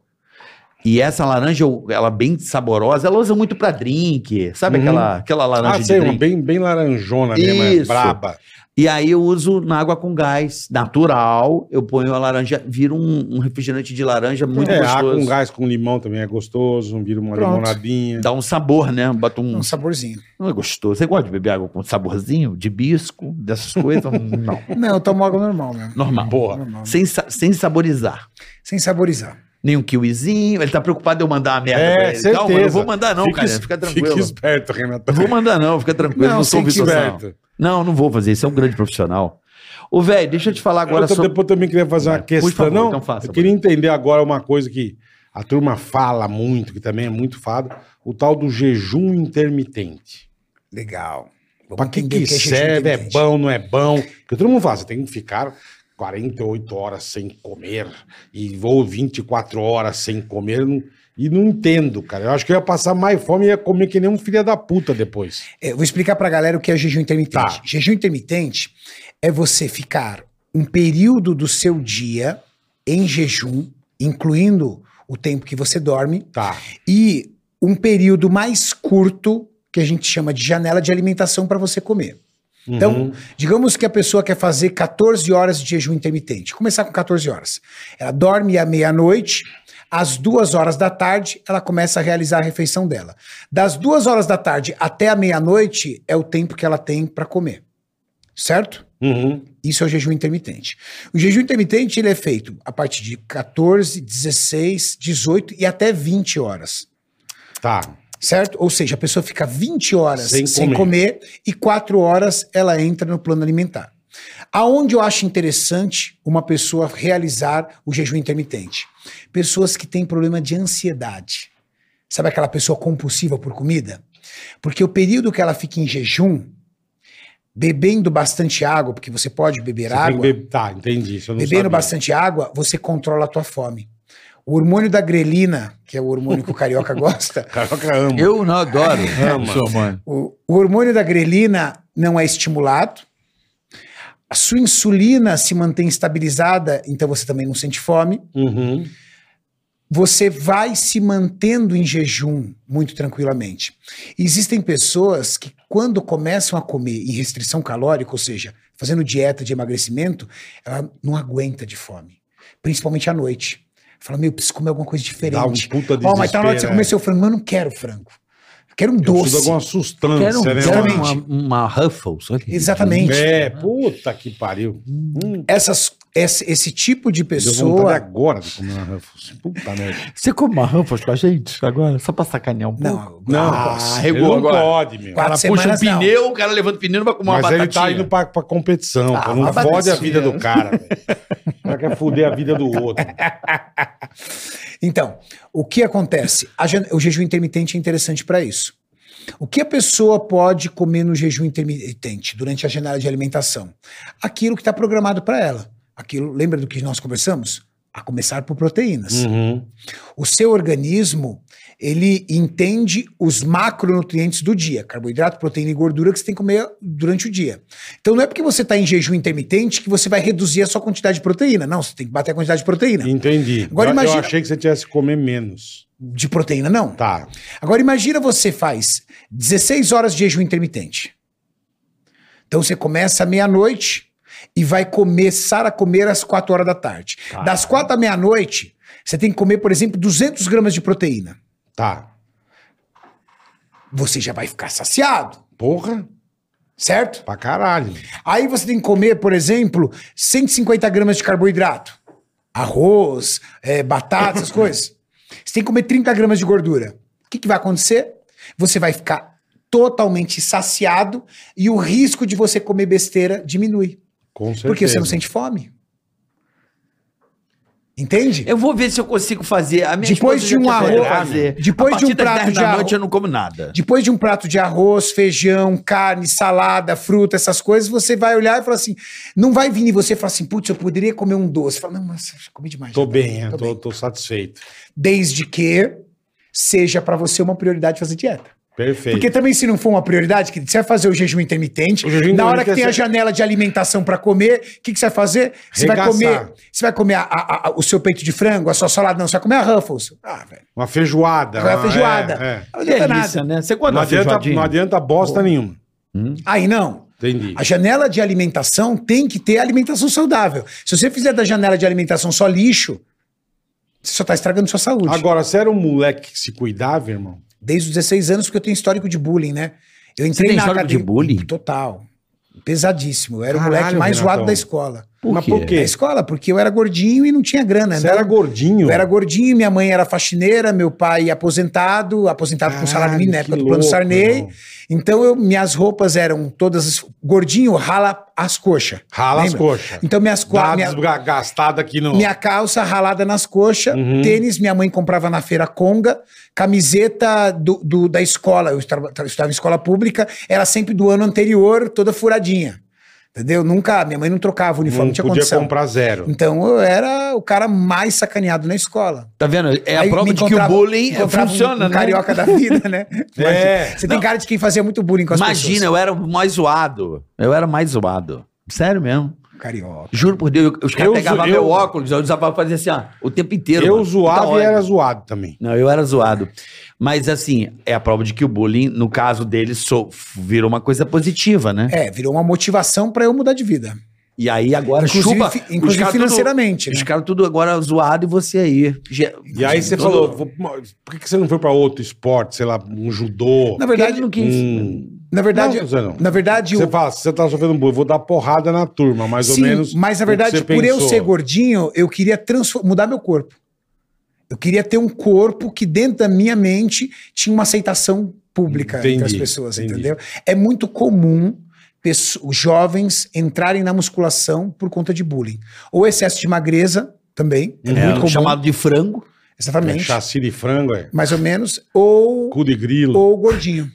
E essa laranja, eu- ela é bem saborosa. Ela usa muito pra drink. Sabe
Uhum.
aquela, aquela laranja
Ah,
de
sei, uma
drink?
bem, bem laranjona mesmo, é
Isso.
braba.
E aí eu uso na água com gás natural. Eu ponho a laranja, vira um, um refrigerante de laranja muito
é, água
gostoso.
com gás, com limão também é gostoso, vira uma
Pronto.
limonadinha.
Dá um sabor, né? Bota um.
Hum.
Um saborzinho.
Não é gostoso. Você gosta de beber água com saborzinho, de bisco, dessas coisas? Não.
Não, eu tomo água normal mesmo.
Normal.
Boa.
Normal.
Sem, sa- sem saborizar.
Sem saborizar.
nem um kiwizinho. Ele tá preocupado de eu mandar a merda
É,
pra ele. Calma, eu não
certeza.
vou mandar não, cara.
es-
Fica tranquilo.
Fica esperto, Renato.
Não vou mandar não, fica tranquilo. Não,
Não,
sou
tem que
Vitor Sá. Não, não vou fazer isso. É um grande profissional. Ô, velho, deixa eu te falar agora
eu tô-
sobre...
Depois também queria fazer uma
Por
questão.
favor,
não,
então faça,
eu queria entender agora uma coisa que a turma fala muito, que também é muito falado, o tal do jejum intermitente.
Legal. Vamos
Pra que,
entender
que
o jejum
serve? É
intermitente.
bom, não é bom? Porque todo mundo fala, você tem que ficar 48 horas sem comer e vou 24 horas sem comer. não- e não entendo, cara. Eu acho que eu ia passar mais fome e ia comer que nem um filho da puta depois.
É, eu vou explicar pra galera o que é o jejum intermitente.
Tá.
Jejum intermitente é você ficar um período do seu dia em jejum, incluindo o tempo que você dorme,
Tá.
e um período mais curto, que a gente chama de janela de alimentação para você comer. Então,
Uhum.
digamos que a pessoa quer fazer 14 horas de jejum intermitente. Começar com 14 horas. Ela dorme à meia-noite, às duas horas da tarde, ela começa a realizar a refeição dela. Das duas horas da tarde até a meia-noite é o tempo que ela tem para comer. Certo?
Uhum.
Isso é o jejum intermitente. O jejum intermitente ele é feito a partir de 14, 16, 18 e até 20 horas.
Tá.
Certo? Ou seja, a pessoa fica 20 horas
Sem
sem
comer.
comer. e 4 horas ela entra no plano alimentar. Aonde eu acho interessante uma pessoa realizar o jejum intermitente? Pessoas que têm problema de ansiedade. Sabe aquela pessoa compulsiva por comida? Porque o período que ela fica em jejum, bebendo bastante água, porque você pode beber
Você tem
água,
que beber- Tá, entendi. Isso eu não
Bebendo
sabia.
bastante água, você controla a tua fome. O hormônio da grelina, que é o hormônio que o carioca gosta,
Caraca, amo.
Eu não adoro.
Ama.
Sou, mano.
o, o hormônio da grelina não é estimulado. A sua insulina se mantém estabilizada, então você também não sente fome.
Uhum.
você vai se mantendo em jejum muito tranquilamente. Existem pessoas que, quando começam a comer em restrição calórica, ou seja, fazendo dieta de emagrecimento, ela não aguenta de fome, principalmente à noite. Fala, meu, preciso comer alguma coisa diferente.
Dá um puta
Ó, mas tá na hora de você
desespero,
comer
é.
seu frango. Mas eu não quero frango. Eu quero um
Eu preciso de
doce.
alguma
Quero
sustância,
um-
né?
quero
Exatamente.
uma, uma Ruffles. olha.
Exatamente.
É, puta que pariu. Hum,
Essas, esse, esse tipo de
deu vontade
pessoa.
agora de comer uma Ruffles. Puta merda.
Você come uma Ruffles com a gente agora? Só pra sacanear um pouco?
Não,
Não,
não
posso.
ele
regou
não
agora.
pode, meu.
Quatro
O cara puxa um
semanas, não.
pneu, o cara levanta o pneu e vai comer uma
Mas
batatinha.
ele tá indo pra, pra competição.
Ah,
pô. não
uma
fode
batatinha.
a vida do cara. velho. O cara quer foder a vida do outro.
Então, o que acontece? A jan- o jejum intermitente é interessante para isso. O que a pessoa pode comer no jejum intermitente durante a janela de alimentação? Aquilo que está programado para ela. Aquilo, lembra do que nós conversamos? A começar por proteínas.
Uhum.
O seu organismo, ele entende os macronutrientes do dia, carboidrato, proteína e gordura que você tem que comer durante o dia. Então não é porque você está em jejum intermitente que você vai reduzir a sua quantidade de proteína. Não, você tem que bater a quantidade de proteína.
Entendi.
Agora
eu,
imagina-
eu achei que você tivesse que comer menos.
De proteína, não.
Tá.
Agora imagina você faz 16 horas de jejum intermitente. Então você começa à meia-noite e vai começar a comer às 4 horas da tarde. Das 4 à meia-noite, você tem que comer, por exemplo, 200 gramas de proteína.
Tá.
Você já vai ficar saciado,
Porra,
certo?
pra caralho.
Aí você tem que comer, por exemplo, 150 gramas de carboidrato. Arroz, eh, batata, essas coisas. Você tem que comer 30 gramas de gordura. O que, que vai acontecer? Você vai ficar totalmente saciado e o risco de você comer besteira diminui.
Com certeza.
Porque você não sente fome. Entende?
Eu vou ver se eu consigo fazer. A minha
Depois
esposa
de
já
um
quer fazer.
arroz- depois
a
de um
partir das
prato
10
de
da
arroz-
noite eu não como nada.
Depois de um prato de arroz, feijão, carne, salada, fruta, essas coisas, você vai olhar e falar assim, não vai vir em você e falar assim, putz, eu poderia comer um doce. Fala, não, mas eu comi demais.
Tô
já tá
bem, eu
tô
tô, tô satisfeito.
Desde que seja pra você uma prioridade fazer dieta.
Perfeito.
Porque também se não for uma prioridade, que você vai fazer o jejum intermitente,
É O jejum
na hora
intermitente
que tem
é
a
ser-
janela de alimentação pra comer, o que, que você vai fazer? Você vai
Regaçar.
comer, você vai comer a- a- a- o seu peito de frango, a sua salada, não, você vai comer a Ruffles. Ah, velho.
Uma feijoada.
Vai a
uma-
feijoada.
é, é.
Não adianta nada.
né? Você
Não,
guarda uma
adianta,
feijoadinha?
não adianta bosta nenhuma.
Aí não.
Entendi.
A janela de alimentação tem que ter alimentação saudável. Se você fizer da janela de alimentação só lixo, você só está estragando sua saúde.
Agora, você era um moleque que se cuidava, irmão?
Desde os 16 anos, porque eu tenho histórico de bullying, né? Eu entrei
tem
na
histórico de bullying?
Total. Pesadíssimo. Eu era o
Caralho,
moleque mais
Renatão.
zoado da escola.
Por
Mas
quê?
por
Da
quê?
escola, porque eu era gordinho e não tinha grana.
Você
né?
era gordinho.
Eu era gordinho, minha mãe era faxineira, meu pai aposentado, aposentado com salário
Caralho,
mínimo na
Ah, que
época do plano
louco,
Sarney.
irmão.
Então, eu- minhas roupas eram todas. Gordinho rala as coxas.
Rala as
lembra?
coxas.
Então, minhas
Dá
quadras. Minha,
desga- gastada aqui no.
minha calça ralada nas coxas,
Uhum.
tênis, minha mãe comprava na feira Conga, camiseta do, do- da escola, eu estava- estava- estudava em escola pública, era sempre do ano anterior, toda furadinha. Entendeu? Nunca, minha mãe não trocava o uniforme,
não
não tinha
podia
condição.
comprar zero.
Então eu era o cara mais sacaneado na escola.
Tá vendo? É a
Aí
prova
me
de que o
encontrava-
bullying é,
encontrava um-
funciona,
um
né?
Carioca da vida, né?
É.
Você tem cara de quem fazia muito bullying com as
Imagina,
pessoas.
eu era o mais zoado. Eu era mais zoado. Sério mesmo.
Carioca.
Juro por Deus, eu- os
Eu
caras
zo-
pegavam
eu-
meu óculos, eu usava pra fazer assim, ó, o tempo inteiro.
Eu
mano. Puta
zoava e
ódio.
era zoado também.
Não, eu era zoado. Mas assim, é a prova de que o bullying, no caso dele, so- virou uma coisa positiva, né?
É, virou uma motivação pra eu mudar de vida.
E aí agora
Inclusive,
chupa.
fi-
os
inclusive
caras
financeiramente,
Tudo, Os
né?
caras tudo agora zoado e você aí. ge-
E aí você
tudo-
falou, "Vou- mas por que que você não foi pra outro esporte, sei lá, um judô?
Porque
Na verdade,
ele não quis.
um-
na verdade,
Não, Zé, não.
na verdade,
Você
o-
fala, você tá sofrendo bullying, vou dar porrada na turma, mais ou
Sim,
menos.
Mas na
o que
verdade,
você
por eu
pensou.
ser gordinho, eu queria transfor- mudar meu corpo. Eu queria ter um corpo que dentro da minha mente tinha uma aceitação pública
Entendi,
entre as pessoas,
entendi.
entendeu? É muito comum pesso- jovens entrarem na musculação por conta de bullying. Ou excesso de magreza também, é,
É,
muito comum.
chamado de frango.
É
Exatamente.
chassi de frango, é.
mais ou menos. Ou,
Cu de grilo. Ou...
ou gordinho.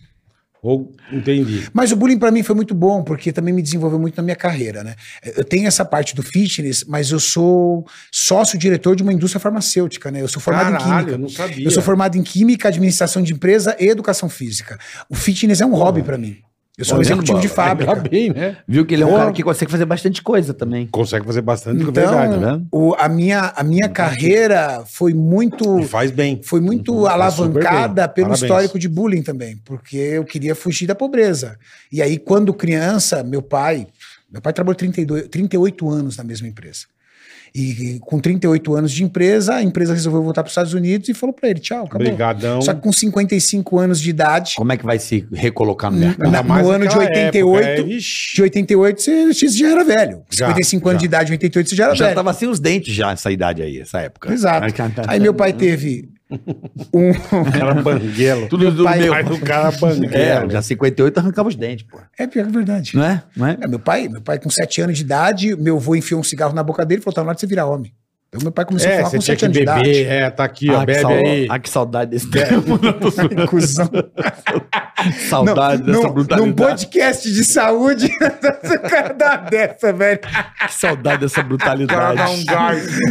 Entendi.
Mas o bullying pra mim foi muito bom, porque também me desenvolveu muito na minha carreira, né? Eu tenho essa parte do fitness, mas eu sou sócio-diretor de uma indústria farmacêutica, né? Eu sou formado em
Caralho, eu
química.
não sabia.
Eu sou formado em química, administração de empresa e educação física. O fitness é um hobby pra mim. Eu sou um
Olha,
executivo
bola.
de
Ainda
fábrica.
bem, né?
Viu que ele é um
Porra.
cara que consegue fazer bastante coisa também.
Consegue fazer bastante,
Então,
é verdade, né?
vendo?
o- a minha, a minha carreira foi muito,
E faz bem.
foi muito
Uhum, tá super
alavancada
bem.
pelo
Parabéns.
histórico de bullying também, porque eu queria fugir da pobreza. E aí, quando criança, meu pai, meu pai trabalhou 32, 38 anos na mesma empresa. E com 38 anos de empresa, a empresa resolveu voltar para os Estados Unidos e falou para ele: tchau, acabou.
Obrigadão.
Só que com 55 anos de idade,
Como é que vai se recolocar no mercado?
tá
na- no ano de 88, de 88, você você já era velho.
é? Já,
55
já.
anos de idade, 88, você já era
Já
velho.
tava sem os dentes já nessa idade aí, essa época.
Exato.
tá
Aí meu pai teve um.
Era banguelo.
Tudo do
pai-
meu.
Mas o cara
É,
banguelo.
já 58 arrancava os dentes, pô.
É pior que verdade.
Não é? Não é?
É, meu pai, meu pai com 7 anos de idade, meu avô enfiou um cigarro na boca dele e falou: tá na hora de você virar homem. Então meu pai começou a
É,
fumar
você
com
tinha
7
que
anos de idade.
beber. É, tá aqui, ó.
que
Bebe
sau-
aí.
ah, que saudade desse tempo.
Cusão.
saudade
Num-
dessa
num- Num
brutalidade.
podcast de saúde, o cara dá uma dessa, velho.
Que saudade dessa
cara dá um
brutalidade.
gás.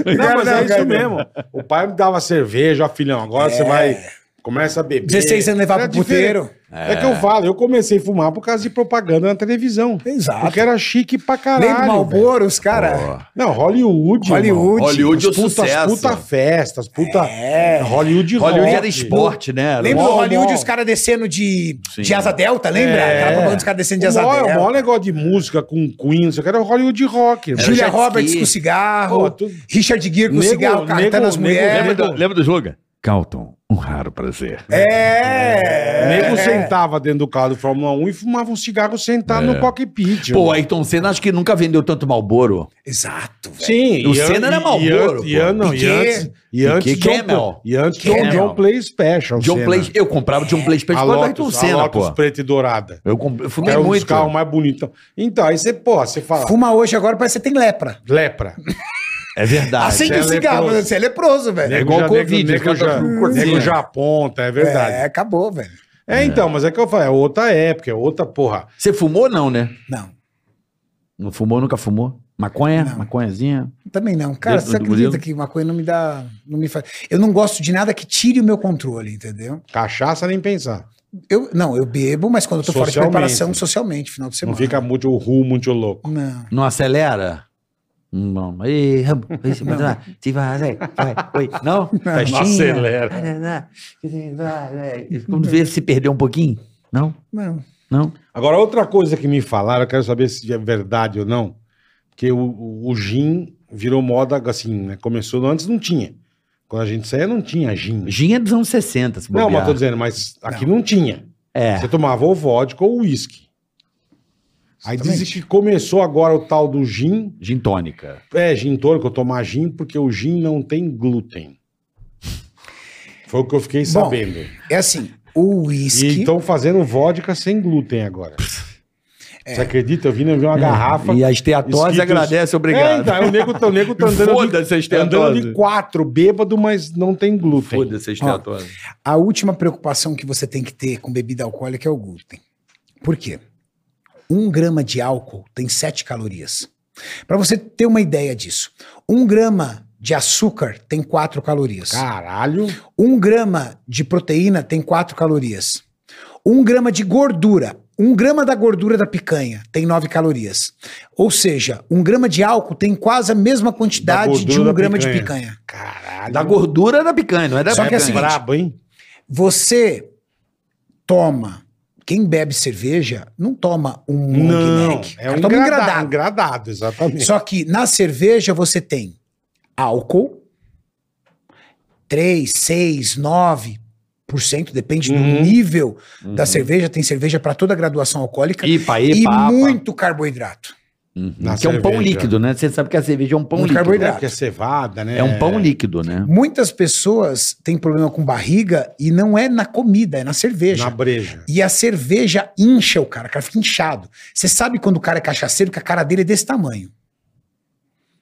Cara
Não, mas
dá um
é isso
gás.
mesmo. O pai me dava cerveja, ó, filhão. Agora você vai. Começa a beber.
16 anos levar
Era
pro puteiro.
diferente. É. que eu falo, eu comecei a fumar por causa de propaganda na televisão.
Exato.
Porque era chique pra
Nem do
caralho. velho.
Malboro, os caras.
Ó.
Não, Hollywood. irmão.
Hollywood.
Hollywood é o
As putas,
sucesso.
puta festas, puta.
É.
Hollywood
Hollywood
rock.
era esporte, né? Era
Lembra do
Mó,
Hollywood
mó.
os caras descendo de,
Sim.
de asa delta, lembra?
É.
Aquela propaganda dos caras descendo de
O
asa
maior, o maior
delta.
negócio de música com Queen, isso aqui era Hollywood rock. irmão.
Era
Julia
jet
Roberts
ski.
com cigarro,
Pô, tu-
Richard Gere com
Nego-
cigarro,
nego-
cantando as
nego-
mulheres.
Lembra do, lembra do jogo? Calton, um raro prazer.
É.
O nego sentava dentro do carro do Fórmula 1 e fumava um cigarro sentado no cockpit.
É. Pô,
irmão.
Ayrton Senna acho que nunca vendeu tanto Malboro.
Exato, velho.
Sim,
O
e an-
Senna era
e-
Marlboro,
E, an-
pô.
e, an- não, e
Piquet.
antes, e antes
Piquet é
John,
Camel.
Pla- e antes John,
Camel.
John Play Special.
é John
Senna.
Play, eu comprava John Play Special
a
por causa do
Lotus,
Ayrton
a
Senna,
Lotus
pô.
preta e dourada.
Eu, comprei, eu fumei
Era um dos
É muito.
carros mais bonitos. Então, aí você, pô, você fala,
Fuma hoje agora, parece que você tem lepra.
lepra.
É verdade.
Acende
você
o
é
cigarro,
leproso.
você é leproso, velho.
É igual
já-
Covid,
Nego,
os caras
já,
tão com corzinha.
nego já aponta, é
É,
verdade.
acabou, velho.
É, então, mas é que eu falo, é outra época, é outra porra.
Você fumou não, né?
Não,
Não fumou, nunca fumou? Maconha?
Não.
Maconhazinha?
também não. Cara,
Dentro
você
do
acredita
Murilo?
que uma coisa não me dá. Não me faz. Eu não gosto de nada que tire o meu controle, entendeu?
Cachaça nem pensar.
Eu, não, eu bebo, mas quando eu tô fora de
Socialmente.
preparação, socialmente, final de
não
semana.
fica muito o ru, muito louco.
Não.
Não acelera? Hum, Não. Ei, Rambo, ei, se manda lá. Se vai, vai, vai, oi. Não? Festinha.
acelera.
Vai, vai, vai. Quando vê, se perdeu um pouquinho? Não?
Não.
Não?
Agora, outra coisa que me falaram, eu quero saber se é verdade ou não, que o, o, o gin virou moda assim, né? Começou, antes não tinha. Quando a gente saía, não tinha gin.
Gin é dos anos 60, se
Não,
bobear.
mas tô dizendo, mas aqui não, tinha.
É.
Você tomava ou vodka ou uísque. Aí dizem que começou agora o tal do gin.
Gin tônica.
É, gin tônico, eu tomar gin, porque o gin não tem glúten. Foi o que eu fiquei
Bom,
sabendo.
É assim, o
E
uísque.
estão fazendo vodka sem glúten agora. Você acredita? Eu vi, eu vi
É.
uma garrafa.
E a esteatose
escrito-
agradece,
É,
obrigado.
então, o nego, tá- o nego tá andando,
Foda-se a
de, andando de
esteatose.
quatro, bêbado, mas não tem glúten.
Foda-se a esteatose.
A última preocupação que você tem que ter com bebida alcoólica é o glúten. Por quê? Um grama de álcool tem 7 calorias. Para você ter uma ideia disso, um grama de açúcar tem 4 calorias.
Ah. Caralho.
Um grama de proteína tem 4 calorias. Um grama de gordura, um grama da gordura da picanha tem 9 calorias. Ou seja, um grama de álcool tem quase a mesma quantidade de
gordura
um
da
grama de
picanha.
picanha.
Caralho.
Da gordura da picanha, não é da
Só que
picanha.
assim-
Brabo, hein?
Você toma. Quem bebe cerveja não toma um long
Não,
neck.
é um
toma
engradado. Engradado, exatamente.
Só um que na cerveja você tem álcool, 3, 6, 9%, depende
Uhum.
do nível da cerveja. Tem cerveja para toda a graduação alcoólica.
Ipa,
e
epa, apa.
muito carboidrato.
Uhum. Que
Na
é um pão
cerveja.
líquido, né? Você sabe que a cerveja é um pão
Muito
líquido.
carboidrato.
É, porque é cevada, né?
É um pão líquido, né?
Muitas pessoas têm problema com barriga e não é na comida, é na cerveja.
Na breja.
E a cerveja incha o cara, o cara fica inchado. Você sabe quando o cara é cachaceiro que a cara dele é desse tamanho.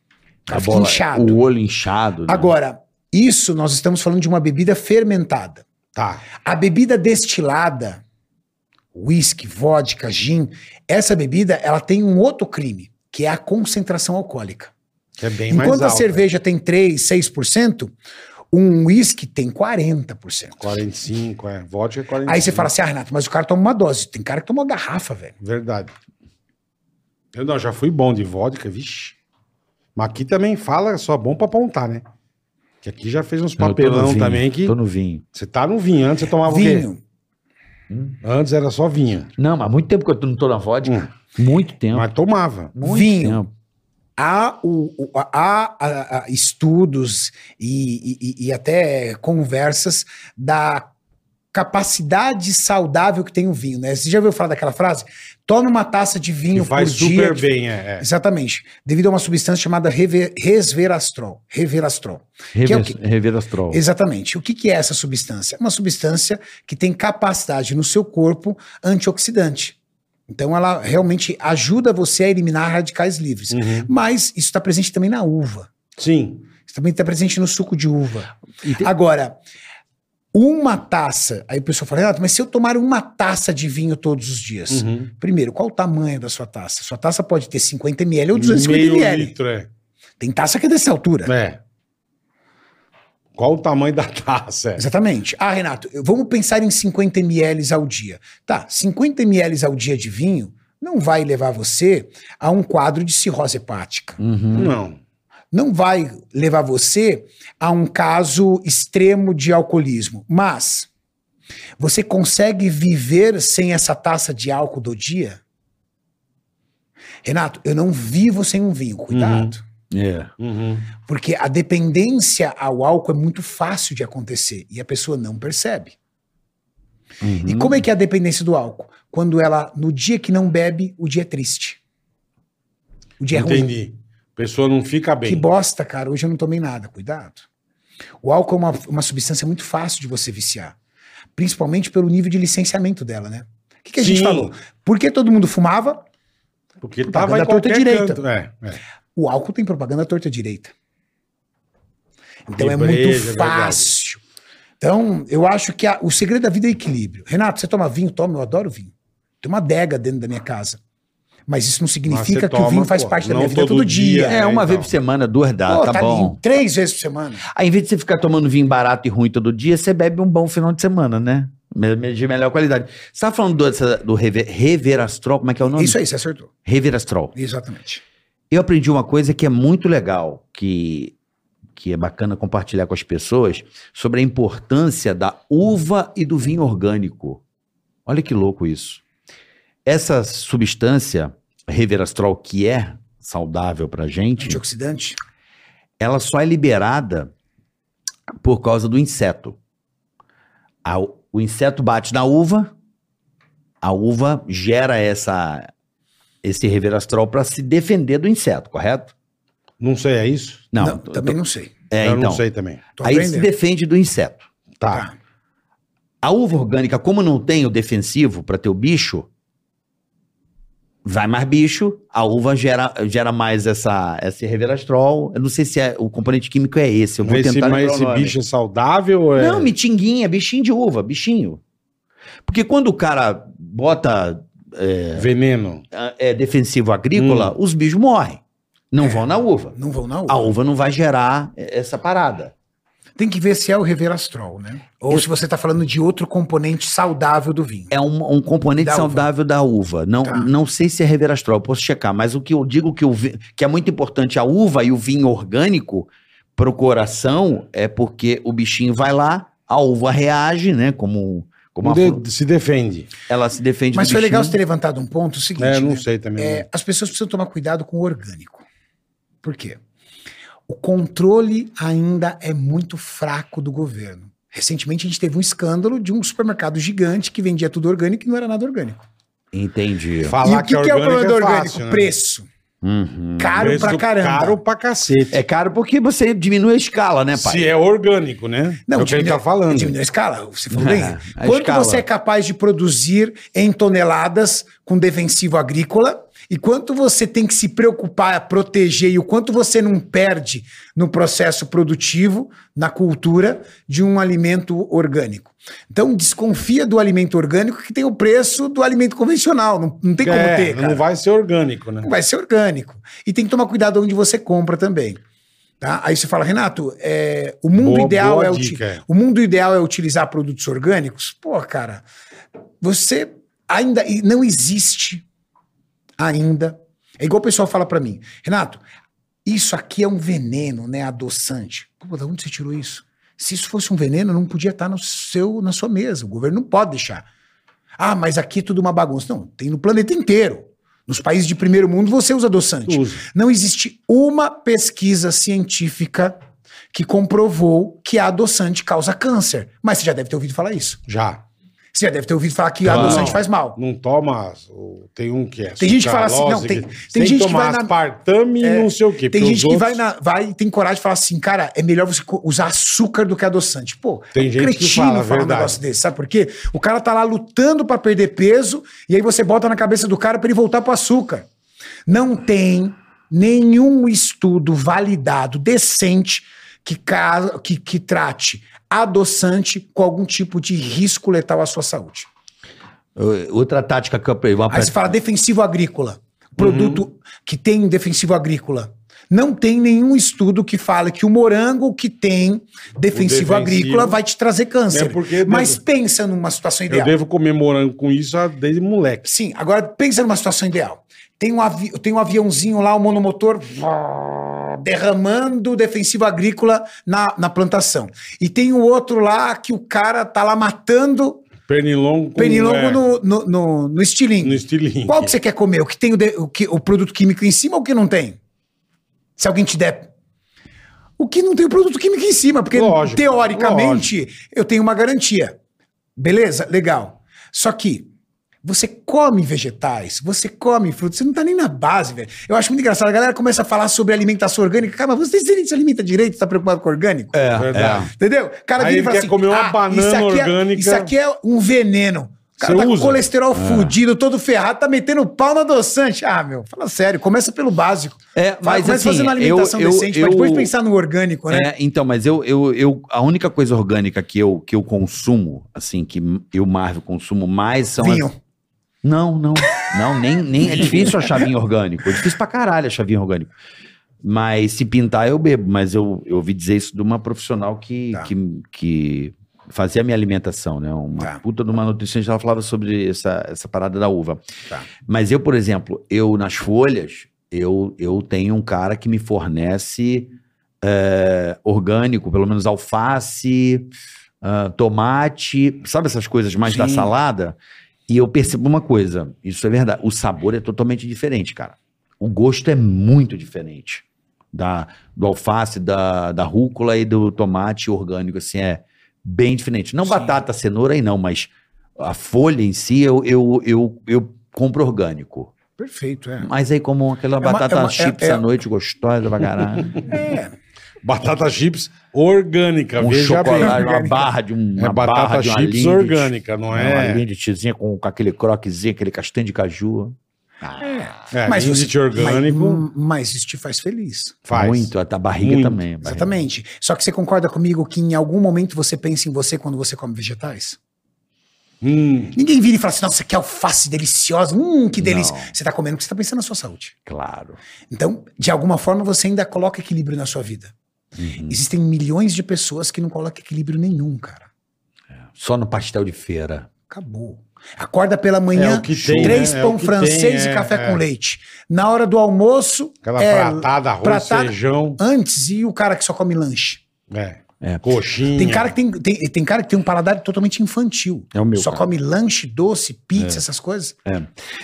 O cara
A
fica
bola-
inchado.
O olho inchado. né?
Agora, isso nós estamos falando de uma bebida fermentada.
Tá.
A bebida destilada, whisky, vodka, gin, essa bebida ela tem um outro crime, que é a concentração alcoólica.
Que é bem mais
Enquanto a
alta.
cerveja tem 3, 6%, Um uísque tem 40%.
45, é. Vodka é 45.
Aí você fala assim, ah, Renato, mas o cara toma uma dose. Tem cara que toma uma garrafa, velho.
Verdade. Eu não, já fui bom de vodka, vixe. Mas aqui também fala só bom pra apontar, né? Que aqui já fez uns
Eu tô no
papelão
vinho,
também que...
Tô no vinho.
Você tá no vinho, antes você tomava o quê?
Vinho.
Antes era só vinho.
Não, há muito tempo que eu não tô na vodka. Muito tempo.
Mas tomava.
Muito
vinho.
tempo.
há, o, o- há- há- há estudos e, e- e- e até conversas da capacidade saudável que tem o vinho, né? Você já ouviu falar daquela frase? Toma uma taça de
E
vinho por
vai
dia.
super bem, é. é.
Exatamente. Devido a uma substância chamada reve- resverastrol. Reverastrol. Que é o
Rever,
quê?
Reverastrol.
Exatamente. O que, que é essa substância? É Uma substância que tem capacidade no seu corpo antioxidante. Então, ela realmente ajuda você a eliminar radicais livres.
Uhum.
Mas isso está presente também na uva.
Sim.
Isso também está presente no suco de uva.
E tem-
Agora, uma taça. Aí o pessoal fala, Renato, mas se eu tomar uma taça de vinho todos os dias?
Uhum.
Primeiro, qual o tamanho da sua taça? Sua taça pode ter 50 ml ou 250
Meio
ml.
litro, é.
Tem taça que é dessa altura.
É. Qual o tamanho da taça? é?
Exatamente. Ah, Renato, eu- vamos pensar em 50 ml ao dia. Tá, 50 ml ao dia de vinho não vai levar você a um quadro de cirrose hepática.
Uhum.
Não.
Não vai levar você a um caso extremo de alcoolismo. Mas você consegue viver sem essa taça de álcool do dia? Renato, eu não vivo sem um vinho, cuidado.
É.
Uhum.
Porque a dependência ao álcool é muito fácil de acontecer e a pessoa não percebe. E
Uhum.
como é que é a dependência do álcool? Quando ela, no dia que não bebe, o dia é triste. O dia é ruim.
Entendi. A pessoa não fica bem.
Que bosta, cara, hoje eu não tomei nada, cuidado. O álcool é uma, uma substância muito fácil de você viciar. Principalmente pelo nível de licenciamento dela, né? O que, que a gente
Sim.
falou? Por que todo mundo fumava?
Porque tava
Propaganda
em
à torta
qualquer
direita.
canto. É, é.
O álcool tem propaganda à torta direita. Então é
Libreja, é
muito
verdade.
fácil. Então, eu acho que a- o segredo da vida é equilíbrio. Renato, você toma vinho? Toma, eu adoro vinho. Tem uma adega dentro da minha casa. Mas isso não significa
você
que o vinho
toma,
faz
pô,
parte da
não
minha vida
todo
todo dia.
dia.
É,
É,
uma
então.
vez por semana, duas dá,
Pô,
tá,
tá
bom.
lindo. Três vezes por semana.
Aí, em vez de você ficar tomando vinho barato e ruim todo dia, você bebe um bom final de semana, né? Me- me- De melhor qualidade. Você tá falando do, essa- do rever- Reverastrol? Como é que é o nome?
Isso aí, você acertou.
Reverastrol.
Exatamente.
Eu aprendi uma coisa que é muito legal, que, que é bacana compartilhar com as pessoas, sobre a importância da uva e do vinho orgânico. Olha que louco isso. Essa substância, Reverastrol, que é saudável pra gente,
Antioxidante.
ela só é liberada por causa do inseto. A- o inseto bate na uva, a uva gera essa esse reverastrol para se defender do inseto, correto?
Não sei, é isso?
Não,
Não, também não sei.
é,
eu
então.
não sei também.
Tô
aí se
aprendendo.
defende do inseto.
Tá.
A uva orgânica, como não tem o defensivo para ter o bicho, vai mais bicho, a uva gera, gera mais essa, esse reverastrol. Eu não sei se é, o componente químico é esse, eu vou
Mas esse,
tentar
mas
lembrar o
esse
nome.
bicho é saudável? ou É...
Não, mitinguinha, bichinho de uva, bichinho. Porque quando o cara bota
Veneno.
ah, é, defensivo
Hum.
agrícola, os bichos morrem. Não vão na uva.
Não vão na uva.
A uva não vai gerar eh, essa parada.
Tem que ver se é o reverastrol, né? Ou se você tá falando de outro componente saudável do vinho.
É um, um componente
Da uva.
saudável da uva. Não,
Tá.
não sei se é reverastrol, posso checar, mas o que eu digo que, o vi- que é muito importante a uva e o vinho orgânico pro coração é porque o bichinho vai lá, a uva reage, né? Como, como a
De-
fruta,
Se defende.
ela se defende
Mas
do
foi legal você
bichinho.
ter levantado um ponto, o seguinte,
É, não
né?
sei também.
É, as pessoas precisam tomar cuidado com o orgânico. Por quê? O controle ainda é muito fraco do governo. Recentemente a gente teve um escândalo de um supermercado gigante que vendia tudo orgânico e não era nada orgânico.
Entendi.
Falar
e o que, que é o problema do orgânico?
fácil, né?
Preço.
Uhum.
Caro
Preço
pra caramba.
Caro pra cacete.
É caro porque você diminui a escala, né, pai?
Se é orgânico, né? é o que ele tá
diminui-
falando.
Diminui a escala, você falou bem.
É, a
Quanto
escala.
você é capaz de produzir em toneladas com defensivo agrícola e quanto você tem que se preocupar, proteger e o quanto você não perde no processo produtivo, na cultura de um alimento orgânico. Então, desconfia do alimento orgânico que tem o preço do alimento convencional. Não, não tem como
É,
ter, cara.
Não vai ser orgânico, né?
Não vai ser orgânico. E tem que tomar cuidado onde você compra também. Tá? Aí você fala, Renato, é, o mundo
Boa-
ideal
boa
é uti-
dica.
o mundo ideal é utilizar produtos orgânicos. Pô, cara, você ainda e não existe ainda. É igual o pessoal fala pra mim, Renato, isso aqui é um veneno, né, adoçante. Pô, da onde você tirou isso? Se isso fosse um veneno, não podia estar no seu, na sua mesa. O governo não pode deixar. Ah, mas aqui é tudo uma bagunça. Não, tem no planeta inteiro. Nos países de primeiro mundo você usa adoçante.
Usa.
Não existe uma pesquisa científica que comprovou que a adoçante causa câncer. Mas você já deve ter ouvido falar isso.
Já.
Você já deve ter ouvido falar que
Claro.
adoçante faz mal.
Não toma. o- Tem um que é.
Tem gente que fala assim, não,
sucralose,
tem- tem
que
gente que
tomar
vai na- É,
aspartame e não sei o quê.
Tem
porque os
gente que vai,
outros-
na, vai tem coragem de falar assim, cara, é melhor você co- usar açúcar do que adoçante. Pô,
Tem
é um
gente que fala a
um
verdade.
negócio desse, sabe por quê? O cara tá lá lutando pra perder peso e aí você bota na cabeça do cara pra ele voltar pro açúcar. Não tem nenhum estudo validado, decente, que, ca- que, que trate adoçante com algum tipo de risco letal à sua saúde.
O- Outra tática que eu aprendi. uma
Aí você
prática-
fala defensivo agrícola. Produto
Uhum.
que tem um defensivo agrícola. Não tem nenhum estudo que fale que o morango que tem defensivo,
defensivo-
agrícola vai te trazer câncer.
É porque-
Mas pensa numa situação
Eu
ideal.
devo comer morango com isso ah, desde moleque.
Sim, agora pensa numa situação ideal. Tem um, avi- tem um aviãozinho lá, um monomotor derramando defensivo agrícola na, na plantação. E tem o outro lá que o cara tá lá matando
Pernilongo com.
pernilongo
é,
no, no, no, no estilingue.
no estilinho.
Qual que você quer comer? O que tem o, de- o que- o produto químico em cima ou o que não tem? Se alguém te der. O que não tem o produto químico em cima, porque
Lógico,
teoricamente eu tenho uma garantia. Beleza? Legal. Só que você come vegetais, você come frutas, você não tá nem na base, velho. Eu acho muito engraçado. A galera começa a falar sobre alimentação orgânica. Cara, mas você se alimenta direito, você tá preocupado com orgânico?
É,
Verdade.
é.
Entendeu? O cara
Aí
vira e
ele
fala
quer
assim,
comer uma
"Ah,
banana
isso aqui é-
orgânica."
isso aqui é um veneno. O cara
Você
tá
usa? É.
com colesterol fudido, todo ferrado, tá metendo pau no adoçante. Ah, meu, fala sério, começa pelo básico.
É,
Fala,
mas
começa
assim,
fazendo uma alimentação
eu- eu-
decente, mas
eu-
depois pensar no orgânico, né?
É, então, mas eu, eu, eu. A única coisa orgânica que eu, que eu consumo, assim, que eu, Marvel, consumo mais são. as-
Vinho.
Não, não. Não, nem, nem. É difícil achar vinho orgânico. É difícil pra caralho achar vinho orgânico. Mas se pintar, eu bebo. Mas eu, eu ouvi dizer isso de uma profissional que,
Tá.
que, que fazia a minha alimentação, né? Uma
Tá.
puta de uma nutricionista, ela falava sobre essa, essa parada da uva.
Tá.
Mas eu, por exemplo, eu nas folhas, eu, eu tenho um cara que me fornece é, orgânico, pelo menos alface, ah, tomate, sabe essas coisas mais da
Sim.
salada? E eu percebo uma coisa, isso é verdade, o sabor é totalmente diferente, cara. O gosto é muito diferente da, do alface, da, da rúcula e do tomate orgânico, assim, é bem diferente. Não
Sim.
batata, cenoura aí não, mas a folha em si eu, eu, eu, eu compro orgânico.
Perfeito, é.
Mas aí como aquela
uma-
batata
é uma- é-
chips
é-
à noite, gostosa pra caralho.
É,
Batata chips orgânica.
um
veja bem.
chocolate, uma barra de um- uma
É
barra
batata
de uma
chips
Lindt,
orgânica, não
Uma
é?
Lindt tizinha com, com aquele croquezinho, aquele castanho de caju.
É,
mas
Lindt
você-
orgânico
Mas, hum, mas isso te faz feliz.
faz.
Muito, a da barriga
Muito.
também. a barriga.
Exatamente. Só que você concorda comigo que em algum momento você pensa em você quando você come vegetais?
Hum,
Ninguém vira e fala assim, nossa, que alface deliciosa, hum, que delícia.
Não.
Você tá comendo porque você tá pensando na sua saúde.
Claro.
Então, de alguma forma, você ainda coloca equilíbrio na sua vida.
Uhum.
Existem milhões de pessoas que não colocam equilíbrio nenhum, cara.
Só no pastel de feira.
Acabou. Acorda pela
É
manhã,
o que tem,
três
né? É
pão
o que
francês
tem,
e
é,
café
é.
com leite. Na hora do almoço,
aquela
é,
pratada, arroz,
pratada-
feijão.
antes, e o cara que só come lanche.
É.
É.
Coxinha.
Tem cara que tem, tem, tem cara que tem um paladar totalmente infantil.
É o meu,
Só
cara.
come lanche, doce, pizza,
É.
essas coisas.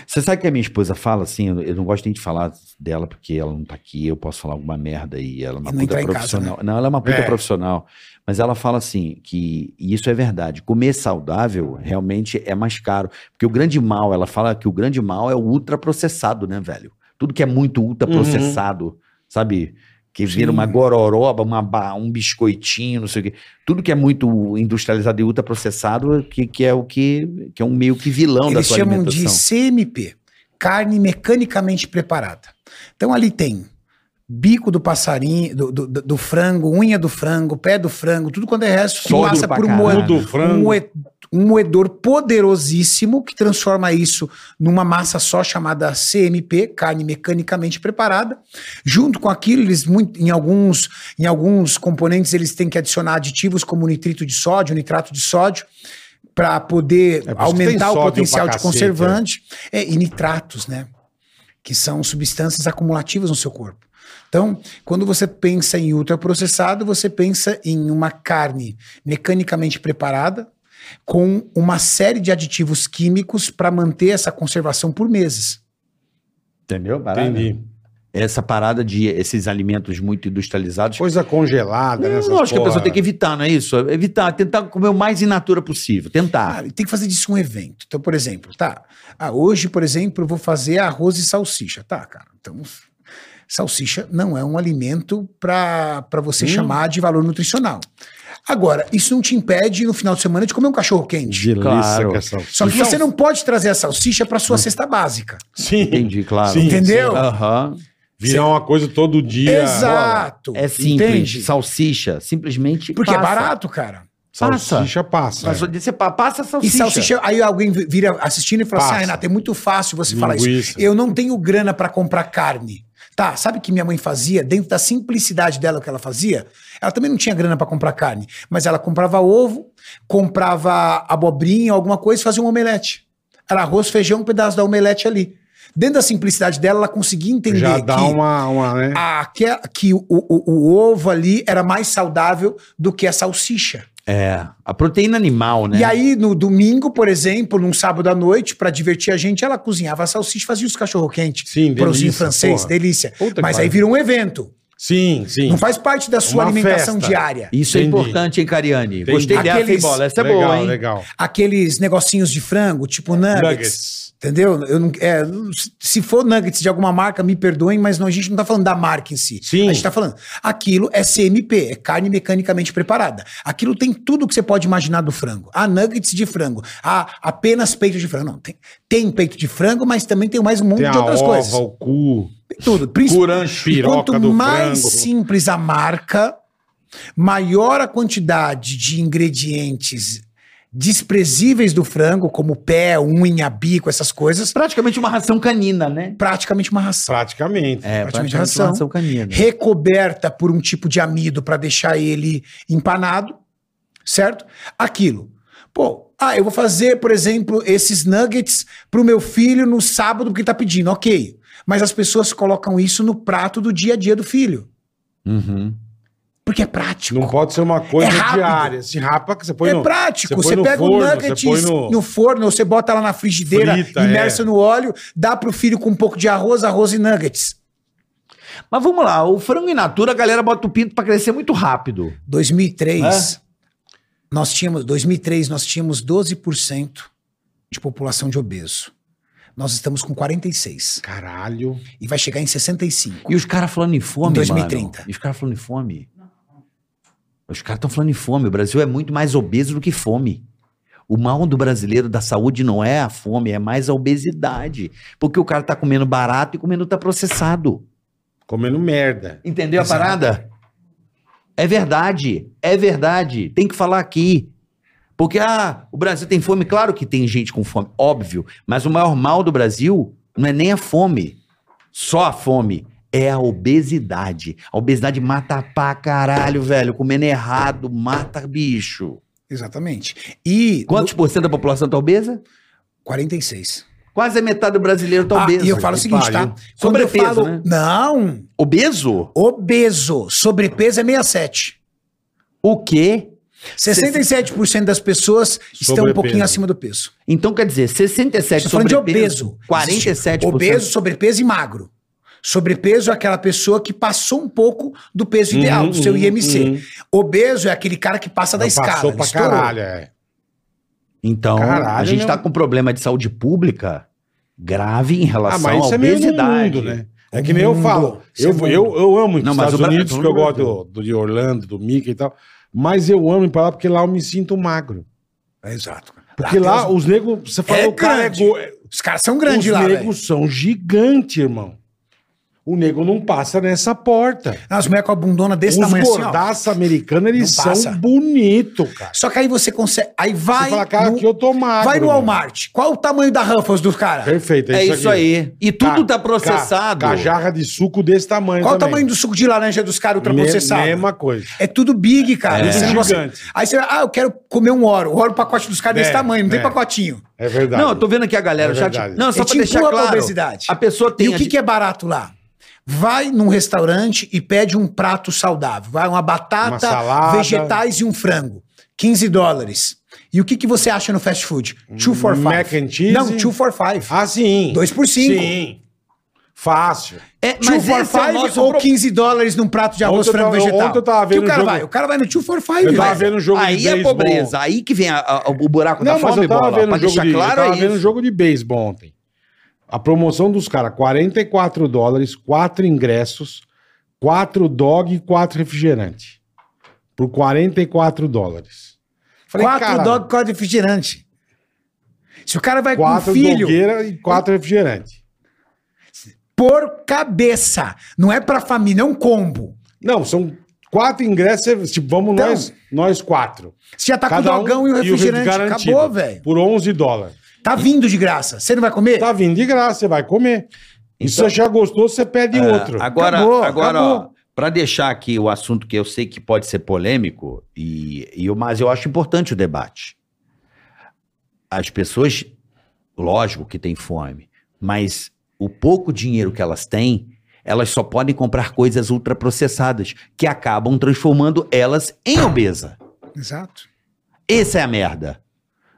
Você sabe que a minha esposa fala assim, eu- eu não gosto nem de falar dela porque ela não tá aqui, eu posso falar alguma merda e ela é uma
E não
puta
entrar em casa, né?
profissional. Não, ela é uma puta
É.
profissional, mas ela fala assim que e isso é verdade. Comer saudável realmente é mais caro, porque o grande mal, ela fala que o grande mal é o ultraprocessado, né, velho? Tudo que é muito ultraprocessado, sabe? Que vira uma gororoba, uma ba- um biscoitinho, não sei o quê. Tudo que é muito industrializado e ultraprocessado, que, que é o que, que é um meio que vilão da
Eles
sua
chamam
alimentação.
de CMP, carne mecanicamente preparada. Então ali tem bico do passarinho, do, do- do- do frango, unha do frango, pé do frango, tudo quanto é resto,
Todo
passa
pra
por um,
caralho.
moe-
Ah,
Tudo frango.
um moe- um moedor poderosíssimo que transforma isso numa massa só chamada CMP, carne mecanicamente preparada. Junto com aquilo, eles muito- em alguns em alguns componentes eles têm que adicionar aditivos como nitrito de sódio, nitrato de sódio para
É, por
poder
isso que tem
aumentar o
sódio
potencial
pra
de
cacete,
conservante É, e nitratos, né? Que são substâncias acumulativas no seu corpo. Então, quando você pensa em ultraprocessado, você pensa em uma carne mecanicamente preparada com uma série de aditivos químicos para manter essa conservação por meses.
Entendeu? Parada?
Entendi.
né?
Essa parada de esses alimentos muito industrializados.
Coisa congelada, né?
Não,
essas
Hum, eu acho que a
porra.
pessoa tem que evitar, não é isso? Evitar, tentar comer o mais in natura possível. Tentar.
Cara, tem que fazer disso um evento. Então, por exemplo, tá. Ah, hoje, por exemplo, eu vou fazer arroz e salsicha. Tá, cara. Então, salsicha não é um alimento para
Hum.
você chamar de valor nutricional. Agora, isso não te impede, no final de semana, de comer um cachorro quente.
Delícia
Claro.
que é essa-
Só que
Então- Hum.
você não pode trazer a salsicha para sua cesta básica.
Sim.
Ah, Entendi, claro.
Sim,
Entendeu?
sim.
Aham.
Virar uma coisa todo dia.
Exato.
É simples.
Entende?
Salsicha, simplesmente.
Porque é
passa.
barato, cara.
Salsicha passa.
Mas
é.
eu disse, pá, passa a
E
salsicha.
salsicha, aí alguém vira assistindo e fala
Passa.
assim: ah, Renato, é muito fácil você falar isso.
Linguiça.
Eu não tenho grana pra comprar carne. Tá, sabe o que minha mãe fazia? Dentro da simplicidade dela, o que ela fazia? Ela também não tinha grana pra comprar carne, mas ela comprava ovo, comprava abobrinha, alguma coisa e fazia um omelete. Era arroz, feijão, um pedaço da omelete ali. Dentro da simplicidade dela, ela conseguia entender
Já dá uma, uma, né?
a- que, que o, o- o ovo ali era mais saudável do que a salsicha.
É, a proteína animal, né?
E aí, no domingo, por exemplo, num sábado à noite, pra divertir a gente, ela cozinhava a salsicha e fazia os cachorro-quente.
Sim,
Pãozinho
delícia,
francês,
porra.
delícia.
Puta que
Mas aí
pariu.
virou um evento.
Sim, sim.
Não faz parte da sua
Uma
alimentação
festa.
diária.
Isso
Entendi.
é importante, hein, Cariane?
Entendi.
Gostei dessa, hein,
Aqueles-
bola? Essa é
legal,
boa, hein?
legal.
Aqueles negocinhos de frango, tipo nuggets.
Nuggets.
Entendeu? Eu não, é, se for nuggets de alguma marca, me perdoem, mas não, a gente não tá falando da marca em si.
Sim.
A gente tá falando. Aquilo é CMP, é carne mecanicamente preparada. Aquilo tem tudo que você pode imaginar do frango. Há nuggets de frango. Há apenas peito de frango. Não, tem, tem peito de frango, mas também tem mais um monte
Tem
de
a
outras
ova,
coisas.
o cu.
Tem tudo. Princip-
Curancho,
e
piroca
quanto
do
mais
frango.
simples a marca, maior a quantidade de ingredientes desprezíveis do frango, como pé, unha, bico, essas coisas,
Praticamente uma ração canina, né?
praticamente uma ração.
Praticamente.
É,
praticamente ração.
canina.
Recoberta por um tipo de amido para deixar ele empanado, certo? Aquilo. Pô, ah, eu vou fazer, por exemplo, esses nuggets pro meu filho no sábado porque tá pedindo, ok. Mas as pessoas colocam isso no prato do dia a dia do filho.
Uhum.
Porque é prático.
Não pode ser uma coisa
É rápido.
diária. Se rapa, você põe
é
no...
prático.
você põe
Você,
no
pega o
forno,
nugget
você põe no-
no forno, você bota lá na frigideira,
Frita,
imersa
é.
no óleo, dá pro filho com um pouco de arroz, arroz e nuggets.
Mas vamos lá, o frango in natura, a galera bota o pinto pra crescer muito rápido.
2003, nós tínhamos 2003 nós tínhamos 12% de população de obeso. Nós estamos com 46
Caralho.
e vai chegar em 65.
E os caras falando em fome,
Em 2030.
mano. E os caras falando em fome. Os caras estão falando em fome. O Brasil é muito mais obeso do que fome. O mal do brasileiro da saúde não é a fome, é mais a obesidade. Porque o cara tá comendo barato e comendo tá processado.
Comendo merda.
Entendeu
Exato.
a parada? É verdade, é verdade. Tem que falar aqui. Porque ah, o Brasil tem fome, claro que tem gente com fome, óbvio. Mas o maior mal do Brasil não é nem a fome, só a fome. É a obesidade. A obesidade mata pra caralho, velho. Comendo errado, mata bicho.
Exatamente. E
Quantos por cento da população tá obesa?
46.
Quase a metade do brasileiro tá
Ah,
obeso.
e eu falo o
Que
seguinte,
pariu.
tá? Quando eu
Sobrepeso,
falo,
né?
não,
Obeso?
obeso, sobrepeso é 67.
O quê?
67% das pessoas estão um
Sobrepeso.
pouquinho acima do peso.
Então quer dizer, 67
Estou tá falando de
É sobrepeso,
obeso.
47
Obeso, sobrepeso e magro. Sobrepeso é aquela pessoa que passou um pouco do
Hum,
peso ideal,
Uhum,
do seu
uhum,
IMC.
uhum.
Obeso é aquele cara que passa da
Não
escala.
Passou
ele
pra
estourou.
caralho, é.
Então,
Caralho,
a gente
né?
está com problema de saúde pública grave em
Ah,
relação à
mas isso é meio do
obesidade.
mundo, né? É que nem eu
Mundo.
falo.
Isso
Eu,
é mundo.
eu, eu amo ir para
Não,
os
mas
Estados
o Brasil-
Unidos, porque eu gosto do, do- de Orlando, do Mickey e tal. Mas eu amo ir pra lá porque lá eu me sinto magro.
É, Exato.
Porque
tem
lá
os,
os negros. Você fala,
É
o cara é
grande.
go- é-
os caras são grandes
os
lá, velho.
negros são gigantes, irmão. O nego não passa nessa porta.
As mulheres com a bundona desse
Os
tamanho assim, ó.
gordaços americanos, eles
Não passa.
são bonitos, cara.
Só que aí você consegue. Aí vai.
Você fala, cara,
no-
aqui eu tô magro.
vai no
meu.
Walmart. Qual o tamanho da Ruffles dos caras?
Perfeito,
É isso
aqui.
aí. E tudo
Ca-
tá processado.
ca- ca- jarra de suco desse tamanho
Qual o
também.
tamanho do suco tá de laranja dos caras
Me-
ultraprocessado?
Mesma coisa.
É tudo big, cara.
É.
Você não consegue-
Gigante.
Aí você vai, ah, eu quero comer um oro. O oro pacote dos caras é
É,
desse tamanho, não tem
é.
pacotinho.
É verdade.
Não, eu tô vendo aqui a galera.
É
o chat.
verdade.
Não, só pra
Ele te
deixar
empurra pra
claro.
obesidade.
A pessoa tem.
E o que, que é barato lá? Vai num restaurante e pede um prato saudável. Vai uma
Uma
batata,
salada.
vegetais e um frango. 15 dólares. E o que, que você acha no fast food? 2 for 5.
Mac and cheese?
Não, 2 for 5.
Ah, sim.
2 por 5.
Sim. Fácil.
É,
2
mas
for
esse é o
5
nosso
ou
pro-
15 dólares num prato de arroz,
Ontem eu
frango
tava-
vegetal.
ontem eu tava vendo
que o cara
o jogo-
vai? O cara vai no 2 for 5.
Eu tava
velho.
vendo um jogo
aí
de
é
beisebol.
pobreza, aí que vem a- a- o buraco
Não,
da
mas
fome,
eu tava
bola.
vendo
Pra
um jogo
deixar
de, eu
claro
tava
é
vendo um
isso.
jogo de beisebol ontem. A promoção dos caras, 44 dólares, 4 ingressos, 4 dog e 4 refrigerante. Por 44 dólares. Falei,
quatro
cara,
dog, quatro refrigerante. Se o cara
É
vai com
quatro
um filho
dogueira e 4 refrigerante.
por cabeça, não é pra família, é um combo.
Não, são quatro ingressos, é, tipo, vamos
Então,
nós, nós quatro.
Você já tá
Cada
com o
um
dogão e o
e o
refrigerante.
garantido.
Acabou, velho.
Por 11 dólares.
Tá vindo de graça. Você não vai comer?
Tá vindo de graça, você vai comer. e se
Então-
você já gostou, você pede outro.
É, Agora,
Acabou,
agora
acabou.
ó, pra deixar aqui o assunto que eu sei que pode ser polêmico, e, e eu- mas eu acho importante o debate. As pessoas, lógico que têm fome, mas o pouco dinheiro que elas têm, elas só podem comprar coisas ultraprocessadas, que acabam transformando elas em obesa.
Exato.
Essa é a merda.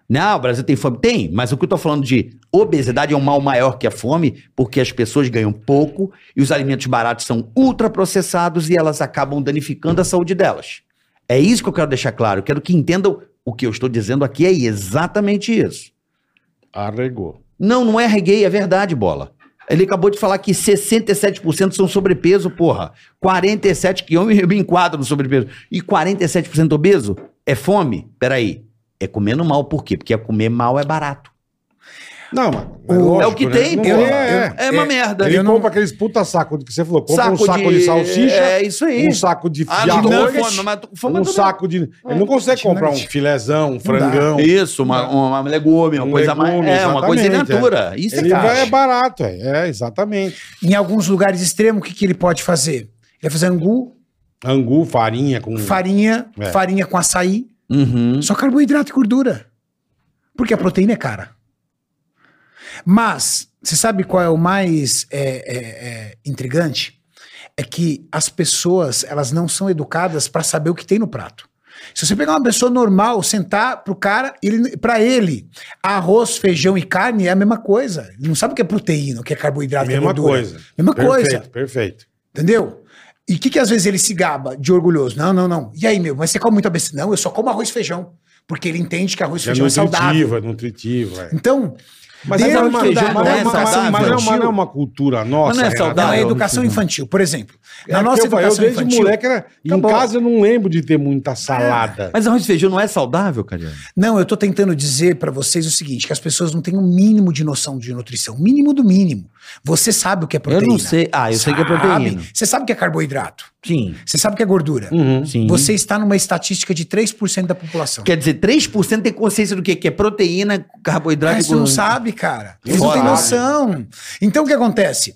Não, o Brasil tem fome. Tem, mas o que eu tô falando de obesidade é um mal maior que a fome, porque as pessoas ganham pouco e os alimentos baratos são ultraprocessados e elas acabam danificando a saúde delas. É isso que eu quero deixar claro. Eu quero que entendam o que eu estou dizendo aqui é exatamente isso.
Arregou.
Não, não é reggae, é verdade, bola. Ele acabou de falar que 67% são sobrepeso, porra. 47% que eu me eu me enquadro no sobrepeso. E 47% obeso é fome? Peraí. É comendo mal, por quê? Porque comer mal é barato.
Não, mas, mas
O-
lógico,
é o que
né?
tem,
Não
porra.
é, é.
É, uma merda.
Ele
Eu não-
compra aqueles puta saco que você falou. Compra um saco de, salsicha,
É isso aí.
um saco de,
ah,
de
não tô com
arroz,
fome, mas tô com fome. é
um
mas tô
saco de... Ele não consegue comprar um
nugget.
filézão, um
dá.
frangão.
bem. Isso, uma, uma, uma legume, uma
Um
coisa
legume,
mais. É, uma
exatamente,
coisa in
é.
natura. Isso
Ele
é caro.
vai- é barato, é. é, exatamente.
Em alguns lugares extremos, o que, que ele pode fazer? Ele vai fazer angu,
Angu, farinha com...
farinha,
É.
farinha com açaí,
Uhum.
só carboidrato e gordura. Porque a proteína é cara. Mas, você sabe qual é o mais é, é, é, intrigante? É que as pessoas, elas não são educadas pra saber o que tem no prato. Se você pegar uma pessoa normal, sentar pro cara, ele, para ele, arroz, feijão e carne é a mesma coisa. Ele não sabe o que é proteína, o que é carboidrato, o que é
Mesma
gordura.
coisa.
Mesma coisa.
Perfeito, perfeito.
Entendeu? E o que, que às vezes ele se gaba de orgulhoso? Não, não, não. E aí, meu, mas você come muita besteira? Não, eu só como arroz e feijão. Porque ele entende que arroz e
É
feijão é saudável.
nutritivo, é nutritivo, é.
Então,
Mas
dentro
é
arroz
uma,
e
da,
feijão não
da
é
educação
saudável.
mas não é uma-
infantil.
não é uma cultura nossa.
Mas não é
Renato.
Não, é
saudável.
educação infantil. Por exemplo,
É
na
que
nossa
eu, falei, eu
educação
desde
infantil.
moleque era... em
Acabou.
casa eu não lembro de ter muita salada.
Mas arroz e feijão não é saudável, cara?
Não, eu tô tentando dizer pra vocês o seguinte: que as pessoas não têm o mínimo de noção de nutrição. Mínimo do mínimo. Você sabe o que é
Eu
proteína.
não sei. Ah, eu sei que é proteína.
Sabe? Você sabe o que é carboidrato.
Sim.
Você sabe o que é gordura.
Uhum.
Sim.
Você está numa estatística de 3% da população.
Quer dizer, 3% tem consciência do quê? Que é proteína, carboidrato
Cara,
e
isso não
gordura.
sabe, cara. Eles não
Fora.
têm noção. Então, o que acontece?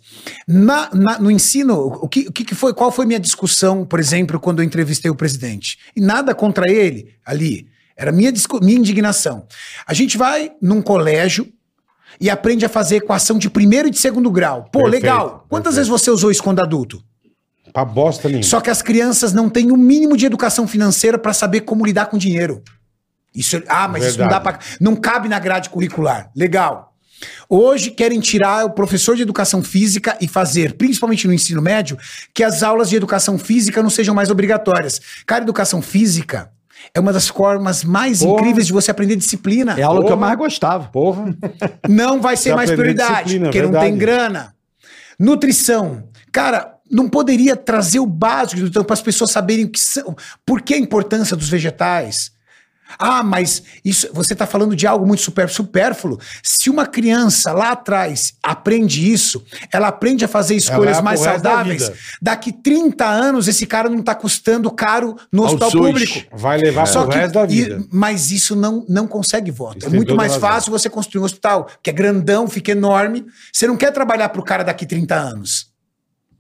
Na- na- no ensino, o que, o que que foi? Qual foi minha discussão, por exemplo, quando eu entrevistei o presidente? E nada contra ele ali. Era minha, discu- minha indignação. A gente vai num colégio e aprende a fazer equação de primeiro e de segundo grau. Pô,
Perfeito,
legal.
perfeito.
Quantas vezes você usou isso quando adulto?
Pra bosta nenhuma.
Só que as crianças não têm o mínimo de educação financeira para saber como lidar com dinheiro. Isso, ah, mas isso não dá
Verdade.
para, não cabe na grade curricular. Legal. Hoje querem tirar o professor de educação física e fazer, principalmente no ensino médio, que as aulas de educação física não sejam mais obrigatórias. Cara, educação física é uma das formas mais
Porra.
incríveis de você aprender disciplina.
É a aula que eu
Porra.
mais gostava.
Porra.
Não vai ser
Você
mais
aprender
prioridade,
disciplina,
porque não
verdade.
tem grana. Nutrição. Cara, não poderia trazer o básico de nutrição para as pessoas saberem o que são, por que a importância dos vegetais. Ah, mas isso você está falando de algo muito super, supérfluo. Se uma criança lá atrás aprende isso, ela aprende a fazer escolhas
pro
mais
resto da
saudáveis.
vida.
Daqui 30 anos, esse cara não está custando caro no
Aos
hospital
dois.
público.
Vai levar
Só
pro
que,
resto da
e-
vida.
mas isso não, não consegue voto.
Isso
é
tem
muito
toda
mais
razão.
fácil você construir um hospital, que é grandão, fica enorme. Você não quer trabalhar para o cara daqui 30 anos.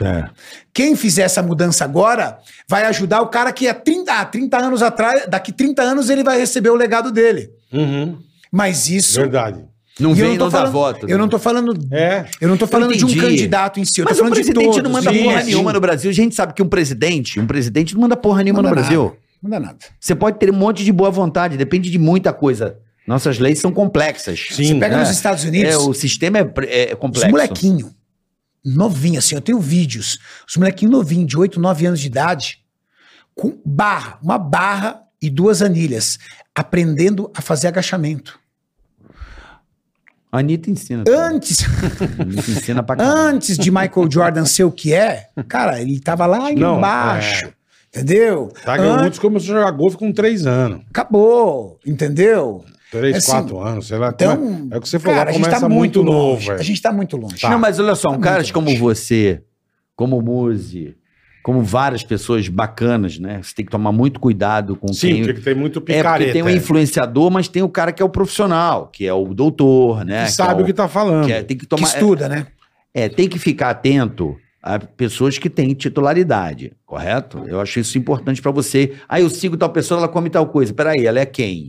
É.
Quem fizer essa mudança agora vai ajudar o cara que há 30, há 30 anos atrás, daqui 30 anos ele vai receber o legado dele.
Uhum.
Mas isso.
Verdade.
Não
E eu
vem,
tô
não, dá
falando-
voto. né?
Eu não tô falando.
É.
Eu não tô falando de um
entendi.
candidato em si. Eu
Mas
tô
o
falando
presidente
de todos.
não manda
sim,
porra
sim.
nenhuma no Brasil. A gente sabe que um presidente, um presidente não manda porra nenhuma
Não
no
manda
Brasil.
nada. Não dá nada.
Você pode ter um monte de boa vontade, depende de muita coisa. Nossas leis são complexas.
Sim. né?
Pega
É.
nos Estados Unidos.
É, o sistema é, pre- é
Os
complexo.
molequinhos, novinho, assim, eu tenho vídeos. Os molequinhos novinhos, de 8, 9 anos de idade, com barra, uma barra e duas anilhas, aprendendo a fazer agachamento.
A Anitta ensina. cara.
Antes,
A Anitta ensina pra caralho.
antes de Michael Jordan ser o que é, cara, ele tava lá
Não, é.
embaixo. Entendeu?
Tá,
An-
Muitos começou a jogar golfe com três anos.
Acabou, entendeu?
Três,
Assim,
quatro anos, sei lá.
Então,
é, é o que você falou,
cara, a gente
começa
tá
muito,
longe.
novo. é.
A gente tá muito longe.
Não, mas olha só,
Tá
um caras
muito
como
longe.
você, como Muzi, como várias pessoas bacanas, né? Você tem que tomar muito cuidado com
Sim,
quem...
porque tem muito
É,
picareta.
porque tem o
é.
influenciador, mas tem o cara que é o profissional, que é o doutor, né?
que sabe
é
o que tá falando.
que é- tem que
Que
tomar...
estuda, né?
É, tem que ficar atento a pessoas que têm titularidade, correto? Eu acho isso importante pra você. Ah, eu sigo tal pessoa, ela come tal coisa. Peraí, ela é quem?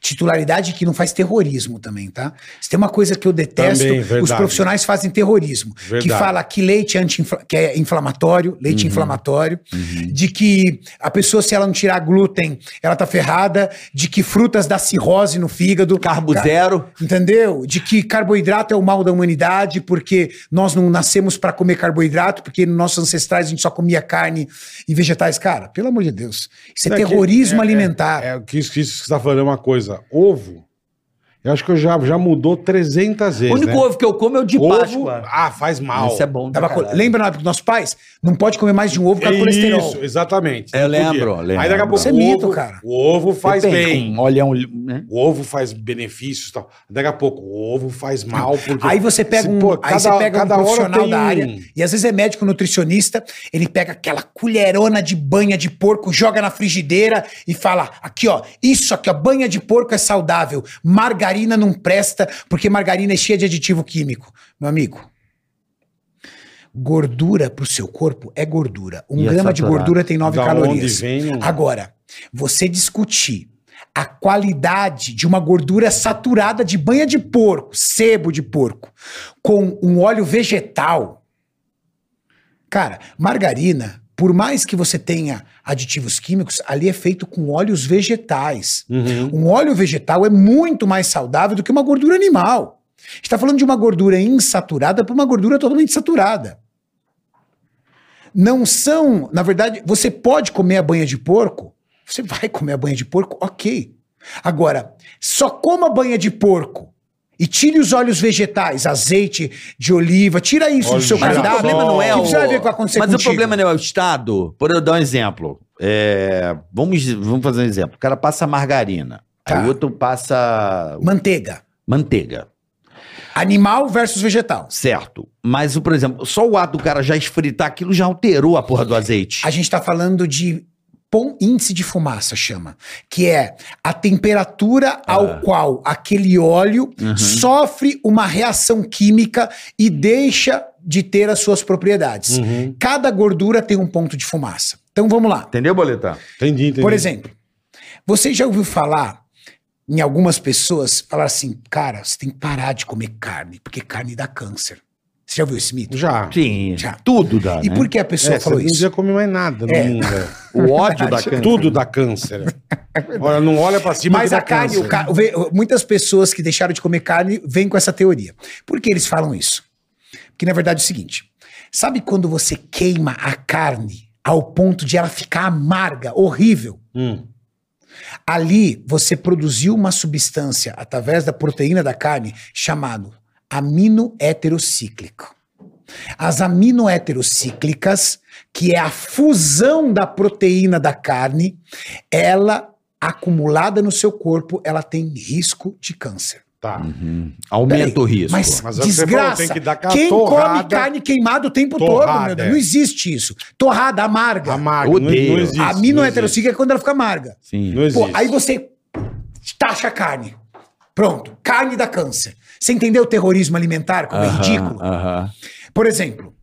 Titularidade que não faz terrorismo também, tá? Se tem uma coisa que eu detesto,
Também, verdade.
os profissionais fazem terrorismo.
Verdade. Uhum.
Que fala que leite é, anti-infla- que é inflamatório, leite inflamatório, de que a pessoa, se ela não tirar glúten, ela tá ferrada, de que frutas dá cirrose no fígado.
Carbo
Ca-
zero.
Entendeu? De que carboidrato é o mal da humanidade, porque nós não nascemos pra comer carboidrato, porque nossos ancestrais a gente só comia carne e vegetais. Cara, pelo amor de Deus. Isso é,
que-
terrorismo
é-
alimentar.
É, é, que isso, que isso que você tá falando é uma coisa. Ovo, eu acho que eu já, já mudou 300 vezes.
o único
né?
ovo que eu como é o de
ovo.
Páscoa.
Ah, faz mal.
Isso é bom. pra
Tava co-
caralho.
Lembra na época dos nossos pais? Não pode comer mais de um ovo por
É
causa do colesterol.
isso, exatamente. Não
Eu
podia.
lembro,
Aí
lembro.
daqui a pouco
Isso é
o
mito,
ovo-
cara.
O ovo faz
Depende,
bem.
com Olhão, né?
O ovo faz benefícios e tal. Daqui a pouco, o ovo faz mal. Porque
Aí você pega
Se,
um,
pô,
aí você pega um
cada hora
profissional
tem
da
um-
área, e às vezes é médico nutricionista, ele pega aquela colherona de banha de porco, joga na frigideira e fala: aqui ó, isso aqui ó, banha de porco é saudável, margarina não presta, porque margarina é cheia de aditivo químico. Meu amigo, gordura pro seu corpo é gordura. Um
E é
grama de
saturado.
gordura tem 9
Da onde
calorias.
vem, um- não-
Agora, você discutir a qualidade de uma gordura saturada de banha de porco, sebo de porco, com um óleo vegetal. Cara, margarina, por mais que você tenha aditivos químicos, ali é feito com óleos vegetais.
Uhum.
Um óleo vegetal é muito mais saudável do que uma gordura animal. A gente está falando de uma gordura insaturada para uma gordura totalmente saturada. Não são, na verdade, você pode comer a banha de porco, você vai comer a banha de porco, ok. Agora, só coma a banha de porco e tire os óleos vegetais, azeite de oliva, tira isso
Óleo
do seu
de
Mas o
cardápio.
girassol.
problema não é
o
o...
que você vai ver que vai acontecer
Mas o
contigo?
problema não é o Estado. Por eu dar um exemplo. É, Vamos, vamos fazer um exemplo. O cara passa margarina.
Tá.
Aí o outro passa
Manteiga.
manteiga.
Animal versus vegetal.
Certo. Mas, por exemplo, só o ato do cara já esfritar aquilo já alterou a porra do azeite.
A gente tá falando de pon- índice de fumaça, chama. Que é a temperatura
Ah.
ao qual aquele óleo
Uhum.
sofre uma reação química e deixa de ter as suas propriedades.
Uhum.
Cada gordura tem um ponto de fumaça. Então vamos lá.
Entendeu, Boletar?
Entendi, entendi.
Por exemplo, você já ouviu falar em algumas pessoas falar assim, cara, você tem que parar de comer carne, porque carne dá câncer. Você já ouviu esse mito?
Já.
Sim.
Já.
Tudo dá,
E
né?
por que a pessoa
É, você
falou
não
isso?
podia comer mais nada no
É.
mundo. é.
O ódio da câncer.
Tudo dá câncer. Olha, não olha pra cima
Mas
que dá
a carne,
câncer.
o ca- vê- muitas pessoas que deixaram de comer carne vêm com essa teoria. Por que eles falam isso? Porque na verdade é o seguinte: sabe quando você queima a carne ao ponto de ela ficar amarga, horrível?
Hum.
Ali você produziu uma substância através da proteína da carne chamado aminoheterocíclico. As aminoheterocíclicas, que é a fusão da proteína da carne, ela acumulada no seu corpo, ela tem risco de câncer.
Tá.
Aumenta o risco.
Mas,
Mas é o que você falou,
desgraça.
tem que dar aquela
Quem
torrada-
come carne queimada o tempo todo,
Torrada,
meu Deus.
é.
Não existe isso. Torrada, amarga.
Amargo.
Eu
não-
odeio.
Não existe.
a amino
existe.
heterocíclica é quando ela fica amarga.
Sim.
Não
Pô,
existe.
aí você taxa a carne. Pronto. Carne dá câncer. Você entendeu o terrorismo alimentar como é ridículo?
Aham.
Por exemplo,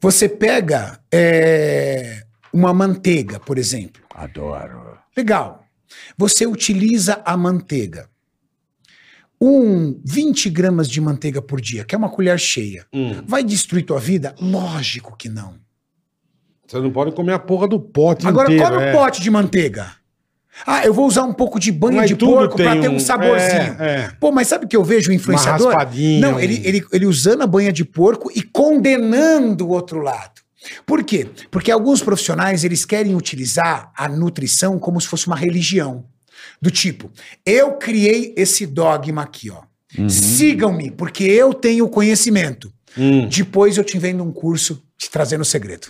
você pega é, uma manteiga, por exemplo.
Adoro.
Legal. Você utiliza a manteiga. Um 20 gramas de manteiga por dia, que é uma colher cheia.
Hum,
Vai destruir tua vida? Lógico que não.
Você não pode comer a porra do pote
Agora,
inteiro.
come
é.
um pote de manteiga. Ah, eu vou usar um pouco de banho
Mas
de
tudo
porco pra
tem
ter um
um-
saborzinho.
é, é.
Pô, mas sabe o que eu vejo o influenciador?
raspadinha,
Não,
um-
ele, ele, ele usando a banha de porco e condenando o outro lado. Por quê? Porque alguns profissionais, eles querem utilizar a nutrição como se fosse uma religião. Do tipo, eu criei esse dogma aqui, ó.
Uhum.
Sigam-me, porque eu tenho conhecimento.
Hum.
Depois eu te vendo um curso te trazendo o segredo.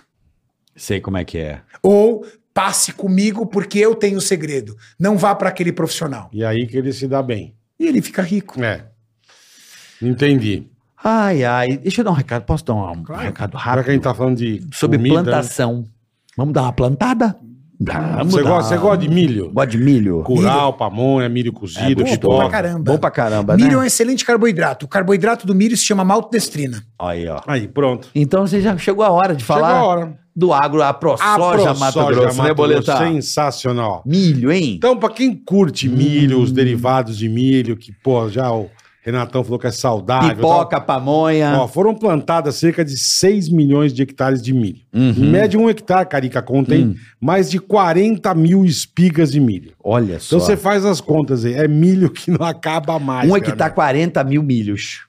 Sei como é que é.
Ou passe comigo porque eu tenho o segredo. Não vá para aquele profissional.
E aí que ele se dá bem.
E ele fica rico.
É. Entendi.
Ai, ai. Deixa eu dar um recado. Posso dar um
Claro.
recado
Pra
rápido?
quem tá falando de
Sobre
comida,
plantação. Vamos dar uma plantada? Vamos
Você
dar.
gosta, você gosta de milho?
Gosto de milho?
Curau, pamonha, milho cozido,
bom
pipoca.
É pra caramba.
Bom pra caramba,
milho é um
né?
excelente carboidrato. O carboidrato do milho se chama maltodestrina.
Aí, ó.
Aí, pronto.
Então você já chegou a hora de falar
Chegou a hora.
do agro, a ProSoja Mato Grosso, né, Boletar?
Sensacional.
Milho, hein?
Então, pra quem curte
Hum.
milho, os derivados de milho, que, pô, já o Renatão falou que é saudável.
Pipoca, né?
tal.
pamonha.
Ó, foram plantadas cerca de 6 milhões de hectares de milho.
Uhum.
Em média, um hectare, Carica, contém
Hum.
mais de 40 mil espigas de milho.
Olha
Então
só.
você faz as contas aí. É milho que não acaba mais.
um
né,
hectare, 40 mil milhos.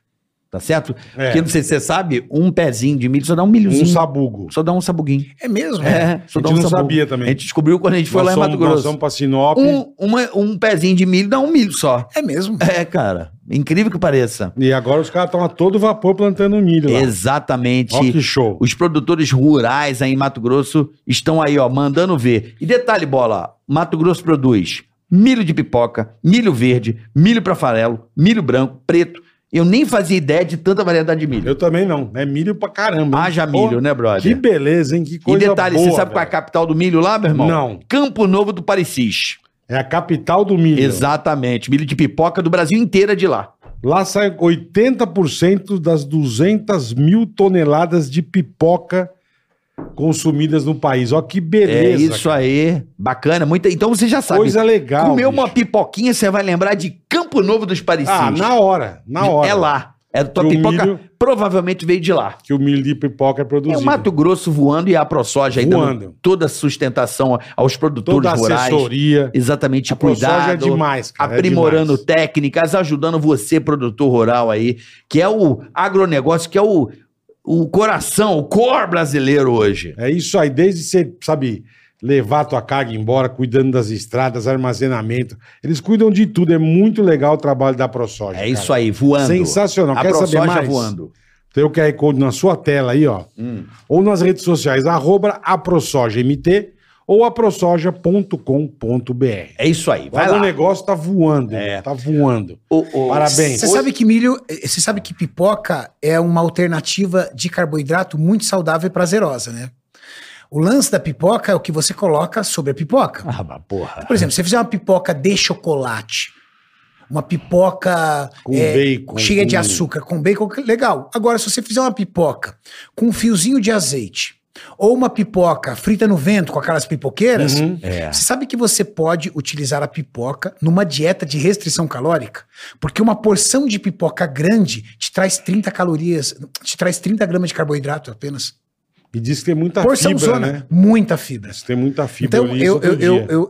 Tá certo?
É.
Porque não sei se você sabe, um pezinho de milho só dá um
amigo? Um
milhozinho.
sabugo.
Só dá um sabuguinho.
É mesmo?
É,
A
só
gente
dá um
não
sabugo.
sabia também.
A gente descobriu quando a gente foi lá em Mato
Nós
Grosso.
somos pra Sinop.
Um, uma- um pezinho de milho dá um milho só.
É mesmo.
É, cara. Incrível que pareça.
E agora os caras estão a todo vapor plantando milho lá.
Exatamente.
Ó que show.
Os produtores rurais aí em Mato Grosso estão aí, ó, mandando ver. E detalhe, bola, Mato Grosso produz milho de pipoca, milho verde, milho para farelo, milho branco, preto. Eu nem fazia ideia de tanta variedade de milho.
Eu também não. É milho pra caramba. hein?
Haja milho,
Pô,
né,
Que
brother?
beleza, hein? Que
E
coisa
detalhe,
boa,
você sabe qual é a
velho.
capital do milho lá, meu irmão?
Não.
Campo Novo do Parecis.
É a capital do milho.
Exatamente. Milho de pipoca do Brasil inteiro é de lá.
Lá sai 80% das 200 mil toneladas de pipoca consumidas no país. Ó que beleza.
é isso aí. Bacana. Muita... Então você já sabe.
Coisa legal.
Comeu
bicho.
uma pipoquinha, você vai lembrar de Campo Novo dos Parecis.
Ah, na hora. Na hora.
É lá. É tua
Que o
pipoca
milho-
provavelmente veio de lá.
Que o milho de pipoca é
É
produzido.
o Mato Grosso voando e a ProSoja aí dando
Voando.
toda a sustentação aos produtores
Toda a
rurais.
assessoria.
Exatamente,
A ProSoja
cuidado.
é demais, cara, é
Aprimorando
demais.
técnicas, ajudando você, produtor rural aí, que é o agronegócio, que é o, o coração, o core brasileiro hoje.
É isso aí, desde você, sabe, levar tua carga embora, cuidando das estradas, armazenamento. Eles cuidam de tudo, é muito legal o trabalho da ProSoja.
É isso aí, voando.
Sensacional.
A
Quer saber
ProSoja
mais?
voando.
Tem o QR Code na sua tela aí, ó.
Hum.
Ou nas redes sociais, arroba aprosojamt ou aprosoja.com.br.
É isso aí, vai
O
lá.
negócio tá voando,
É.
tá voando.
Ô, ô,
Parabéns.
Você sabe que milho, eh, você sabe que pipoca é uma alternativa de carboidrato muito saudável e prazerosa, né? O lance da pipoca é o que você coloca sobre a pipoca.
Ah, mas porra.
Por exemplo, se você fizer uma pipoca de chocolate, uma pipoca
Com
eh,
bacon,
cheia de
com-
açúcar com bacon, que legal. Agora, se você fizer uma pipoca com um fiozinho de azeite ou uma pipoca frita no vento com aquelas pipoqueiras,
Uhum.
É.
Você sabe que você pode utilizar a pipoca numa dieta de restrição calórica? Porque uma porção de pipoca grande te traz 30 calorias, te traz 30 gramas de carboidrato apenas.
E diz que tem muita
porção
fibra,
zona,
né?
muita fibra.
Diz que tem muita fibra.
Então,
li isso
eu,
outro
eu, eu,
dia.
eu, eu,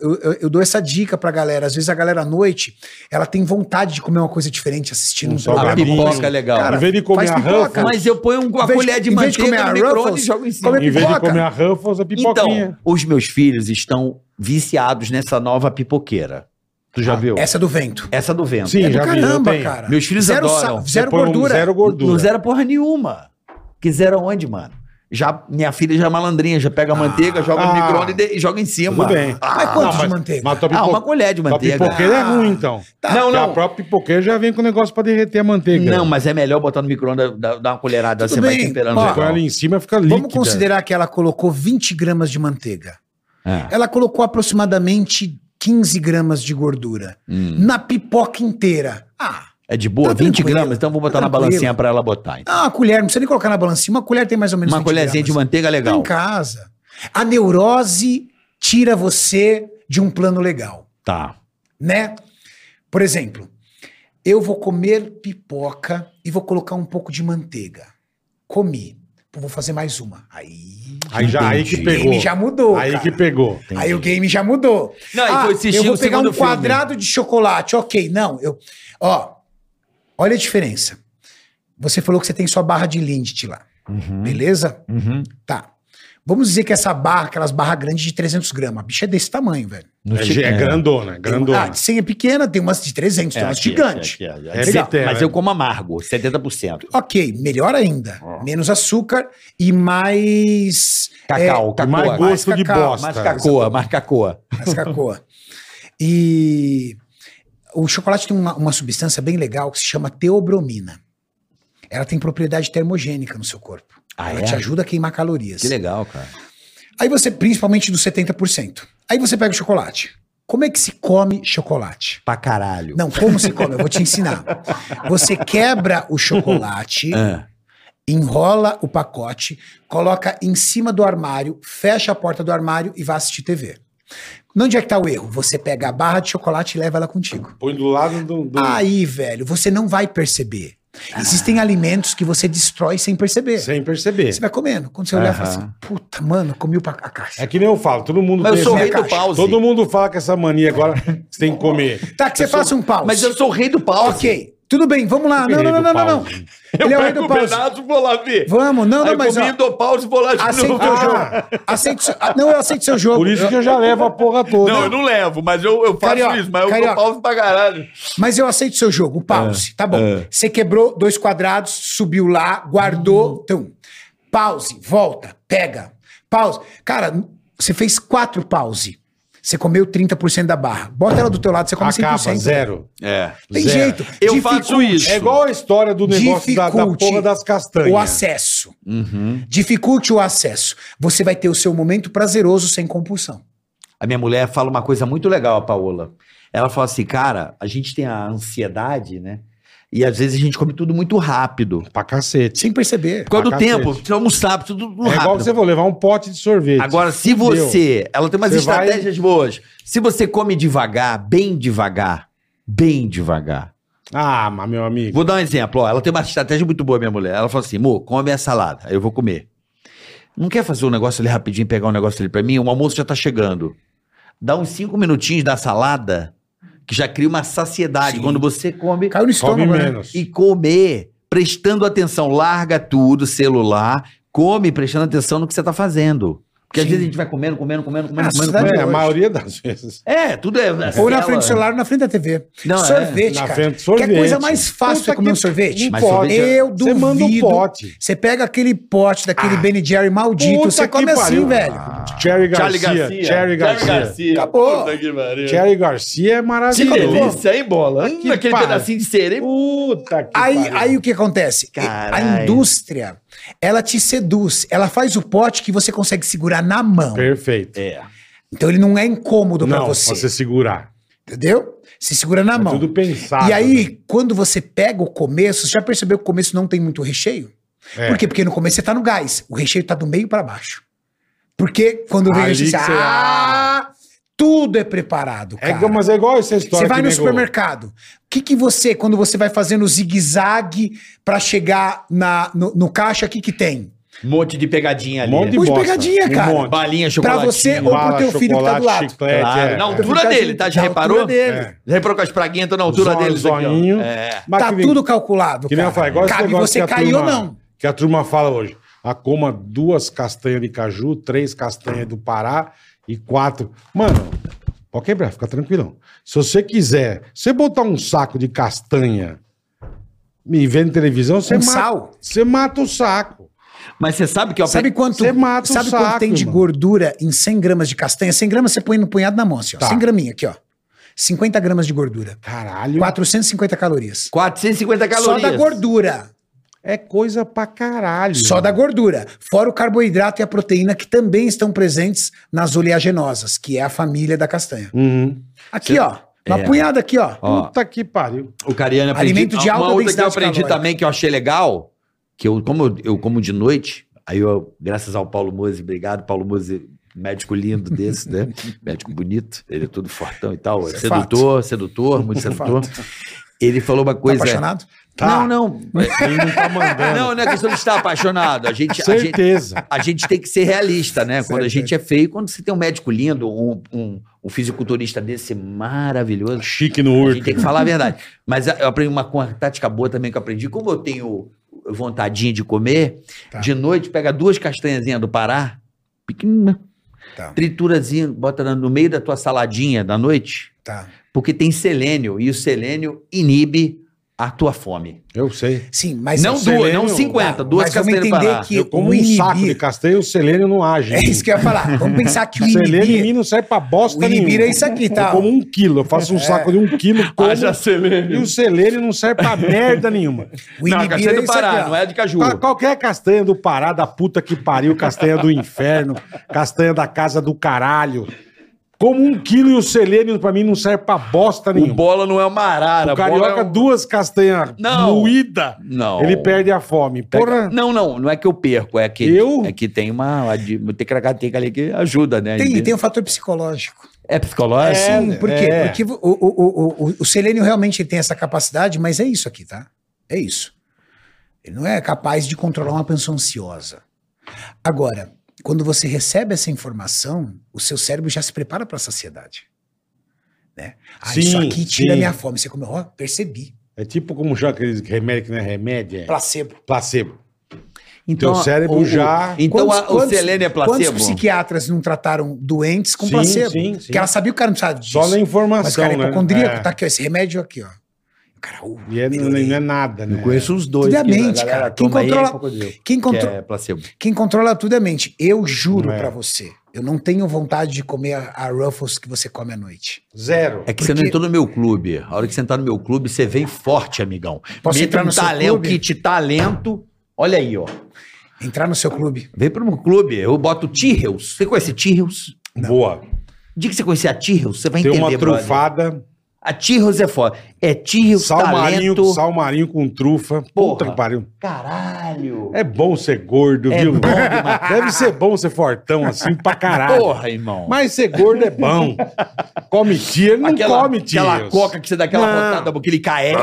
eu- eu- eu dou essa dica pra galera. Às vezes a galera à noite, ela tem vontade de comer uma coisa diferente assistindo
Um
um,
A
programa.
salgadinho.
pipoca é legal.
Cara,
em vez de comer
faz
a
pipoca,
Ruffles,
Mas eu ponho uma
Em vez de-
colher de
em vez de
manteiga
comer
no
a
micro-ondas
Ruffles,
e jogo em cima.
come
em vez de
pipoca.
comer a Ruffles, é pipoquinha.
Então, os meus filhos estão viciados nessa nova pipoqueira. Tu já viu? Essa,
Essa é do vento.
do vento.
Sim,
é do
já vi, eu
caramba,
tenho.
cara.
Meus filhos
zero
adoram.
sal-
Você
zero
põe um
gordura.
Zero gordura.
Não zera porra nenhuma. Que zera onde, mano? Já, minha filha já é malandrinha, já pega a manteiga, joga
ah.
no micro-ondas e de- e joga em cima.
Tudo bem.
Mas
Ah, Não,
quantos de manteiga?
Mas tua
Ah,
pipo-
uma colher de
tua
manteiga.
pipoqueira é ruim, então.
Tá.
Não,
Porque
não.
A própria pipoqueira já vem com o negócio pra derreter a manteiga.
Não, mas é melhor botar no micro-ondas, dar dar uma colherada,
né? Tudo
você vai
bem.
temperando.
Ó,
legal.
Põe ela é em cima fica líquida.
Vamos considerar que ela colocou 20 gramas de manteiga.
É.
Ela colocou aproximadamente 15 gramas de gordura.
hum.
Na pipoca inteira. Ah,
É de boa,
Tá
20
tranquilo.
gramas, então vou botar
Tá
na
tranquilo.
balancinha pra ela botar. então.
ah, uma colher, não precisa nem colocar na balancinha. Uma colher tem mais ou menos
Uma
20
colherzinha de
gramas.
manteiga legal.
Tá em casa. A neurose tira você de um plano legal.
Tá.
né? Por exemplo, eu vou comer pipoca e vou colocar um pouco de manteiga. Comi. Pô, Vou fazer mais uma. Aí,
Aí já aí que
Entendi.
o game
pegou.
já mudou.
Aí
cara.
que pegou.
Aí o game já mudou.
Não, aí
Ah,
foi assistir
eu vou
o
pegar um
segundo filme.
quadrado de chocolate. Ok, não. Eu, ó, olha a diferença. Você falou que você tem sua barra de Lindt lá. Beleza?
Uhum.
Tá. Vamos dizer que essa barra, aquelas barras grandes de 300 gramas, a bicha é desse tamanho, velho.
É, ge- é grandona,
Tem uma-
grandona.
Ah, de 100 é pequena, tem umas de 300, tem umas
é aqui,
gigantes.
aqui, aqui, aqui.
É
Legal.
bitter,
Mas
né?
eu como amargo, 70%.
Ok, melhor ainda. Menos açúcar e mais.
Cacau,
é,
cacau.
mais
mais
gosto de
cacau,
bosta.
Mais cacoa, mais cacoa.
mais cacau. e o chocolate tem uma, uma substância bem legal que se chama teobromina. Ela tem propriedade termogênica no seu corpo.
Ah,
Ela
é?
te ajuda a queimar calorias.
Que legal, cara.
Aí você, principalmente dos 70%. Aí você pega o chocolate. Como é que se come chocolate?
Pra caralho.
Não, como se come? Eu vou te ensinar. Você quebra o chocolate.
Ah,
enrola o pacote, coloca em cima do armário, fecha a porta do armário e vai assistir TV. Onde é que tá o erro? Você pega a barra de chocolate e leva ela contigo.
Põe do lado do. do-
Aí, velho, você não vai perceber. Existem alimentos que você destrói sem perceber.
Sem perceber.
Você vai comendo. Quando você olhar,
Aham.
fala assim, puta, mano, comi o pa- a caixa.
É que nem eu falo, todo mundo
Mas eu
tem
sou o
essa-
rei do
caixa.
pause.
Todo mundo fala com essa mania agora que você tem que comer.
Tá, que você faça um pause.
Mas eu sou o rei do pause.
Ok, tudo bem, vamos lá. Ah, Não,
Rei
não,
do
não, não, não. não.
pause.
Ele é o rei do pause.
vou lá ver.
Vamos, não, não, mas ó,
dou pause, vou lá de
aceito o
novo.
teu
Ah.
jogo. Aceito, o seu- ah, não, eu aceito o seu jogo.
Por isso que eu já levo a porra toda.
Não, eu não levo, mas eu, eu faço
né? Carioca,
isso, mas eu
carioca.
dou pause pra caralho.
Mas eu aceito seu
É,
jogo, o pause, tá bom. Você quebrou dois quadrados, subiu lá,
Hum.
guardou. Então, pause, volta, pega. Pause. Cara, você fez quatro pause. Você comeu 30% da barra. Bota ela do teu lado, você come
Acaba,
100%.
zero.
É.
Tem
zero.
jeito.
Eu
Dificulte-
faço isso.
É igual a história do negócio da, da
dificulte
porra das
O
castanhas.
acesso.
Uhum.
Dificulte o acesso. Você vai ter o seu momento prazeroso sem compulsão.
A minha mulher fala uma coisa muito legal, a Paola. Ela fala assim, cara, a gente tem a ansiedade, né? E às vezes a gente come tudo muito rápido.
Pra cacete.
Sem perceber.
Por causa do
Pra cacete.
tempo, precisa almoçar, tudo
É igual
rápido.
que você vai levar um pote de sorvete.
Agora, se
Fudeu.
você. Ela tem umas
Você vai-
estratégias boas. Se você come devagar, bem devagar, bem devagar.
Ah, mas meu amigo.
Vou dar um exemplo. Ó, ela tem uma estratégia muito boa, minha mulher. Ela fala assim: amor, come a salada. Aí eu vou comer. Não quer fazer um negócio ali rapidinho, pegar um negócio ali pra mim? O almoço já tá chegando. Dá uns cinco minutinhos da salada, que já cria uma saciedade.
Sim.
Quando você come
Caiu no
Come
estômago, né?
menos.
e comer, prestando atenção. Larga tudo, celular, come prestando atenção no que você tá fazendo. Porque às
Sim.
vezes a gente vai comendo, comendo, comendo, comendo,
Ah,
comendo.
cidade-
É, a
hoje.
maioria das vezes.
É, tudo é. é
Ou na
tela.
frente do celular ou na frente da TV.
Não, é.
sorvete,
Na
cara.
frente do sorvete.
Quer coisa mais fácil
Puta
você comer um
que-
sorvete?
Mas sorvete é-
eu
Você manda um
duvido.
pote.
Você pega aquele pote daquele Ben Jerry maldito,
Ah. Puta
você
que
come assim,
pariu. Ah,
velho.
Cherry Garcia.
Charlie Garcia.
Cherry Garcia.
Acabou.
Cherry Garcia é
Que
maravilhoso.
delícia, hein, bola? Hum,
Que
aquele
pariu.
pedacinho de cereja.
Puta que
Aí,
pariu.
aí o que acontece?
Caralho.
A indústria, ela te seduz. Ela faz o pote que você consegue segurar na mão.
Perfeito.
É.
Então ele não é incômodo pra
Não,
você.
você. você segurar.
Entendeu? Se segura na
É
mão.
tudo pensado. né?
E aí, quando você pega o começo, você já percebeu que o começo não tem muito recheio?
É.
Por quê? Porque no começo você tá no gás, o recheio tá do meio pra baixo. Porque quando vem o
Ali
recheio,
que
você,
você-
ah, tudo é preparado,
É,
cara.
mas é igual essa história.
você vai
que
no
nego-
supermercado. O que, que você, quando você vai fazendo zigue-zague pra chegar na, no, no caixa, o que, que tem?
Um monte de pegadinha ali. né?
Um monte de
Pô, de
bosta.
pegadinha,
Um
cara.
monte.
Balinha,
Pra
chocolate.
você ou pro teu filho que tá do lado.
chiclete.
Claro,
um é.
na
Então
altura
fica
dele,
assim,
tá? Já
na
reparou?
altura dele.
É. Já reparou com as praguintas na altura
Zóio,
dele?
zoinho.
É.
Mas
tá
que nem-
tudo calculado,
Que nem eu
cara.
falo, igual esse
Cabe
negócio que
você
a
cair ou
turma-
não.
Que a turma fala hoje. A coma duas castanhas de caju, três castanhas do Pará e quatro. Mano, pode quebrar, fica tranquilão. Se você quiser, se você botar um saco de castanha e vendo televisão, você
Com
mata,
Um sal?
você mata o saco.
Mas você sabe que eu
Sabe
aprendi.
quanto,
Tá Você mata o
sabe
saco,
quanto tem de
irmão.
gordura em 100 gramas de castanha? 100 gramas você põe no punhado na mão, assim, ó.
Tá.
100 graminha aqui, ó. 50 gramas de gordura.
Caralho.
450 calorias.
450 calorias.
Só da gordura.
É coisa pra caralho.
Uhum.
Só da gordura. Fora o carboidrato e a proteína que também estão presentes nas oleaginosas, que é a família da castanha.
Uhum.
Aqui, ó. Uma
É.
punhada aqui, ó. Tá
Ó,
Puta que pariu.
o Cariano aprendi.
Alimento de alta
uma outra que eu
densidade
aprendi
calórica.
também que eu achei legal, que eu como eu, eu como de noite, aí eu, graças ao Paulo Mose, obrigado Paulo Mose, médico lindo desse, né? médico bonito, ele é todo fortão e tal,
Isso é
sedutor, sedutor, muito sedutor. Ele falou uma
Tá
coisa.
apaixonado?
Tá.
é. Não, não.
Ele não tá mandando.
Não, não é questão de estar apaixonado. A gente, a gente,
Certeza.
a gente tem que ser realista, né? Quando a
Certo.
gente é feio, quando você tem um médico lindo, um, um, um fisiculturista desse maravilhoso,
Chique no
a gente tem que falar a verdade. Mas eu aprendi uma co- tática boa também que eu aprendi. Como eu tenho vontadinha de comer,
Tá.
de noite pega duas castanhazinhas do Pará, pequenininha,
Tá.
triturazinha, bota na- no meio da tua saladinha da noite,
Tá.
porque tem selênio, e o selênio inibe a tua fome.
Eu sei.
Sim, mas.
não
Mas
duas, não
selênio,
50, duas
vamos
castanhas do Pará.
que
eu como
o
um
inibir-
saco de castanha, o selênio não age.
É isso que eu ia falar. Vamos pensar que o
O selênio em mim
inibir.
não serve pra bosta
O inibir
nenhuma.
é isso aqui,
Eu
tá? É.
como um quilo. Eu faço um saco de um quilo, como, e
selênio.
o selênio não serve pra merda nenhuma.
O
Não, a
inibir
castanha
é
do
isso aqui,
Pará,
ó. Tá
não é a de caju.
Qual- qualquer castanha do Pará, da puta que pariu, castanha do inferno, castanha da casa do caralho. Como um quilo e o selênio pra mim não serve pra bosta
O
nenhuma.
bola não é uma arara.
O carioca,
bola é um-
duas castanhas
Não.
moída,
Não.
ele perde a fome.
Pega-
Porra,
Não, não, não é que eu perco, é que,
Eu?
é que tem uma. Tem cracateca ali que ajuda, né?
Tem, tem um fator psicológico.
É psicológico?
Sim, por quê?
é.
Porque o, o, o, o, o Selênio realmente tem essa capacidade, mas é isso aqui, tá? É isso. Ele não é capaz de controlar uma pessoa ansiosa. Agora, quando você recebe essa informação, o seu cérebro já se prepara para a saciedade. Né? Ah, isso
Sim,
aqui tira
sim.
minha fome. Você comeu, ó, percebi.
é tipo como já aqueles remédio que não é remédio, é
Placebo.
placebo. Teu cérebro
Então, o- o-
já-
Então
Quantos-
a- o
quantos-
selênio é
Quantos
placebo?
psiquiatras não trataram doentes com
Sim,
placebo?
sim, sim.
Porque ela sabia que o cara não precisava disso.
Só na informação,
Mas o cara é
né?
hipocondríaco,
É.
tá aqui, ó, esse remédio aqui, ó. O cara, uh,
E é- não,
melhorei.
é nada, né?
Eu conheço uns dois.
Tudo é
que a
mente,
galera
cara. Quem
toma aí é
controla-
hipocondríaco,
Quem,
que
contro...
é placebo.
Quem controla tudo é mente. Eu juro
Não é.
pra você, eu não tenho vontade de comer a, a Ruffles que você come à noite.
Zero.
É que você não
Porque-
entrou no meu clube. A hora que você entrar no meu clube, você vem forte, amigão.
Posso entrar
um
no seu
talento,
clube?
kit talento. Olha aí, ó.
Entrar no seu clube.
Vem pro meu clube, eu boto T-Hills. Você conhece T-Hills?
Boa.
O dia que você conhecer a T-Hills, você vai
Tem
entender,
uma
brother.
trufada,
A T-Hills é foda. É T-Hills,
salmarinho,
talento...
salmarinho com trufa. Puta
Porra.
que pariu.
Caralho!
É bom ser gordo,
É
viu?
bom demais.
Deve ser bom ser fortão assim pra caralho.
Porra, irmão.
Mas ser gordo é bom. Come tia, não
aquela,
come tia.
aquela coca que você dá aquela
Não.
botada, aquele KS.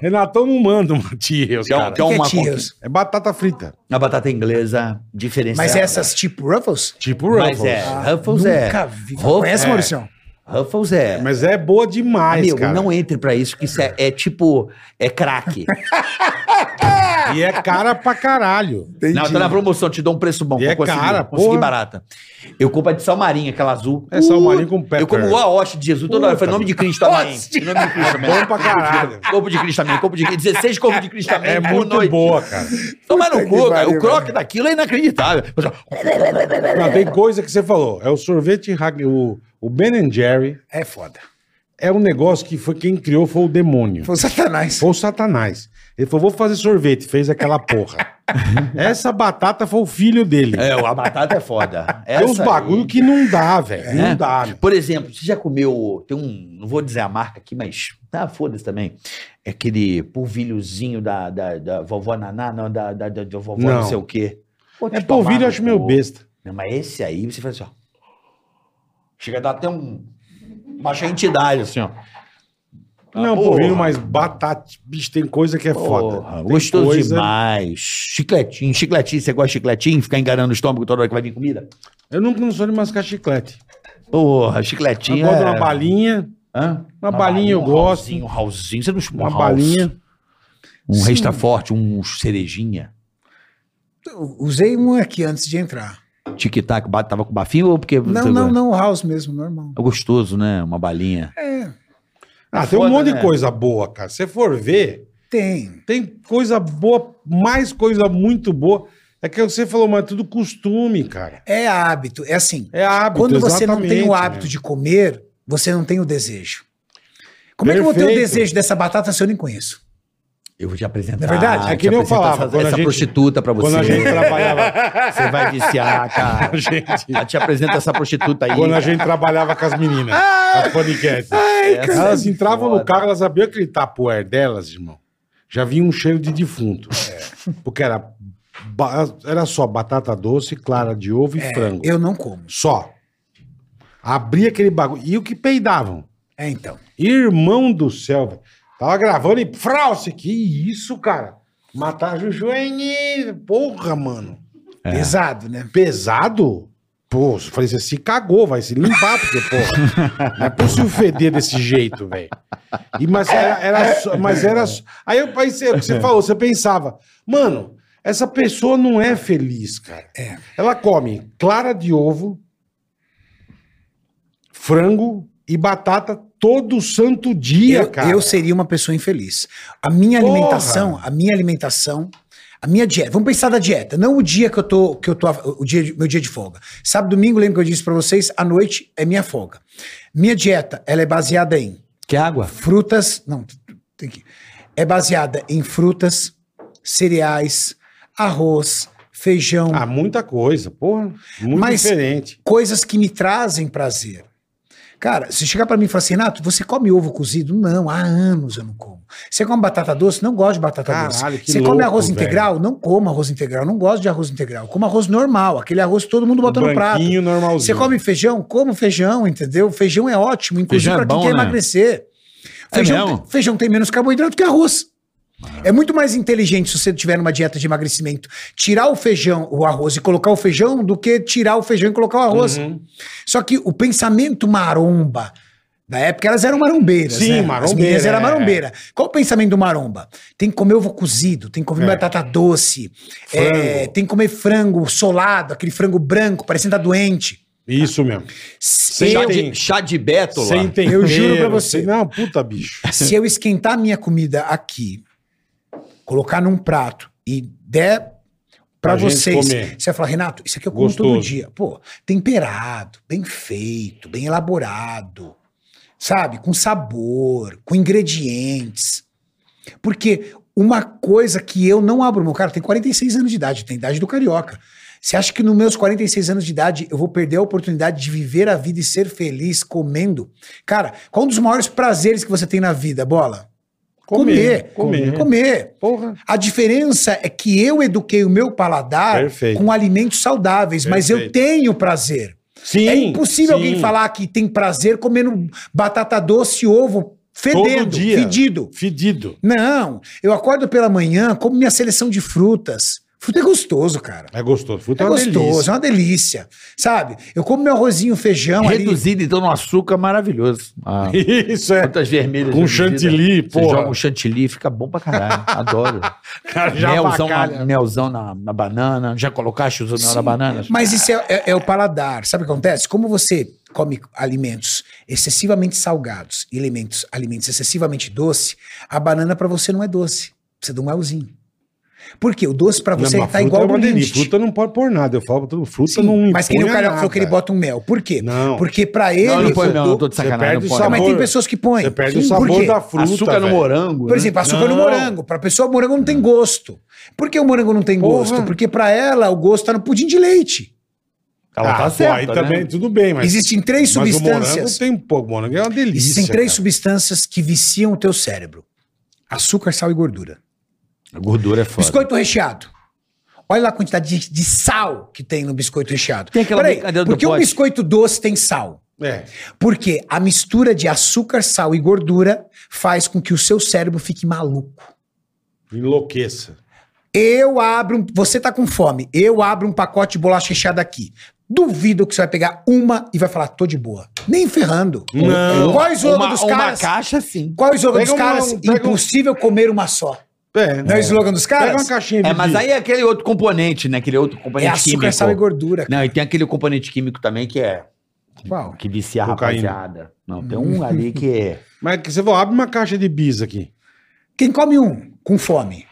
Renatão não manda uma tia,
Que é um-
cara.
que é um- Então,
que
uma
Cheerios?
É batata frita.
A batata inglesa diferenciada.
Mas essas tipo Ruffles?
Tipo
Mas
Ruffles.
é, Ruffles é.
Nunca vi.
Ruffles
Conhece,
é.
Maurício?
Ruffles é.
Mas é boa demais,
Amigo,
cara.
não entre pra isso, que isso é, é tipo. É craque.
E é cara pra caralho.
Não, tá na promoção, te dou um preço bom.
E é
eu consegui,
cara,
consegui
porra.
barata. Eu compro a de salmarinha, aquela azul. Uh,
É salmarinho com pepper.
Eu como o Aoshi de Jesus toda hora. Foi nome de Cristo também. Em nome de Cristo também.
Bom pra caralho.
Corpo de Cristo também. Corpo de Cristo. 16 corpo de Cristo também.
É
por
muito
noite.
boa, cara.
Tomar
Puta
no
que
cu, cara.
pariu,
O croque daquilo é inacreditável. Eu só-
Não, tem coisa que você falou. É o sorvete, Hag- o, o Ben Jerry.
É foda.
É um negócio que foi quem criou foi o demônio.
Foi o Satanás.
Foi o Satanás. Ele falou, vou fazer sorvete. Fez aquela porra. Essa batata foi o filho dele.
É, a batata é foda.
Tem uns
Essa aí,
bagulho que não dá, velho.
né?
Não dá. meu.
Por exemplo, você já comeu. Tem um. Não vou dizer a marca aqui, mas. Ah, foda-se também. É aquele polvilhozinho da, da, da vovó Naná, não, da, da, da, da vovó não,
Não.
sei o quê. Pô,
É
te tomar
polvilho, eu
no
acho meio
cu.
besta.
Não, mas esse aí, você faz assim, ó. Chega a dar até um. Baixa entidade, assim, ó.
Não,
Ah, porra.
polvilho, mas batata. Bicho, tem coisa que é foda.
Porra,
Tem
gostoso
coisa-
demais. Chicletinho, chicletinho. Você gosta de chicletinho? Ficar enganando o estômago toda hora que vai vir comida?
Eu nunca não sou de mascar chiclete.
Porra,
Eu
chicletinho.
gosto de
é-
uma balinha.
Hã?
Uma balinha eu
um
gosto.
Raulzinho, um raulzinho. Você não chama
Uma
um Raul?
balinha.
Um
Sim.
resta forte, um cerejinha.
Eu Usei um aqui antes de entrar.
Tic-tac, ba- tava com bafinho ou porque.
Não, não, não, o House mesmo, normal.
É gostoso, né? Uma balinha.
É.
Ah, tem um
Foda,
monte de
né?
coisa boa, cara. Se você for ver,
Tem.
Tem coisa boa, mais coisa muito boa. É que você falou, mas é tudo costume, cara.
É hábito. É assim.
É hábito.
quando você não tem o
exatamente,
hábito
né?
de comer, você não tem o desejo. Como é que eu vou ter o
Perfeito.
desejo dessa batata se eu nem conheço?
Eu vou te apresentar.
É verdade.
te
É que nem eu
apresentar
falava,
Essa,
quando a
essa
gente-
prostituta pra você.
Quando a gente trabalhava.
Você vai viciar,
Ah.
cara. Eu te apresento essa prostituta aí.
Quando a gente trabalhava com as meninas,
Ah.
as podcast.
cara.
elas entravam no
Foda.
carro, elas abriam aquele tapoer delas, irmão. Já vinha um cheiro de defunto. É. Porque era, ba- era só batata doce, clara de ovo e frango.
Eu não como.
Só. Abria aquele bagulho. E o que peidavam?
É então.
Irmão do céu, velho. Tava gravando e. Frauce, que isso, cara? Matar a Juju é. em- Porra, mano.
Pesado, né?
Pesado? Pô, eu falei assim, se cagou, vai se limpar, porque, pô, não é possível feder desse jeito, velho. E, Mas era, era só- mas era só- Aí eu pensei, o que você falou, você pensava, mano, essa pessoa não é feliz, cara.
É.
Ela come clara de ovo, frango e batata todo santo dia,
eu,
cara.
eu seria uma pessoa infeliz. A minha
Porra!
alimentação, a minha alimentação, a minha dieta. Vamos pensar da dieta, não o dia que eu tô, que eu tô, o dia, de- meu dia de folga. Sábado, domingo, lembro que eu disse pra vocês, à noite é minha folga. Minha dieta, ela é baseada em
Quer água?
frutas, não, tu- tu- tem que é baseada em frutas, cereais, arroz, feijão,
Ah, muita coisa, porra. Muito
Mas-
diferente.
coisas que me trazem prazer. Cara, se chegar pra mim e falar assim, Renato, você come ovo cozido? Não, há anos eu não como. Você come batata doce? Não gosto de batata
Caralho,
doce.
que
Você come
louco,
arroz
velho.
integral? Não como arroz integral. Não gosto de arroz integral. Como arroz normal, aquele arroz que todo mundo bota no prato.
Branquinho, Um normalzinho.
Você come feijão? Como feijão, entendeu? Feijão é ótimo, inclusive
Feijão é
pra quem
bom,
quer
né?
emagrecer.
É
Feijão,
mesmo?
feijão tem menos carboidrato que arroz. É muito mais inteligente se você tiver numa dieta de emagrecimento tirar o feijão, o arroz e colocar o feijão do que tirar o feijão e colocar o arroz. Só que o pensamento maromba, na época elas eram marombeiras,
Sim,
né? As
marombeira,
meninas eram
é.
marombeira. Qual o pensamento do maromba? Tem que comer ovo cozido, tem que comer
É.
batata doce,
Frango.
é, tem que comer frango solado, aquele frango branco, parecendo tá doente.
Isso mesmo.
Se
Sem
eu,
tem-
Chá de bétula.
Sem tempero.
Eu juro pra você.
sem- Não, puta, bicho.
se eu esquentar minha comida aqui, colocar num prato e der
Pra
pra
gente
vocês,
comer.
você vai falar, Renato, isso aqui eu como todo
Gostoso.
dia. Pô, temperado, bem feito, bem elaborado, sabe? Com sabor, com ingredientes. Porque uma coisa que eu não abro mão, cara, tem 46 anos de idade, tem idade do carioca. Você acha que nos meus 46 anos de idade eu vou perder a oportunidade de viver a vida e ser feliz comendo? Cara, qual um dos maiores prazeres que você tem na vida, bola?
Comer,
Comer.
comer.
comer.
Porra.
A diferença é que eu eduquei o meu paladar
Perfeito.
Ah, com alimentos saudáveis, mas eu
Perfeito.
tenho prazer.
Sim.
é impossível alguém
sim.
falar que tem prazer comendo batata doce e ovo fedendo,
dia.
fedido.
Fedido.
Não, eu acordo pela manhã, como minha seleção de frutas. Fruta é gostoso, cara.
É gostoso. Fruta
É
é, uma
gostoso, é
delícia.
uma delícia. Sabe? Eu como meu arrozinho, feijão ali.
Reduzido, então, no açúcar, maravilhoso. Ah.
Isso é.
Plantas vermelhas.
Com
reduzidas.
né?
chantilly,
Você
porra.
joga um chantilly, fica bom pra caralho. Adoro.
Cara, já
melzão na,
abacalha.
melzão na, na banana. Já colocaste o mel na banana?
Mas isso é, é- é o paladar. Sabe o que acontece? Como você come alimentos excessivamente salgados e alimentos, alimentos excessivamente doce, a banana pra você não é doce. Precisa de um melzinho. Por quê? O doce pra
Não,
você
mas
tá
fruta
igual
é
ao
uma delícia.
Lindt.
Fruta não pode pôr nada. Eu falo pra todo mundo, Fruta
Sim,
não
mas que nem o
impunha
cara falou
nada.
que ele bota um mel. Por quê?
Não.
Porque pra ele.
Não, não põe
o
mel,
do-
não tô de
Você
sacanagem.
perde
Não
o
põe.
Não, mas tem
sabor.
pessoas que põem.
Você perde o
Sim, por
sabor
quê?
da fruta,
açúcar no
velho.
morango.
Por
né?
exemplo, açúcar no
Não.
morango. Pra pessoa, o morango não tem gosto. Por que o morango não tem
Porra.
gosto? Porque pra ela, o gosto tá no pudim de leite.
Ela
Ah,
tá
pô,
certa,
Aí
né?
também, tudo bem, mas...
Existem três
mas o
substâncias.
morango tem um pouco. O morango é uma delícia,
Existem três
cara.
substâncias que viciam o teu cérebro: açúcar, sal e gordura.
A gordura é foda.
Biscoito recheado. Olha lá a quantidade de, de sal que tem no biscoito recheado.
Tem aquela
Peraí,
brincadeira do
por que um
pote?
biscoito doce tem sal?
É.
Porque a mistura de açúcar, sal e gordura faz com que o seu cérebro fique maluco.
É, Enlouqueça.
Eu abro. um- Você tá com fome. Eu abro um pacote de bolacha recheada aqui. Duvido que você vai pegar uma e vai falar, tô de boa. Nem ferrando.
Não.
Qual é o slogan
uma,
dos
uma
caras?
caixa, sim.
Qual é o slogan
Pega
dos
uma-
caras?
pega um-
Impossível comer uma só.
É.
Não é o slogan dos
Pega uma
caras?
caixinha de...
É, mas aí é aquele outro componente, né? Aquele outro
É
componente
açúcar,
químico.
sal e gordura.
Não, e tem aquele componente químico também que é
Qual?
que vicia a
Cocaína.
rapaziada. Não, tem um ali que é.
Mas que você falou, abre uma caixa de bis aqui.
Quem come um com fome?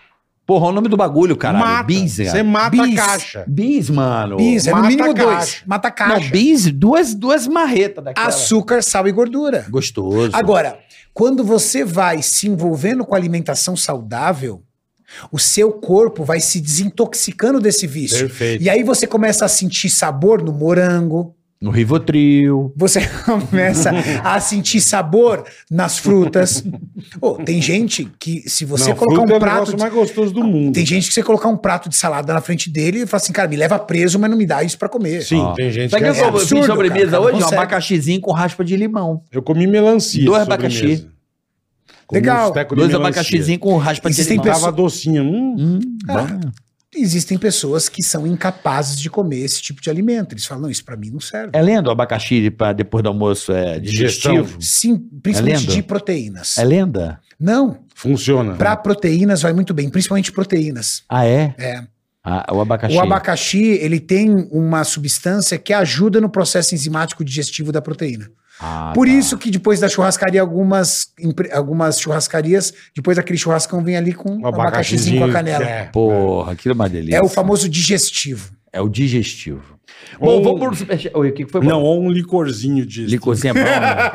Porra, o nome do bagulho, caralho.
Mata.
Bis,
Você
cara.
mata
Bis.
a caixa.
Bis, mano.
Bis, é no
mata
mínimo
a
dois.
caixa.
Mata a
Não,
caixa.
bis, duas, duas marretas daquela.
Açúcar, sal e gordura.
Gostoso.
Agora, quando você vai se envolvendo com alimentação saudável, o seu corpo vai se desintoxicando desse vício.
Perfeito.
E aí você começa a sentir sabor no morango,
No Rivotril.
você começa a sentir sabor nas frutas. Ô, tem gente que se você
Não,
colocar
fruta
um
é o
prato,
negócio
de-
mais gostoso do mundo.
tem gente que você colocar um prato de salada na frente dele e fala assim, cara, me leva preso, mas não me dá isso pra comer.
Sim,
Ó.
tem gente
Sabe
que
o
é
que eu
assim.
sou-
absurdo,
fiz sobremesa
cara, não
hoje? Um
consegue.
abacaxizinho com raspa de limão.
Eu comi melancia.
Dois
de sobremesa.
abacaxi.
Comi
Legal.
uns tecos de
Dois
melancia.
abacaxizinhos com raspa de
Existem
limão.
pessoas-
Tava docinho. Hum,
Hum,
Cara,
bom.
Existem pessoas que são incapazes de comer esse tipo de alimento. Eles falam, não, isso pra mim não serve.
É lenda o abacaxi de- pra depois do almoço é digestivo?
Digestão.
Sim, principalmente
lenda?
de proteínas.
É lenda?
Não,
funciona.
para proteínas vai muito bem, principalmente proteínas.
Ah, é?
É.
Ah, o abacaxi.
O abacaxi, ele tem uma substância que ajuda no processo enzimático digestivo da proteína.
Ah,
Por
tá.
isso que depois da churrascaria, algumas, empre- algumas churrascarias, depois daquele churrascão, vem ali com
Um
um abacaxizinho com a canela. É.
É.
Porra, aquilo é uma delícia.
o famoso digestivo.
É o digestivo. Bom,
Ou-
vamos pro superchat. Oi, o que que foi?
Não, ou um licorzinho de.
Licorzinho é bom, né?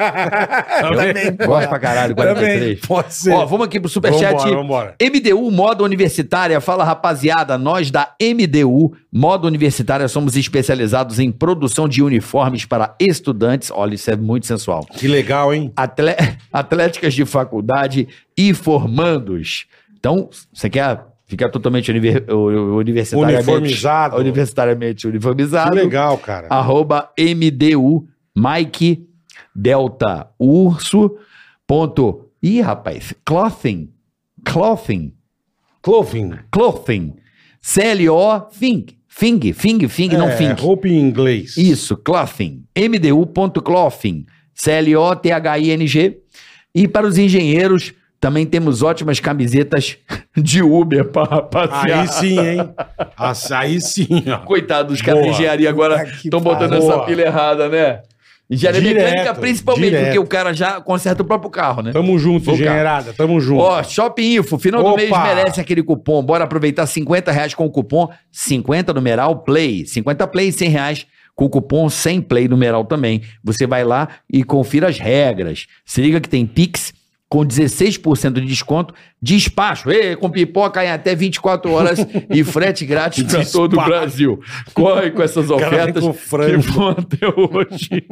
Eu gosto pra caralho, 43.
Pode ser.
Ó, vamos aqui pro superchat.
Vambora, vambora.
MDU, moda universitária, fala rapaziada, nós da MDU, moda universitária, somos especializados em produção de uniformes para estudantes, olha, isso é muito sensual,
Que legal, hein?
Atle- atléticas de faculdade e formandos. Então, você quer ficar totalmente univer- u- universitariamente,
Uniformizado.
universitariamente
Que
uniformizado?
legal, cara.
Ah,
arroba MDU Mike Delta Urso ponto Ih, rapaz, clothing, clothing,
Clothing.
clothing, CLO, think, fing, fing, fing, não
É,
fing.
Roupa em inglês.
Isso, clothing, MDU.clothing, C-L-O-T-H-I-N-G. E para os engenheiros, também temos ótimas camisetas de Uber para rapaziada.
Ah, Aí sim, hein? As- Aí sim, ó.
Coitado, os caras de
Boa.
engenharia agora
Puta que
estão botando
pariu.
essa
Boa.
pilha errada, né? Engenharia
Direto,
mecânica principalmente,
direto.
porque o cara já conserta o próprio carro, né?
Tamo junto,
Vou cá.
engenheirada. Tamo junto.
Ó, Shopping Info, final do
Opa!
mês merece aquele cupom. Bora aproveitar R$ 50 reais com o cupom 50 numeral play. 50 play, 100 reais com o cupom 100 play numeral também. Você vai lá e confira as regras. Se liga que tem Pix com 16% de desconto, despacho, ê, com pipoca em até 24 horas e frete grátis para todo o
Despacho.
Brasil. Corre com essas
cara vem
ofertas
com frango.
que vão até hoje.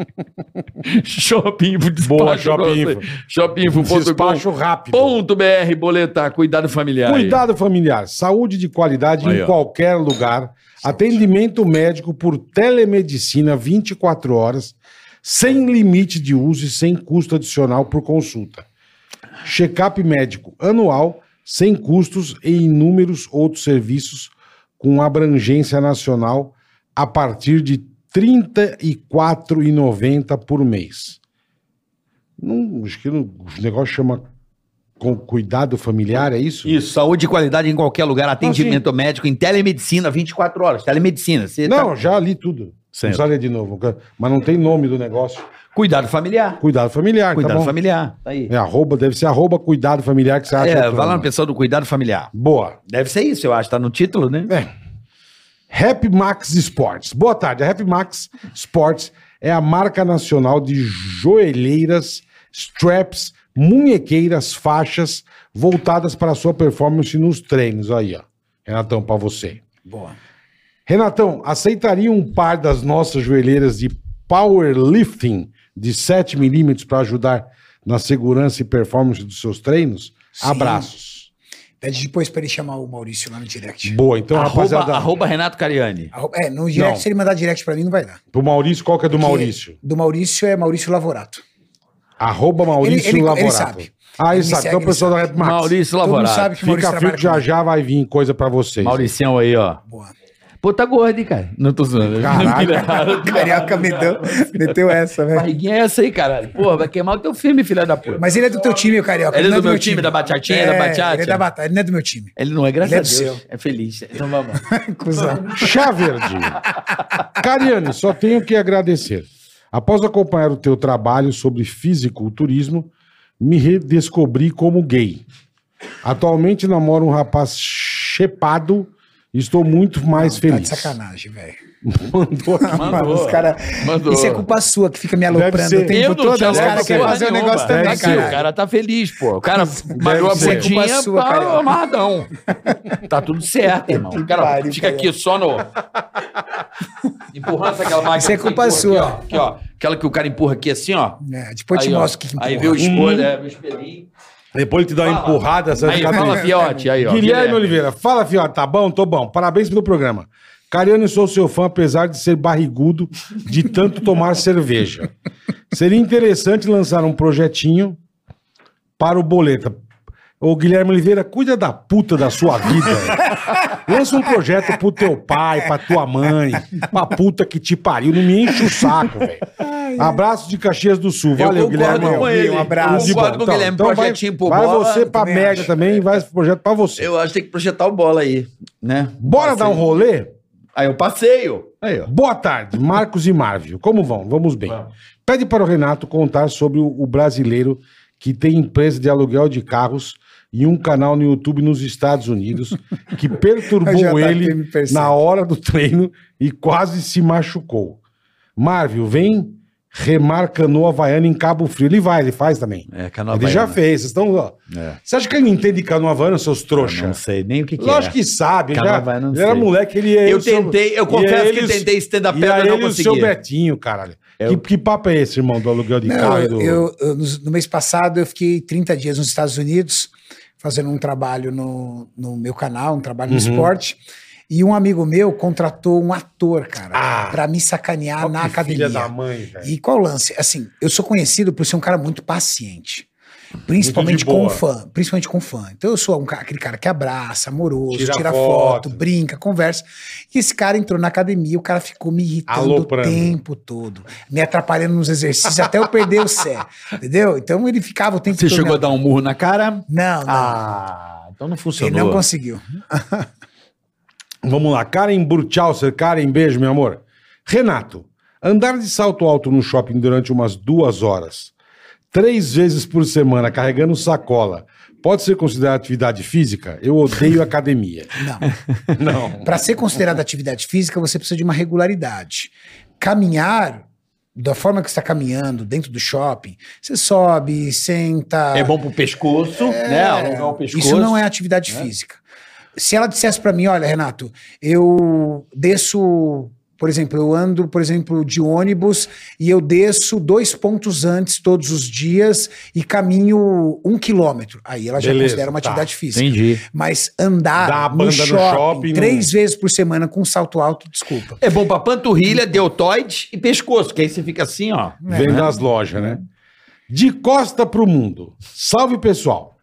Shopping Info, despacho.
Boa,
pra
Shopping
você.
Info.
Shoppinfo.com.
Despacho rápido.
Ponto BR Boletar, cuidado familiar. aí.
Cuidado familiar, saúde de qualidade
Aí,
em
ó.
qualquer lugar, atendimento médico por telemedicina 24 horas, sem limite de uso e sem custo adicional por consulta. Check-up médico anual, sem custos e inúmeros outros serviços com abrangência nacional a partir de R$ 34,90 por mês. Não, acho que não- o negócio chama com cuidado familiar, é isso?
Isso, saúde e qualidade em qualquer lugar, atendimento médico em telemedicina 24 horas. Telemedicina. Você
Não,
tá-
já li tudo.
Certo.
Não precisa ler de novo. Mas não tem nome do negócio.
Cuidado familiar.
Cuidado familiar,
Cuidado
tá bom?
familiar. Tá aí.
É arroba, deve ser arroba cuidado familiar que você acha.
É,
outro
vai lá no
nome.
pessoal do cuidado familiar.
Boa.
Deve ser isso, eu acho, tá no título, né?
É. Rap Max Sports. Boa tarde. A Rap Max Sports é a marca nacional de joelheiras, straps, munhequeiras, faixas voltadas para a sua performance nos treinos. Aí, ó. Renatão, para você.
Boa.
Renatão, aceitaria um par das nossas joelheiras de powerlifting de 7mm para ajudar na segurança e performance dos seus treinos?
Sim.
Abraços.
Pede depois pra ele chamar o Maurício lá no direct.
Boa, então,
arroba,
rapaziada.
arroba Renato Cariani.
Arroba- É, no direct,
Não.
se ele mandar direct pra mim, não vai dar.
Do Maurício, qual que é do Maurício?
Do Maurício é Maurício Lavorato.
Arroba Maurício
Ele- ele-
Lavorato.
ele sabe.
Ah, ele,
Ele me
sabe.
segue,
então, o
ele
pessoal da
sabe.
Rap Max.
Maurício
Todo mundo
Lavorato.
sabe que o Maurício
Fica
trabalha
fico, já já vai vir coisa pra vocês.
Mauricião aí, ó.
com- Boa.
Pô, tá gordo, hein, cara? Não tô zoando.
Caraca.
Carioca meteu, meteu essa, velho.
Barriguinha é essa aí, caralho. Porra, vai queimar o teu filme, filha da puta.
Mas ele é do teu time, o Carioca.
Ele é
não
do meu time, da bachatinha, da bachata?
Ele é da batata, ele não é do meu time.
Ele não é, graças
Ele é
a
do
Deus. É feliz. Então vamos.
Cusão.
Chá verde. Cariane, só tenho que agradecer. Após acompanhar o teu trabalho sobre fisiculturismo, me redescobri como gay. Atualmente namoro um rapaz chepado e estou muito mais
Tá de
feliz.
sacanagem, velho.
Mandou aqui.
Mano, os cara...
Mandou.
Isso é culpa sua que fica me aloprando
ser.
o tempo todo. aí Os
deve
caras
ser.
querem fazer o
nenhuma.
negócio também,
Deve ser.
cara.
O cara tá feliz, pô. O cara malhou a
ser. Culpa
bundinha,
sua,
tá
cara.
amarradão. Tá tudo certo, irmão. O cara
pariu,
fica
cara.
aqui só no... Empurrando sabe aquela máquina.
Isso é
que
culpa
empurra
sua.
Aqui, ó. Aqui, ó. Aquela que o cara empurra aqui assim, ó.
É, depois eu te
ó.
mostro o que que
Aí
empurra.
vê o espelho, é, vê o espelhinho.
Depois ele te dá uma
Fala.
empurrada, você vai
Aí,
ficar
fala,
triste.
fiote. Aí, ó.
Guilherme, Oliveira, fala, Fiota, tá bom? Tô bom. Parabéns pelo programa. Cariano, sou seu fã, apesar de ser barrigudo de tanto tomar cerveja. Seria interessante lançar um projetinho para o Boleta. Ô, Guilherme Oliveira, cuida da puta da sua vida. Lança um projeto pro teu pai, pra tua mãe, pra puta que te pariu. Não me enche o saco, velho.
Ah,
Abraço de Caxias do Sul.
Eu
Valeu,
concordo
Guilherme.
com ele.
um abraço.
De
Eu concordo
bom.
com o
Então,
Guilherme.
então vai-
Projetinho pro
Vai
bola.
você pra
também
merda
acho.
também e vai pro projeto pra você.
Eu acho que tem que projetar o bola aí, né?
Bora
Passeio.
dar um rolê?
Aí eu passeio. Aí, ó.
Boa tarde, Marcos e Marvio. Como vão? Vamos bem. Pede para o Renato contar sobre o, o brasileiro que tem empresa de aluguel de carros e um canal no YouTube nos Estados Unidos que
Já
perturbou
tá aqui,
ele
me percebe.
na hora do treino e quase se machucou. Marvio, vem remar canoa havaiana em Cabo Frio. Ele vai, ele faz também.
É, canal
ele já fez. Vocês estão, ó.
É.
Você acha que ele não entende canoa havaiana, seus trouxa?
Não sei nem o que, que é.
Lógico que sabe,
Cara,
já,
vai, não
ele era
sei.
moleque, ele é
Eu
ele, seu-
tentei, eu
e
confesso
é
que
ele,
tentei stand-up
e é
pedra, não
ele e o seu
consegui.
Betinho, caralho.
Eu-
Que, que papo é esse, irmão, do aluguel de
Não,
carro? e
eu,
do-
eu- nos- no, mês passado eu fiquei 30 dias nos Estados Unidos fazendo um trabalho no, no meu canal, um trabalho
Uhum.
no esporte. E um amigo meu contratou um ator, cara,
Ah.
pra me sacanear
Ó,
na
que
academia.
Filha da mãe, velho.
E qual o lance? Assim, eu sou conhecido por ser um cara muito paciente. Principalmente
Muito de
com
boa.
fã. Principalmente com fã. Então eu sou um ca- aquele cara que abraça, amoroso,
Tira
tira,
foto.
foto. brinca, conversa. E esse cara entrou na academia, o cara ficou me irritando o
Aloprando.
tempo todo. Me atrapalhando nos exercícios até eu perder o sé. Entendeu? Então ele ficava o tempo
Você
todo.
chegou a
me-
dar um murro na cara?
Não, não.
Ah, então não
ele
funcionou.
não conseguiu.
Vamos lá, Karen Burchauser. Karen, beijo, meu amor. Renato, andar de salto alto no shopping durante umas duas horas, três vezes por semana, carregando sacola, pode ser considerado atividade física? Eu odeio academia.
Não.
Não.
Para ser considerada atividade física, você precisa de uma regularidade. Caminhar, da forma que você está caminhando dentro do shopping, você sobe, senta.
É bom pro pescoço, né?
um
Alongar o pescoço.
Isso não é atividade física. Se ela dissesse pra mim, olha, Renato, eu desço, por exemplo, eu ando, por exemplo, de ônibus e eu desço dois pontos antes todos os dias e caminho um quilômetro. Aí ela já
Beleza,
considera uma
tá.
atividade física.
Entendi.
Mas
Dar a
andar
banda no
no shopping,
shopping, não-
três vezes por semana com salto alto, desculpa.
É bom pra panturrilha, deltoide e pescoço, que aí você fica assim, ó.
Vem das lojas, né? De costa pro mundo. Salve, pessoal.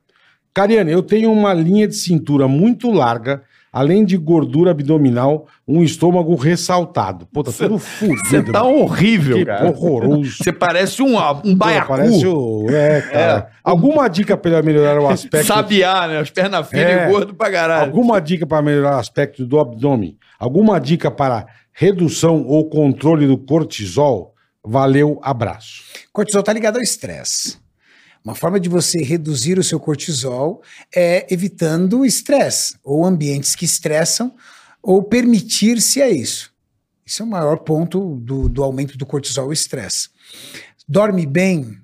Cariane, eu tenho uma linha de cintura muito larga, além de gordura abdominal, um estômago ressaltado. Pô, tá tudo fudido.
Você tá
mano.
horrível,
Que
cara.
horroroso.
Você parece um, um
Pô,
baiacu.
parece o... É, cara. Alguma dica pra melhorar o aspecto...
Sabiá, né? As pernas finas
É.
e gordo pra caralho.
Alguma dica para melhorar o aspecto do abdômen? Alguma dica para redução ou controle do cortisol? Valeu, abraço.
Cortisol está ligado ao estresse. Uma forma de você reduzir o seu cortisol é evitando o estresse, ou ambientes que estressam, ou permitir-se a isso. Isso é o maior ponto do, do aumento do cortisol, o estresse. Dorme bem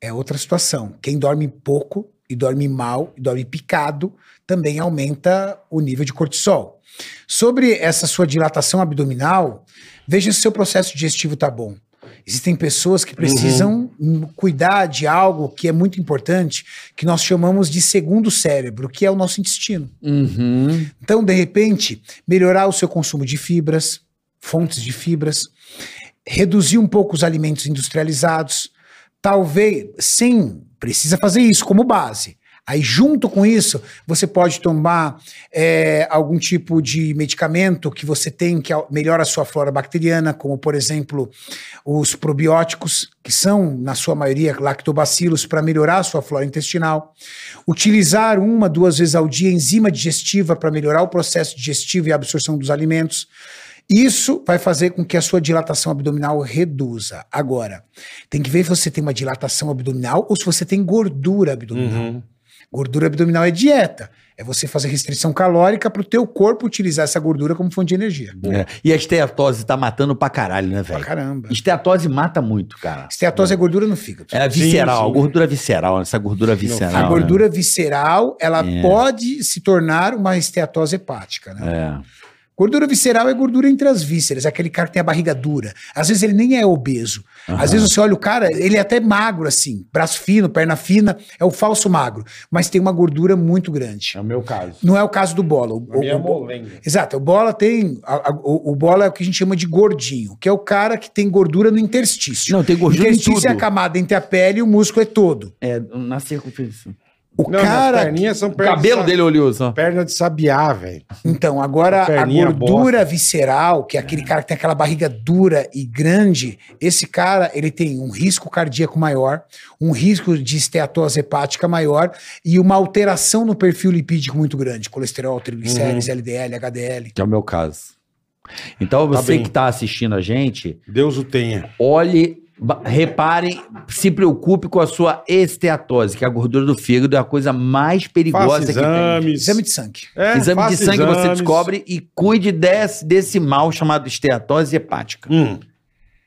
é outra situação. Quem dorme pouco e dorme mal, e dorme picado, também aumenta o nível de cortisol. Sobre essa sua dilatação abdominal, veja se seu processo digestivo está bom. Existem pessoas que precisam hum, cuidar de algo que é muito importante, que nós chamamos de segundo cérebro, que é o nosso intestino.
Uhum.
Então, de repente, melhorar o seu consumo de fibras, fontes de fibras, reduzir um pouco os alimentos industrializados, talvez, sim, precisa fazer isso como base. Aí, junto com isso, você pode tomar eh, algum tipo de medicamento que você tem que au- melhora a sua flora bacteriana, como, por exemplo, os probióticos, que são, na sua maioria, lactobacilos, para melhorar a sua flora intestinal. Utilizar uma, duas vezes ao dia enzima digestiva para melhorar o processo digestivo e a absorção dos alimentos. Isso vai fazer com que a sua dilatação abdominal reduza.
Uhum.
Agora, tem que ver se você tem uma dilatação abdominal ou se você tem gordura abdominal. Gordura abdominal é dieta. É você fazer restrição calórica para o teu corpo utilizar essa gordura como fonte de energia.
É. E a esteatose tá matando pra caralho, né,
Pra
velho?
caramba.
Esteatose mata muito, cara.
Esteatose é gordura no fígado.
É visceral, gordura visceral, essa gordura visceral.
a
né?
gordura visceral, ela
É.
pode se tornar uma esteatose hepática, né?
É.
Gordura visceral é gordura entre as vísceras, é aquele cara que tem a barriga dura. Às vezes ele nem é obeso. Às vezes você olha o cara, ele é até magro assim, braço fino, perna fina, é o falso magro, mas tem uma gordura muito grande.
É o meu caso.
Não é o caso do Bola. O,
A minha
o-
é
o-
molenga.
Exato, o Bola tem a- a- o, o Bola é o que a gente chama de gordinho, que é o cara que tem gordura no interstício.
Não, tem gordura em
interstício
tudo.
é a camada entre a pele e o músculo é todo.
É, na circunferência.
O
Não,
cara
as perninhas são
O cabelo dele é oleoso, ó.
Perna de sabiá, velho.
Então, agora a
Perninha
gordura visceral, que é aquele cara que tem aquela barriga dura e grande, esse cara, ele tem um risco cardíaco maior, um risco de esteatose hepática maior e uma alteração no perfil lipídico muito grande, colesterol,
Uhum.
triglicérides, LDL, HDL.
Que é o meu caso. Então,
Tá
você
bem.
que tá assistindo a gente,
Deus o tenha.
olhe, ba- repare, se preocupe com a sua esteatose, que a gordura do fígado é a coisa mais perigosa
Faça
que tem.
exames.
Exame de sangue.
É,
Exame de
faça
sangue você
exames.
descobre e cuide desse, desse mal chamado esteatose hepática.
Hum.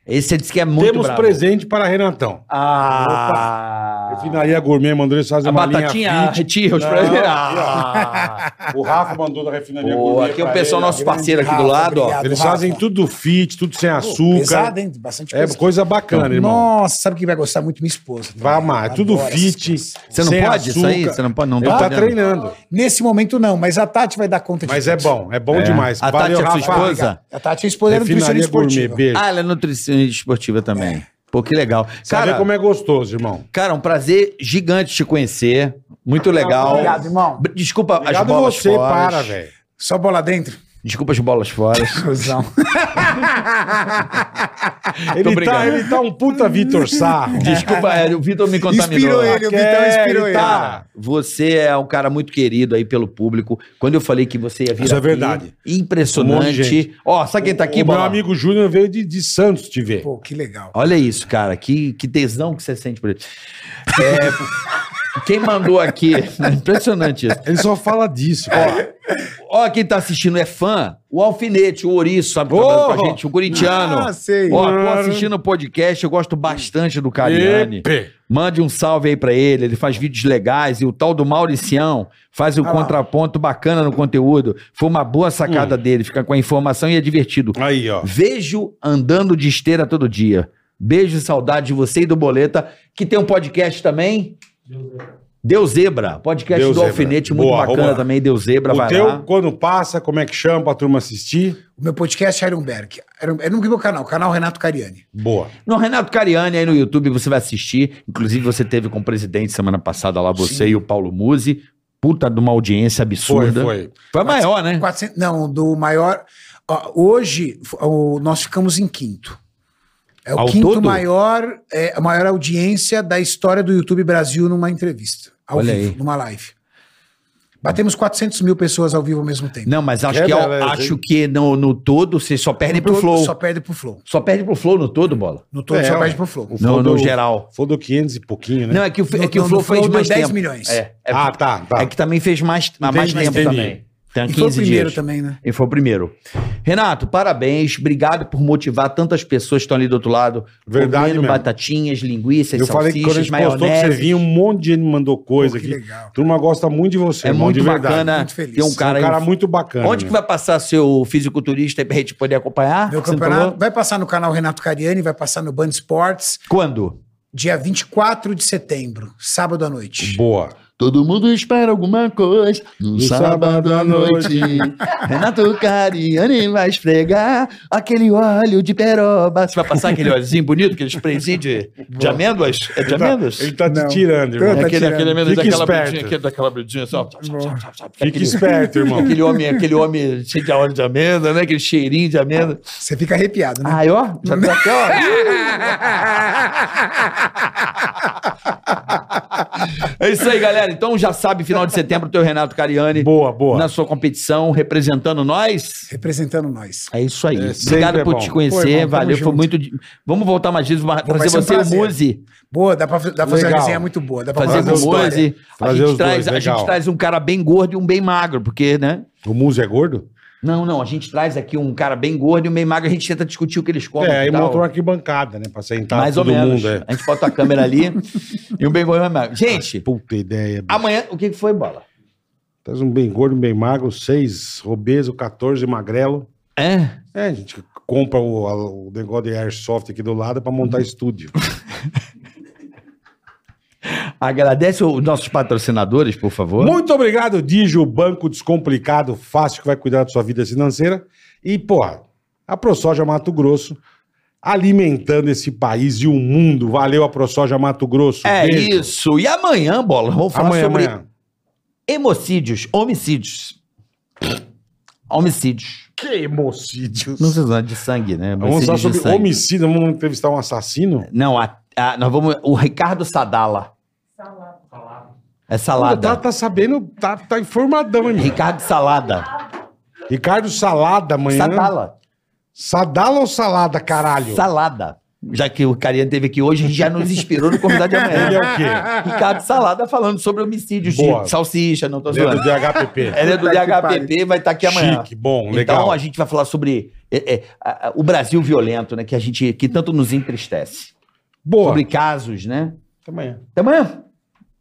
Esse você disse que é muito
Temos
bravo.
presente para Renatão.
Ah!
Refinaria Gourmet mandou eles
A
fazerem uma linha
batatinha
fit.
retira os
Não,
presentes.
aqui,
Ah!
O Rafa mandou da Refinaria
Pô,
Gourmet.
aqui é o
pra
pessoal,
ele,
nosso
ó.
parceiro aqui do
Rafa,
lado, ó.
obrigado.
Eles
Rafa.
fazem tudo fit, tudo sem açúcar.
Pesado, hein? Bastante
é
pesado.
coisa bacana, irmão.
Nossa, sabe quem vai gostar muito? Minha esposa. também.
Vai amar, é tudo
Adora essas
fit.
coisas.
Você não
sem
pode isso aí?
açúcar.
Você não pode? Não
Ele
tá
tá
podendo?
treinando.
Nesse momento não, mas a Tati vai dar conta de
Mas é
tudo.
bom, é bom
É.
demais.
A Tati é sua esposa?
A Tati é esposa, era
Refinaria
nutricionista
Gourmet,
esportiva.
beijo.
Ah, ela é nutricionista esportiva também. Pô, que legal.
É. Sabe
Cara,
como é gostoso, irmão.
cara, um prazer gigante te conhecer. Muito legal.
Obrigado, irmão.
B- Desculpa as
Obrigado
bolas
você,
fora.
para, velho.
Só bola dentro.
Desculpa as bolas fora.
Cusão.
Ele
brincando.
tá, ele tá um puta Vitor Sarro.
Desculpa, é, o Vitor me contaminou.
Inspirou ele, o Vitão
Quer,
inspirou
ele
ele.
tá.
Cara, você é um cara muito querido aí pelo público. Quando eu falei que você ia vir
Isso é
aqui,
verdade. Um monte de
Impressionante.
gente.
Ó, sabe quem tá aqui,
o meu
Bola?
amigo Júnior veio de, de Santos te ver.
Pô, que legal.
Olha isso, cara. Que, que tesão que você sente por ele. É, quem mandou aqui... Impressionante isso.
Ele só fala disso.
É.
cara.
Ó, quem tá assistindo é fã. O Alfinete, o Ouriço, sabe, que
Ô!
trabalha com a gente, o Curitiano.
Ah, sei.
Ó, tô assistindo o podcast, eu gosto bastante do Cariani.
Epe.
Mande um salve aí pra ele, ele faz vídeos legais e o tal do Mauricião faz um
Ah lá.
contraponto bacana no conteúdo. Foi uma boa sacada
Hum.
dele, fica com a informação e é divertido.
Aí, ó.
Vejo andando de esteira todo dia. Beijo e saudade de você e do Boleta, que tem um podcast também. Deu Zebra, podcast
Deu
do
Zebra.
Alfinete, muito
Boa,
bacana
arroba.
também. Deu Zebra,
O
vai
teu,
lá.
quando passa, como é que chama pra turma assistir?
O meu podcast é Ironberg. Era- É no meu canal, canal Renato Cariani.
Boa.
No Renato Cariani aí no YouTube você vai assistir. Inclusive você teve com o presidente semana passada lá, você e o Paulo Musi. Puta de uma audiência
Foi,
absurda.
foi.
Foi a maior, né?
400, não, do maior. ó, hoje, f- o- nós ficamos em quinto. É o
Ao
quinto
todo?
maior, é, a maior audiência da história do YouTube Brasil numa entrevista. Ao
Olha
vivo,
aí.
numa live. Batemos 400 mil pessoas ao vivo ao mesmo tempo.
Não, mas acho
Que
que, ao-
beleza, hein?
acho que no, no todo você só perde pro
Todo-
Flow.
Só
Só...
perde pro Flow.
perde pro Flow no todo, bola.
No todo,
É,
só
ó,
perde pro Flow.
o-
No,
Flow
no
do-
geral.
Foi do 500 e pouquinho, né?
Não, é que o, é
No-
que o
no-
Flow
no
fez
Flow
mais
deu 10
tempo.
milhões.
É, é
ah,
porque-
tá, tá.
é que também fez mais, há mais
Entendi,
tempo
entendi.
também. Tem
E
15
foi o primeiro
dias.
também, né?
E foi o primeiro. Renato, parabéns. Obrigado por motivar tantas pessoas que estão ali do outro lado.
Verdade
comendo
mesmo.
batatinhas, linguiças,
Eu falei que quando a
salsichas,
gente postou que você
maionese.
vinha, um monte de gente me mandou coisa
Pô, que
aqui.
legal.
Turma gosta muito de você,
É
irmão,
muito
de verdade.
bacana.
muito feliz.
Tem um
Você é
cara,
um cara
aí.
muito bacana.
Onde que vai passar seu fisiculturista aí pra gente poder acompanhar?
Meu
Você me
campeonato
falou?
vai passar no canal Renato Cariani, vai passar no Band Sports,
Quando?
dia 24 de setembro, sábado à noite.
Boa.
Todo mundo espera alguma coisa no
sábado à noite.
Renato Cariani vai esfregar aquele óleo de peroba. Você vai passar aquele óleozinho bonito, aquele sprayzinho de, de amêndoas? É de amêndoas?
Ele tá
Não.
te tirando,
Tá
irmão.
É
tirando.
Aquele, aquele mesmo,
Fica
daquela
esperto.
bridinha, aquele daquela bridinha, assim, ó.
Fique esperto, irmão.
Aquele homem, aquele homem cheio de óleo de amêndoa, né? Aquele cheirinho de amêndoa.
Você fica arrepiado, né?
Aí, ó, já tá até, ó. É isso aí, galera. Então já sabe, final de setembro, teu Renato Cariani
Boa, boa.
na sua competição, representando nós.
Representando nós.
É isso aí.
É, sempre
Obrigado
é
por
bom.
te
Pô,
conhecer.
irmão, tamo
Valeu, foi
junto.
muito. de- Vamos voltar mais vezes, mas
Pô,
trazer
vai ser um
você e o
prazer.
Muzi.
Boa, dá pra, dá pra fazer uma
Legal.
resenha muito boa. Dá pra
Fazer
fazer
com
uma
o
história.
Muzi. A
Trazer
gente,
os
traz,
dois,
a gente
legal.
traz um cara bem gordo e um bem magro, porque, né?
O Muzi é gordo?
Não, não. A gente traz aqui um cara bem gordo e um bem magro. A gente tenta discutir o que eles comem.
é,
e
aí
tal.
montou uma arquibancada, né? Pra sentar
Mais ou
todo
menos.
mundo. É. Ah,
A gente bota a câmera ali e um bem gordo e um bem magro. Gente,
Puta ideia. bicho.
amanhã. O que que foi, bola?
Traz um bem gordo, um bem magro, seis obeso, 14 magrelo.
É?
É, a gente compra o, a- o negócio de airsoft aqui do lado pra
Uhum.
montar estúdio.
Agradece os nossos patrocinadores, por favor.
Muito obrigado, Dijo, Banco Descomplicado, fácil que vai cuidar da sua vida financeira. E, porra, a ProSoja Mato Grosso alimentando esse país e o mundo. Valeu a ProSoja Mato Grosso.
é
Beijo.
isso. E amanhã, bola, vamos falar
Amanhã,
sobre
amanhã.
hemocídios, homicídios. Homicídios.
Que hemocídios.
Não sei se é de sangue, né?
Vamos falar
Homicídios de
sobre
sangue.
homicídio, vamos entrevistar um assassino.
Não, a- a- nós vamos. O Ricardo Sadala. É
Tá,
salada.
tá sabendo, tá, tá informadão, hein, meu?
Ricardo Salada.
Ricardo Salada amanhã.
Sadala.
Sadala ou Salada, caralho?
Salada. Já que o Cariano teve aqui hoje, a gente já nos inspirou no convidado de
Ele é
amanhã.
o quê?
Ricardo Salada falando sobre homicídios
Boa. é
de salsicha, não tô
Dedo
zoando.
de HPP.
Ela é do
Puta que
DHPP, vai estar aqui amanhã.
Chique, bom,
Então
legal.
a gente vai falar sobre é, é, a- a- o Brasil violento, né? Que a gente que tanto nos entristece.
Boa.
Sobre casos, né?
Até amanhã.
Até amanhã.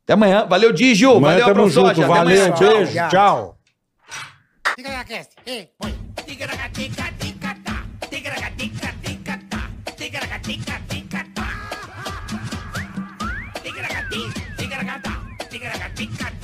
Até amanhã. Valeu, Digio.
Amanhã
valeu,
tamo
ProSoja.
junto.
Até amanhã.
Valeu,
Tchau.
beijo,
Obrigado.
tchau.
Ticaracast, ei, põe. Ticaracatica-tica-tá, ticaracatica-tica-tá, ticaracatica-tica-tá. Ticaracati, ticaracatá, ticaracatica-tá.